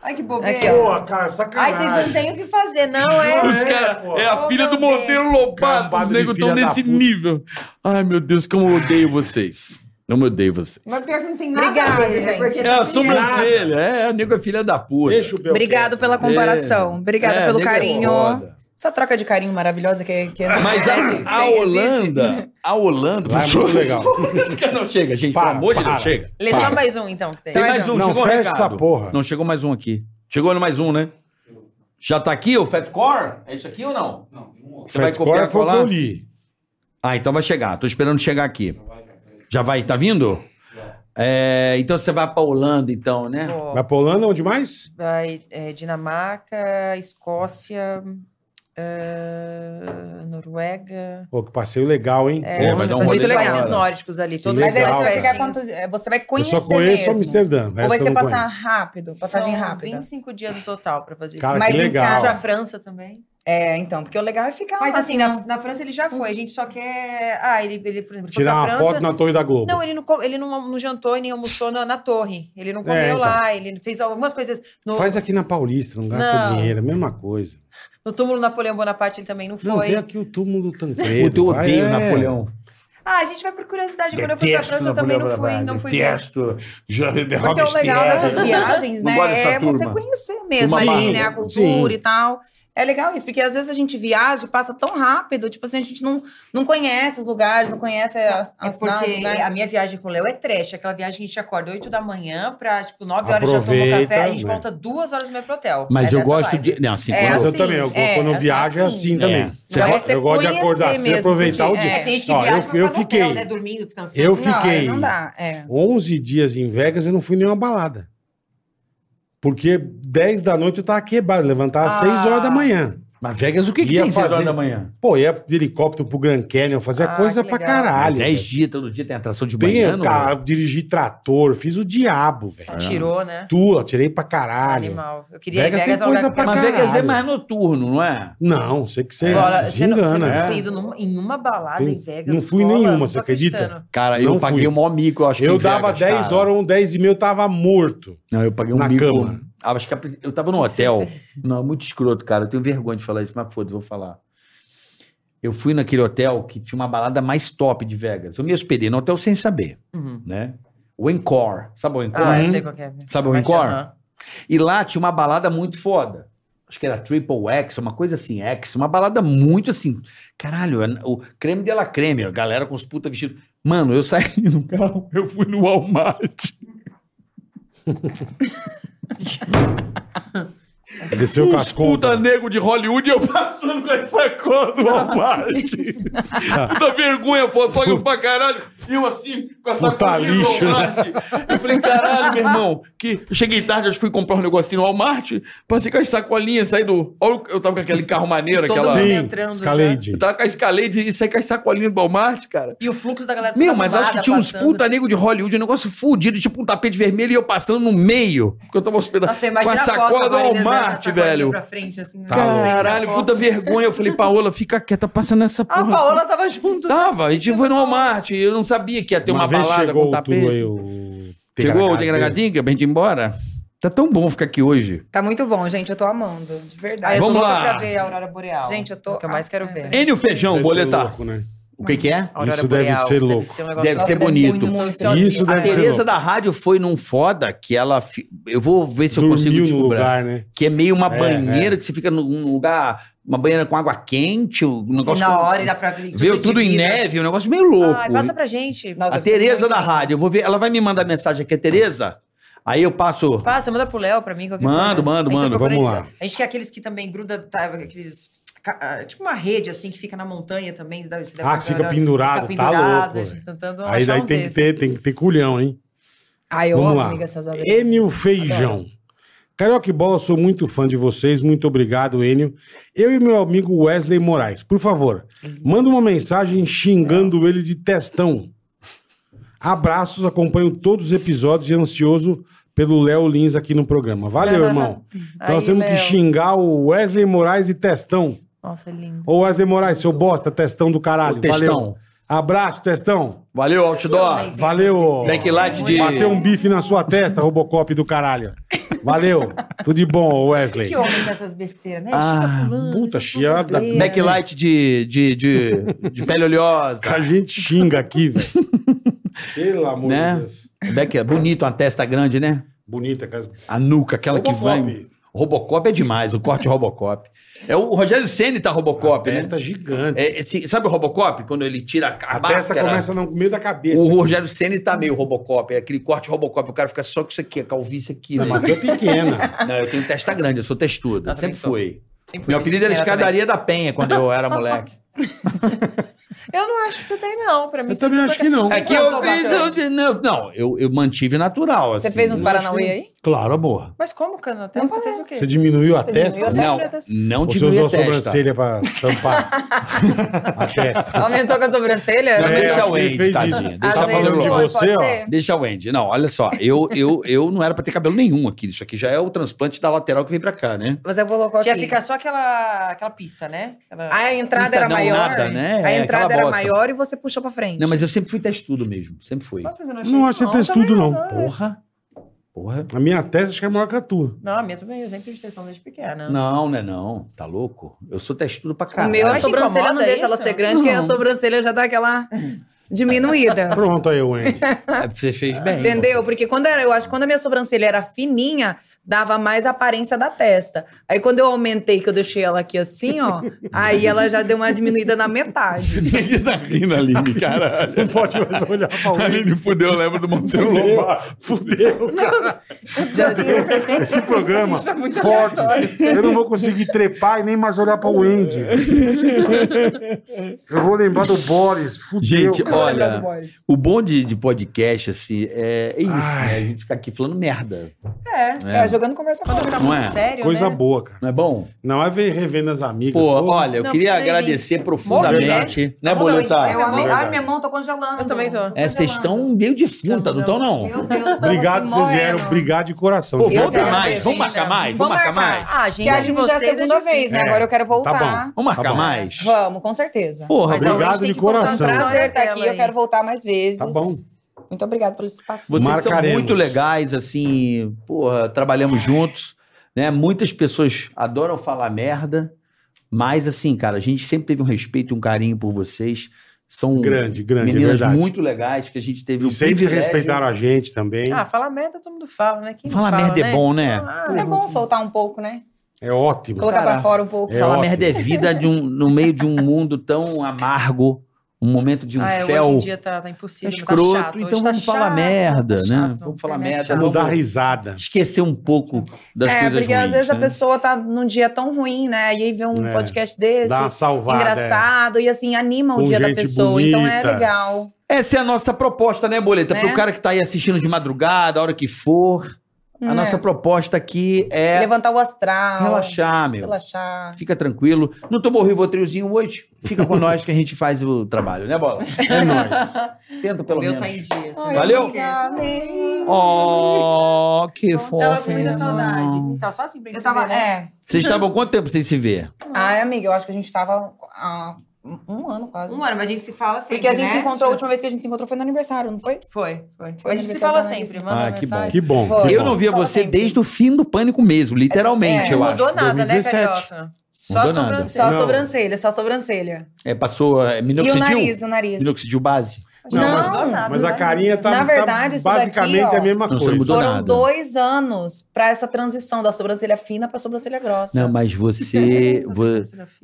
Ai, que Aqui, bobeira. ó. Porra, cara, Ai, sacanagem. vocês não têm o que fazer, não é? Os É, cara, pô. é a Ô, filha do meu Deus. Monteiro Lobato. Cambada Os de negros filha estão da nesse puta. nível. Ai, meu Deus, como eu odeio vocês. Como eu odeio vocês. Mas pior que não tem nada Obrigada, a ver, né? gente. Porque É a tá criança. sobrancelha. É, o nego é filha da puta. Deixa o Belchior. Obrigado pela comparação. Obrigada É, pelo nego é carinho. foda. Essa troca de carinho maravilhosa que, que Mas que- a, a que existe. Holanda, a Holanda, Lá é muito legal. não chega, gente. Para, pelo amor de para. Deus, chega. Lê só mais um, então, que tem. Você Tem vai- mais um, Não, chegou o fecha recado. essa porra. Não, chegou mais um aqui. Chegou no mais um, né? Já tá aqui o Fat Core? É isso aqui ou não? Você vai Fat copiar Core e foi o que colar? eu li. Ah, então vai chegar. Tô esperando chegar aqui. Já vai, tá vindo? É, então você vai pra Holanda, então, né? Ó, Vai pra Holanda, é onde mais? Vai é, Dinamarca, Escócia, eh, Noruega. Pô, que passeio legal, hein? É, vai dar um fazer rolê esses legal. países nórdicos ali. Todos Mas aí Legal, você vai cara. ficar quanto. é, Você vai eu conhecer. só conheço mesmo. Amsterdã. Ou vai essa eu ser não passar conheço. rápido, passagem São rápida. 25 dias no total pra fazer Cara, isso. Mas que em legal. pra França também. É, então, porque o legal é ficar Mas lá, assim, né? na, na França ele já foi. A gente só quer. Ah, ele, ele por exemplo, foi Tirar pra uma França. foto na Torre da Globo. Não, ele, não, co- ele não, não jantou e nem almoçou na, na torre. Ele não comeu então. lá, ele fez algumas coisas. No, Faz aqui na Paulista, não gasta Não. dinheiro, é a mesma coisa. no túmulo do Napoleão Bonaparte ele também não foi. Não, tem aqui o túmulo do Puta, Tancredo. eu vai, odeio é. Napoleão. Ah, a gente vai por curiosidade. Quando eu fui pra França, eu também não fui, não fui ver. Detesto. assim, Porque o legal dessas viagens, Não né, gosto dessa é você turma. conhecer mesmo Uma ali, barra. né, a cultura Sim. e tal. É legal isso, porque às vezes a gente viaja e passa tão rápido, tipo assim, a gente não, não conhece os lugares, não conhece as, É as porque cidades, né? a minha viagem com o Léo é trash, aquela viagem que a gente acorda 8 da manhã pra, tipo, 9 horas já toma Aproveita, café, a gente né? volta duas horas e meia pro hotel. Mas É eu dessa gosto vibe. de. Não, assim, É, Mas quando eu- eu também, eu- é, quando eu é viajo é assim. assim também. Você vai ser eu gosto de acordar conhecer cedo e mesmo, aproveitar o porque- dia. É, tem gente que Ó, viaja eu- pra eu ficar no fiquei- hotel, né? Dormindo, descansando. Eu Não, aí fiquei não dá, é. 11 dias em Vegas e não fui em nenhuma balada. Porque 10 da noite eu tava quebrado, levantava às Ah. 6 horas da manhã. Mas Vegas, o que, que Ia tem seis fazer- horas da manhã? Pô, ia de helicóptero pro Grand Canyon, fazia Ah, coisa que pra legal. caralho. Dez velho. dias, todo dia tem atração de Tem, manhã. não é? cara, dirigi trator, fiz o diabo, velho. Tirou, né? Tua, tirei pra caralho. Animal. Eu queria Vegas Vegas, tem Vegas é um coisa lugar que pra eu Mas quero caralho. Vegas é mais noturno, não é? Não, sei que você Agora, se você não, você não engana. né? é. tem ido numa- em uma balada Tem- em Vegas. não fui cola, nenhuma, não tô você acredita? acreditando. Cara, Não eu paguei fui. o maior mico, eu acho que Eu em dava Vegas, 10 cara. horas, um 10 e meio, eu tava morto. Não, eu paguei um Na mico. cama. Ah, acho que a- eu tava num hotel. Não, é muito escroto, cara. Eu tenho vergonha de falar isso, mas foda-se, vou falar. Eu fui naquele hotel que tinha uma balada mais top de Vegas. Eu me hospedei no hotel sem saber, Uhum. né? O Encore. Sabe o Encore? Ah, eu Uhum. sei qual que é. Sabe o Mas, Encore? aham. E lá tinha uma balada muito foda. Acho que era Triple X, uma coisa assim, X. Uma balada muito assim. Caralho, é- o creme de la creme, a galera com os puta vestidos. Mano, eu saí no carro, eu fui no Walmart. Desceu com as puta contas. nego de Hollywood e eu passando com essa cor do Walmart. Ah. da vergonha, fotógrafo pra caralho. E eu assim, com essa Puta cor de lixo, né? Walmart. Eu falei, caralho, meu irmão. Que eu cheguei tarde, eu fui comprar um negocinho no Walmart. Passei com as sacolinhas, saí do... Olha, Eu tava com aquele carro maneiro, Todo aquela... mundo Sim, tá entrando escalade. Eu tava com a Escalade e saí com as sacolinhas do Walmart, cara. E o fluxo da galera Meu, toda mas acho que arrumada, tinha uns passando. puta nego de Hollywood, um negócio fudido, tipo um tapete vermelho e eu passando no meio. Porque eu tava hospedado Nossa, com imagina a sacola do Walmart, velho. Pra frente, assim, Tá né? Caralho, Foto. puta vergonha. Eu falei, Paola, fica quieta, passa nessa Ah, a porra. Paola tava junto. Tava, a gente foi no Walmart. Eu não sabia que ia ter uma, vez balada com chegou o tapete. tudo aí, o... Chegou o Tegragadinga pra gente ir embora. Tá tão bom ficar aqui hoje. Tá muito bom, gente. Eu tô amando, de Aí verdade. eu tô Vamos louca lá. pra ver a Aurora Boreal. Gente, eu tô- Ah, É O que eu mais quero ver. Enio Feijão, Deve ser boletar. louco, né? O que que é? Aurora Isso deve ser louco. um negócio Deve louco. ser bonito. muito Isso assim, A deve ser Tereza louco. da rádio foi num foda que ela... fi- Eu vou ver se eu consigo Dormiu no descobrir. lugar, né? Que é meio uma É, banheira que você fica num- num lugar... Uma banheira com água quente, um negócio... Na com- hora e dá pra Ah, ver. Veio tudo em neve, um negócio meio louco. Ai, passa pra gente. Nossa, a deve ser Tereza muito da lindo. rádio, eu vou ver, ela vai me mandar mensagem aqui, Tereza. Aí eu passo. Passa, manda pro Léo pra mim. qualquer coisa. Mando, mando, A gente tá mando, procurando vamos isso. lá. A gente quer aqueles que também gruda, tá, aqueles... ca- ah, Tipo uma rede, assim, que fica na montanha também. se dá- se dá Ah, pra que fica ver, pendurado, um fica tá pendurado, louco, a gente velho. tentando Aí achar daí uns tem que, desses. ter, tem que ter culhão, hein? Ai, eu Vamos amo, lá. amiga, essas aventuras. Enio Feijão. Carioca e Bola, eu sou muito fã de vocês. Muito obrigado, Enio. Eu e meu amigo Wesley Moraes, por favor, manda uma mensagem xingando ele de testão. Abraços, acompanho todos os episódios e ansioso pelo Léo Lins aqui no programa. Valeu, irmão. Então nós Aí, temos que Léo. xingar o Wesley Moraes de testão. Nossa, é lindo. Ô Wesley Moraes, seu bosta, testão do caralho. Ô, testão. Valeu. Abraço, testão. Valeu, outdoor. Valeu. Backlight de. Bateu um bife na sua testa, Robocop do caralho. Valeu. Tudo de bom, Wesley. Que homem com essas besteiras, né? Ah, é Chica fulano, puta, isso chia- tudo bem. Backlight de, de, de, de pele oleosa. Que a gente xinga aqui, velho. Pelo amor Né? de Deus. Back, bonito, uma testa grande, né? Bonita, casa. A nuca, aquela que Robocop. vai. Robocop é demais, o corte Robocop. É o Rogério Senna tá Robocop, né? testa gigante. É, esse- sabe o Robocop? Quando ele tira a, a É, a testa máscara. começa no meio da cabeça. O Rogério Senna tá meio Robocop, é aquele corte Robocop. O cara fica só com isso aqui, a calvície aqui. Não, né? mas é pequena. Não, eu tenho testa grande, eu sou testudo. Eu também sempre sou. fui. Sempre Meu fui apelido é era pequena também. Escadaria da Penha quando eu era moleque. Eu não acho que você tem, não. Pra mim, Eu você também se acho conta- que não. Você É que eu plantou fiz. bastante. eu- não, não eu, eu mantive natural. Você assim, fez uns né? Paranauê aí? Claro, amor. Mas como, Cana? A testa fez o quê? Você diminuiu a Você testa? diminuiu a Não, testa? não tá? Ou você usou diminui a a testa. sobrancelha pra tampar a testa? Aumentou com a sobrancelha? Não, Né? deixa acho o que É. ele Andy, fez tadinho. isso. Deixa Tá Às vezes falando de foi, você, pode ó. ser. Deixa o Andy. Não, olha só. Eu, eu, eu não era pra ter cabelo nenhum aqui. Isso aqui já é o transplante da lateral que vem pra cá, né? Você colocou Tinha aqui. que ficar só aquela, aquela pista, né? Aquela- A entrada Pista era não, maior. nada, né? É, A aquela entrada era bosta. maior e você puxou pra frente. Não, mas eu sempre fui testudo mesmo. Sempre fui. Nossa, mas eu Não acho que você fez tudo, também não. Porra. Porra. A minha testa acho que é maior que a tua. Não, a minha também, eu sempre fiz tensão desde pequena. Não, né? Não. Tá louco? Eu sou testudo pra O caralho. meu, é Tipo, a Mas te sobrancelha não incomoda deixa ela isso? ser grande, porque a sobrancelha já dá aquela diminuída. Pronto aí, Wendy. É, Você fez bem. Entendeu? Porque quando era, eu acho que quando a minha sobrancelha era fininha, dava mais a aparência da testa. Aí quando eu aumentei, que eu deixei ela aqui assim, ó, aí ela já deu uma diminuída na metade. Ele tá rindo, Aline, caralho. Não pode mais olhar pra A Wendy. Aline fudeu, lembra do Monteiro Fudeu, Lobato. fudeu, cara. um Esse programa tá forte. Eu não vou conseguir trepar e nem mais olhar pra Wendy. Eu vou lembrar do Boris. Fudeu. Gente, cara. olha, o bom de, de podcast, assim, é, é isso, né? A gente fica aqui falando merda, É. É, jogando conversa com Quando ela. fica Não muito é? sério, Coisa né? boa, cara. não é bom? Não é ver revendo as amigas. Pô, Pô, olha, eu Não, queria precisa nem- agradecer profundamente, né, Vamos, então. Boletar? Eu amei. Verdade. Ai, minha mão tá congelando. Eu também tô. É, vocês estão meio defunta, não estão, Meu não? Deus, tamo Obrigado, assim, vocês morrendo. vieram. Obrigado de coração. Pô, Eu vamos quero marcar mais, ver, vamos gente, marcar não. mais, vamos Vamos marcar marcar. mais. Ah, Que gente, a a de gente já é a vocês segunda é vez, né? É. Agora eu quero Tá bom. voltar. Vamos marcar bom. mais? Vamos, com certeza. Mas Porra, obrigado. alguém- Obrigado tem de que contar Foi um coração. prazer estar Ela aqui. aí. Eu quero voltar mais vezes. Tá bom. Muito obrigado pelo espaço. Vocês Marcaremos. são muito legais, assim, porra, trabalhamos juntos, né? Muitas pessoas adoram falar merda, mas assim, cara, a gente sempre teve um respeito e um carinho por vocês. São Grande, grande, é meninas verdade. muito legais que a gente teve E o sempre privilégio. respeitaram a gente também. Ah, falar merda, todo mundo fala, né? Quem Falar fala, merda né? é bom, né? Ah, É bom soltar um pouco, né? É ótimo. Colocar Cara, pra fora um pouco. É Falar ótimo. merda é vida de um- no meio de um mundo tão amargo, Um momento de um ah, é, hoje fel em dia tá, tá impossível, é tá escroto, chato, hoje então tá vamos falar chato, merda, tá né? chato, Vamos falar internet merda, é vamos Mudar Tá. risada. esquecer um pouco das é, coisas porque ruins. às vezes a né? pessoa tá num dia tão ruim, né? E aí vê um É. podcast desse, Dá uma salvada. é. engraçado, e assim, anima o Com dia da gente pessoa. Então é bonita. legal. Essa é a nossa proposta, né, Boleta? Né? Pro cara que tá aí assistindo de madrugada, a hora que for. né? A nossa proposta aqui é Levantar o astral. relaxar, meu. Relaxar. Fica tranquilo. Não tomou o Rivotrilzinho hoje? Fica com nós que a gente faz o trabalho, né, Bola? É nóis. Tenta pelo O meu menos. tá em dia. assim. Ai, Valeu? amiga, amei. Oh, que Então, fofo. tava com muita irmão. saudade. Tá só assim pra gente Eu tava. ver, né? É. Vocês estavam quanto tempo sem se ver? Ai, amiga, eu acho que a gente tava há um- um ano quase. Um ano, mas a gente se fala sempre, Porque a gente né? se encontrou, a última vez que a gente se encontrou foi no aniversário, não foi? Foi, foi. Foi a gente se aniversário fala da Ana sempre, Lisa. manda Ah, que bom. mensagem. Que bom. Foi. que Eu bom. não via Fala você sempre. desde o fim do pânico mesmo, literalmente, É, eu Não acho. mudou nada, 2017. né, Carioca? Só Mudou nada. sobrancelha. Só a Não. sobrancelha, só a sobrancelha. É, passou é, E o minoxidil? nariz, o nariz. Minoxidil base? Não, Não, mas- nada, Mas a né? carinha tá, Na tá verdade, isso daqui, basicamente ó, a mesma Não, você coisa. mudou Foram nada. dois anos pra essa transição da sobrancelha fina pra sobrancelha grossa. Não, mas você... vo-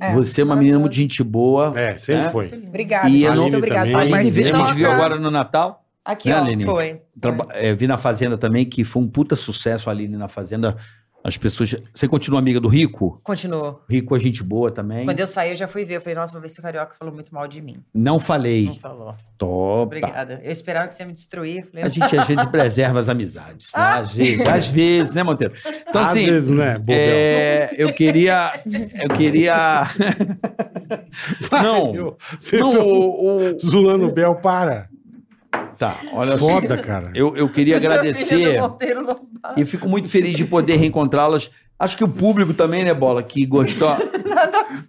É, você é uma menina muito gente boa. É, sempre É? foi. Obrigada, E gente, eu não- muito obrigada também. pela Aline, É, Aline Verde, a gente participação. viu agora no Natal. Aqui, Né, ó. Aline? Foi. Traba- é, vi na Fazenda também, que foi um puta sucesso ali na Fazenda. As pessoas. Você continua amiga do Rico? Continuou. Rico é gente boa também. Quando eu saí, eu já fui ver. Eu falei, nossa, uma vez esse carioca falou muito mal de mim. Não Não falei. falou. Top. Obrigada. Eu esperava que você me destruir. Falei, A gente às vezes preserva as amizades. né? Ah. Às vezes, às vezes, né, Monteiro? Então, Às assim, vezes, né? Bobel? é, eu queria. Eu queria. não, Meu, Vocês não, estão o- o- zulando o Bel, para. Tá, olha só. Foda, cara. Eu, eu queria agradecer. Nada E fico muito feliz de poder reencontrá-las. Acho que o público também, né, Bola, que gostou.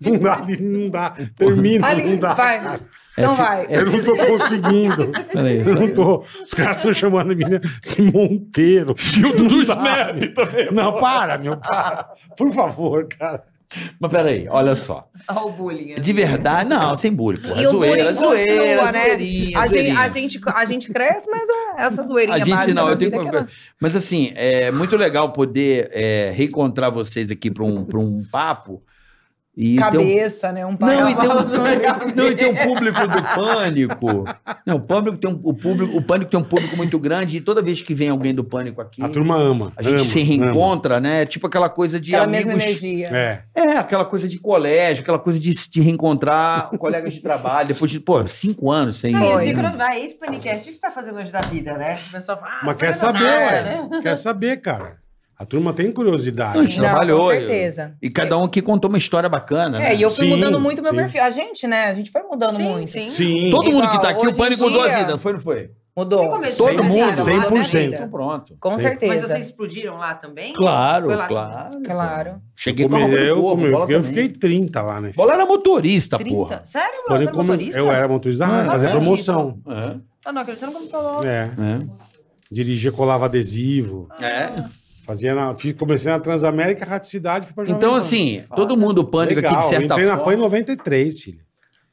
Não dá, não dá. Termina, Aline, não dá. vai. Então É fi- vai. é Eu não tô conseguindo. Peraí, Eu não tô. Os caras estão chamando a menina de Monteiro. E o do Snap também. Não, para, meu, para. Por favor, cara. Mas peraí, olha só. Olha o bullying. De verdade, não, sem bullying, porra. E o zoeira, bullying zoeira, continua, né? zoeirinha, A gente, zoeirinha. a, gente, a gente cresce, mas é essa zoeirinha A gente básica né? não, da eu tenho vida que... que ela- Mas assim, é muito legal poder é, reencontrar vocês aqui para um, pra um papo. E ter um- Cabeça, né? Um pai. Não, e tem um, Não, não, não, e tem um público do pânico. Não, o pânico tem um, o público, o pânico tem um público muito grande, e toda vez que vem alguém do pânico aqui, A turma ama. a gente ama, se reencontra, né? Tipo aquela coisa de Aquela amigos. mesma energia. ama. É. É, aquela coisa de colégio, aquela coisa de se de reencontrar com colegas de trabalho, depois de, pô, cinco anos sem. Não, e Foi. esse quando vai, esse panicast, o que tá fazendo hoje da vida, né? O pessoal fala, ah, Mas tá quer fazendo saber, nada, né? ué. Quer saber, cara. A turma tem curiosidade. a gente Não, trabalhou, Com eu- certeza. E cada um aqui contou uma história bacana. É, né? e eu fui Sim, mudando muito meu sim. perfil. A gente, né? A gente foi mudando Sim, muito. sim. Sim. Todo mundo que Igual, tá aqui, o hoje em pânico mudou a dia- vida, não foi, não foi? Mudou. Você começou Todo a mundo, fazer lá, né? 100%. Então pronto. Com Sim. Mas assim, certeza. vocês explodiram lá também? Claro, Foi lá claro. Claro. Cheguei pra Come- Robocop, eu, come- eu bola fiquei, eu também. fiquei 30 lá, né? Bola era motorista, 30? porra. Sério, mano? Você Quando eu, era come- motorista? eu era motorista da Ah, rádio, fazia acredito. promoção. É, Ah, não, acredito, você não me falou. É. é. Dirigia, colava adesivo. Ah, É. Fazia na, fiz, comecei na Transamérica, Rádio Cidade, fui pra Jovem Então, Pan. assim, todo mundo pânico Legal, aqui, de eu certa entrei forma. na PAN em 93, filho.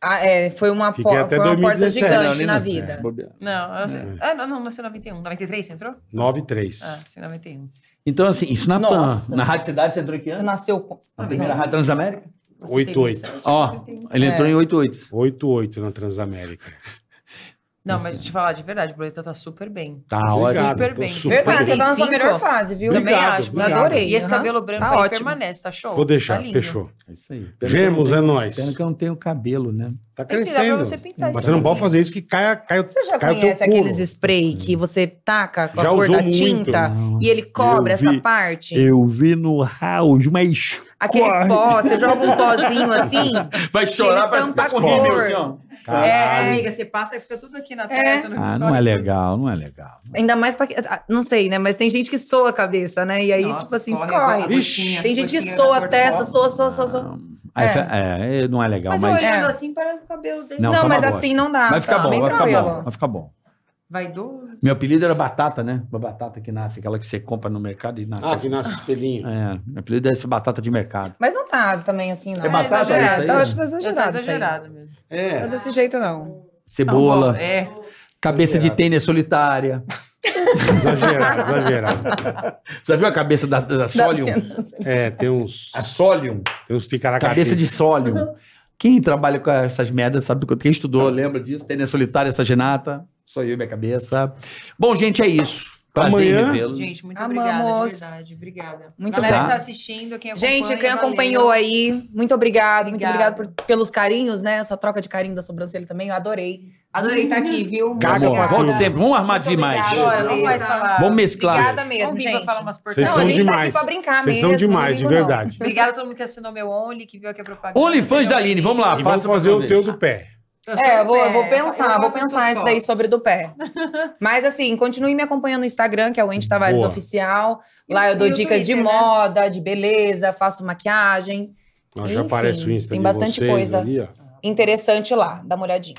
Ah, é, foi uma, Fiquei por- até foi uma porta 2017, gigante né, na Nina? vida. Não, eu sei. É. Ah, não, não, nasceu em 91. 93 você entrou? 93. Ah, você em 91. Então, assim, isso na Nossa. PAN. Na Rádio Cidade, você entrou em que Você ano? nasceu com. Na primeira Rádio Transamérica? Você 88. teria sete, Ó, 91. ele entrou É. em 88. 88 na Transamérica. Não, mas te falar de verdade, o Boleta tá super bem. Tá, Obrigado, olha. super tô bem. super Verdade, você tá na sua 55? melhor fase, viu? Também Obrigado, acho. obrigado. Adorei, E esse aham. cabelo branco Tá aí ótimo. permanece, tá show. Vou deixar, tá lindo. fechou. É isso aí. Pena que eu não Gemos, tenho- é nóis. Pena que eu não tenho cabelo, né? Tá Tem que dar pra crescendo. você pintar Mas esse você não pode cabelo. fazer isso que cai, cai É. o Você já Cai o teu conhece couro. aqueles spray que você taca com Já a cor usou da muito. tinta Não. e ele cobre Eu essa vi. parte? Eu vi no house, mas. Aquele Corre. pó, você joga um pozinho assim. Vai chorar, parece que tá com rímel, assim, ó. É, caralho. amiga, você passa e fica tudo aqui na É. tela. você Ah, escolhe. não é legal, não é legal. Ainda mais pra. que- ah, Não sei, né? Mas tem gente que soa a cabeça, né? E aí, Nossa, tipo assim, a escorre. gotinha, Ixi. assim, a Tem gente que gotinha soa da a testa, cor soa, soa, soa, soa. Aí É. fa- É, é, não é legal, Mas, mas. olhando É. assim, parece que o cabelo dele. Não, Não, tá mas uma bosta. assim não dá. Vai ficar tá? bom, Bem vai ficar bom, tranquilo. vai ficar bom. Vai do. tá Meu apelido era batata, né? Uma batata que nasce, aquela que você compra no mercado e nasce. Ah, que nasce o espelhinho. É, meu apelido é essa batata de mercado. Mas não tá também assim, não. É batata isso exagerado. aí? Eu acho que tá Eu tô exagerado. isso aí. exagerada mesmo. Não é É. desse jeito, não. Cebola, Não, É. cabeça de tênis solitária. Exagerado, exagerado. Já viu a cabeça da, um. da Solium? Dá pena. É, tem uns, A Solium. tem uns ticaracates. Cabeça de Solium. Quem trabalha com essas merdas sabe do que eu- quem estudou, lembra disso? Tênia Solitária, essa Genata. Sou eu, minha cabeça. Bom, gente, é isso. Prazer Amanhã- em revê-lo. Gente, muito obrigada, Amamos. de verdade. Obrigada. Muito Galera bom. que tá assistindo, quem acompanha, Gente, quem valeu. acompanhou aí, muito obrigado. Muito Obrigada. obrigado por- pelos carinhos, né? Essa troca de carinho da sobrancelha também. Eu adorei. Adorei estar aqui, viu? Muito Caga pra obrigada. tudo. Volte sempre. Vamos armar de vir mais. Agora, não Beleza. mais falar. Vamos mesclar. Obrigada mesmo, Conviva gente. a falar umas Vocês Não, porcarias. a são gente tá aqui demais. pra brincar Vocês mesmo. são demais, de não ligo, não. verdade. Obrigada a todo mundo que assinou meu Only, que viu aqui a propaganda. OnlyFans da Aline, vamos lá. E Faça vamos fazer pra o ver. teu do pé. É, eu vou, eu vou É, pensar, eu vou gosto pensar das isso daí fotos. sobre do pé. Mas assim, continue me acompanhando no Instagram, que é o Ente Tavares Boa. Oficial. Lá E- eu dou e o dicas de Twitter, né? moda, de beleza, faço maquiagem. Ó, Enfim, já aparece o Insta tem de bastante vocês coisa. ali, ó. Interessante lá, dá uma olhadinha.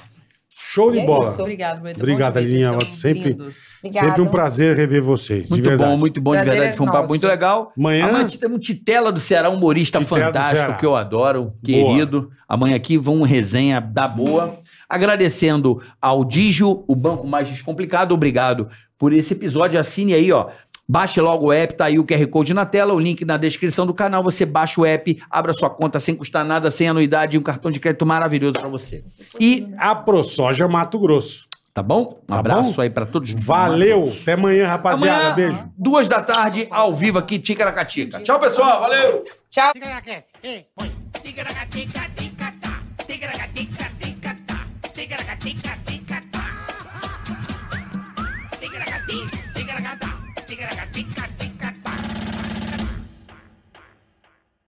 Show de E é bola. isso. Obrigado, Beto. Obrigado, Bom te ver, Alinha. vocês são Sempre- lindos. Obrigada. Sempre um prazer rever vocês, de Muito verdade. bom, muito bom, de Prazer verdade. Foi um é papo nosso. muito legal. Amanhã, Amanhã temos um Titela do Ceará, um humorista É. Titela do Ceará. fantástico que eu adoro, querido. Amanhã aqui vão uma resenha da boa. Agradecendo ao Digio, o banco mais descomplicado. Obrigado por esse episódio. Assine aí, ó. Baixe logo o app, tá aí o QR Code na tela, o link na descrição do canal. Você baixa o app, abra sua conta sem custar nada, sem anuidade e um cartão de crédito maravilhoso pra você. E, a ProSoja Mato Grosso. tá bom? Um Tá abraço bom? aí pra todos. Valeu. Até amanhã, rapaziada. Amanhã, Beijo. duas da tarde, ao vivo aqui, Ticaracatica. Tchau, pessoal. Valeu! Tchau. Tigra-ga-tica, tigra-ga-tá, tigra-ga-tica,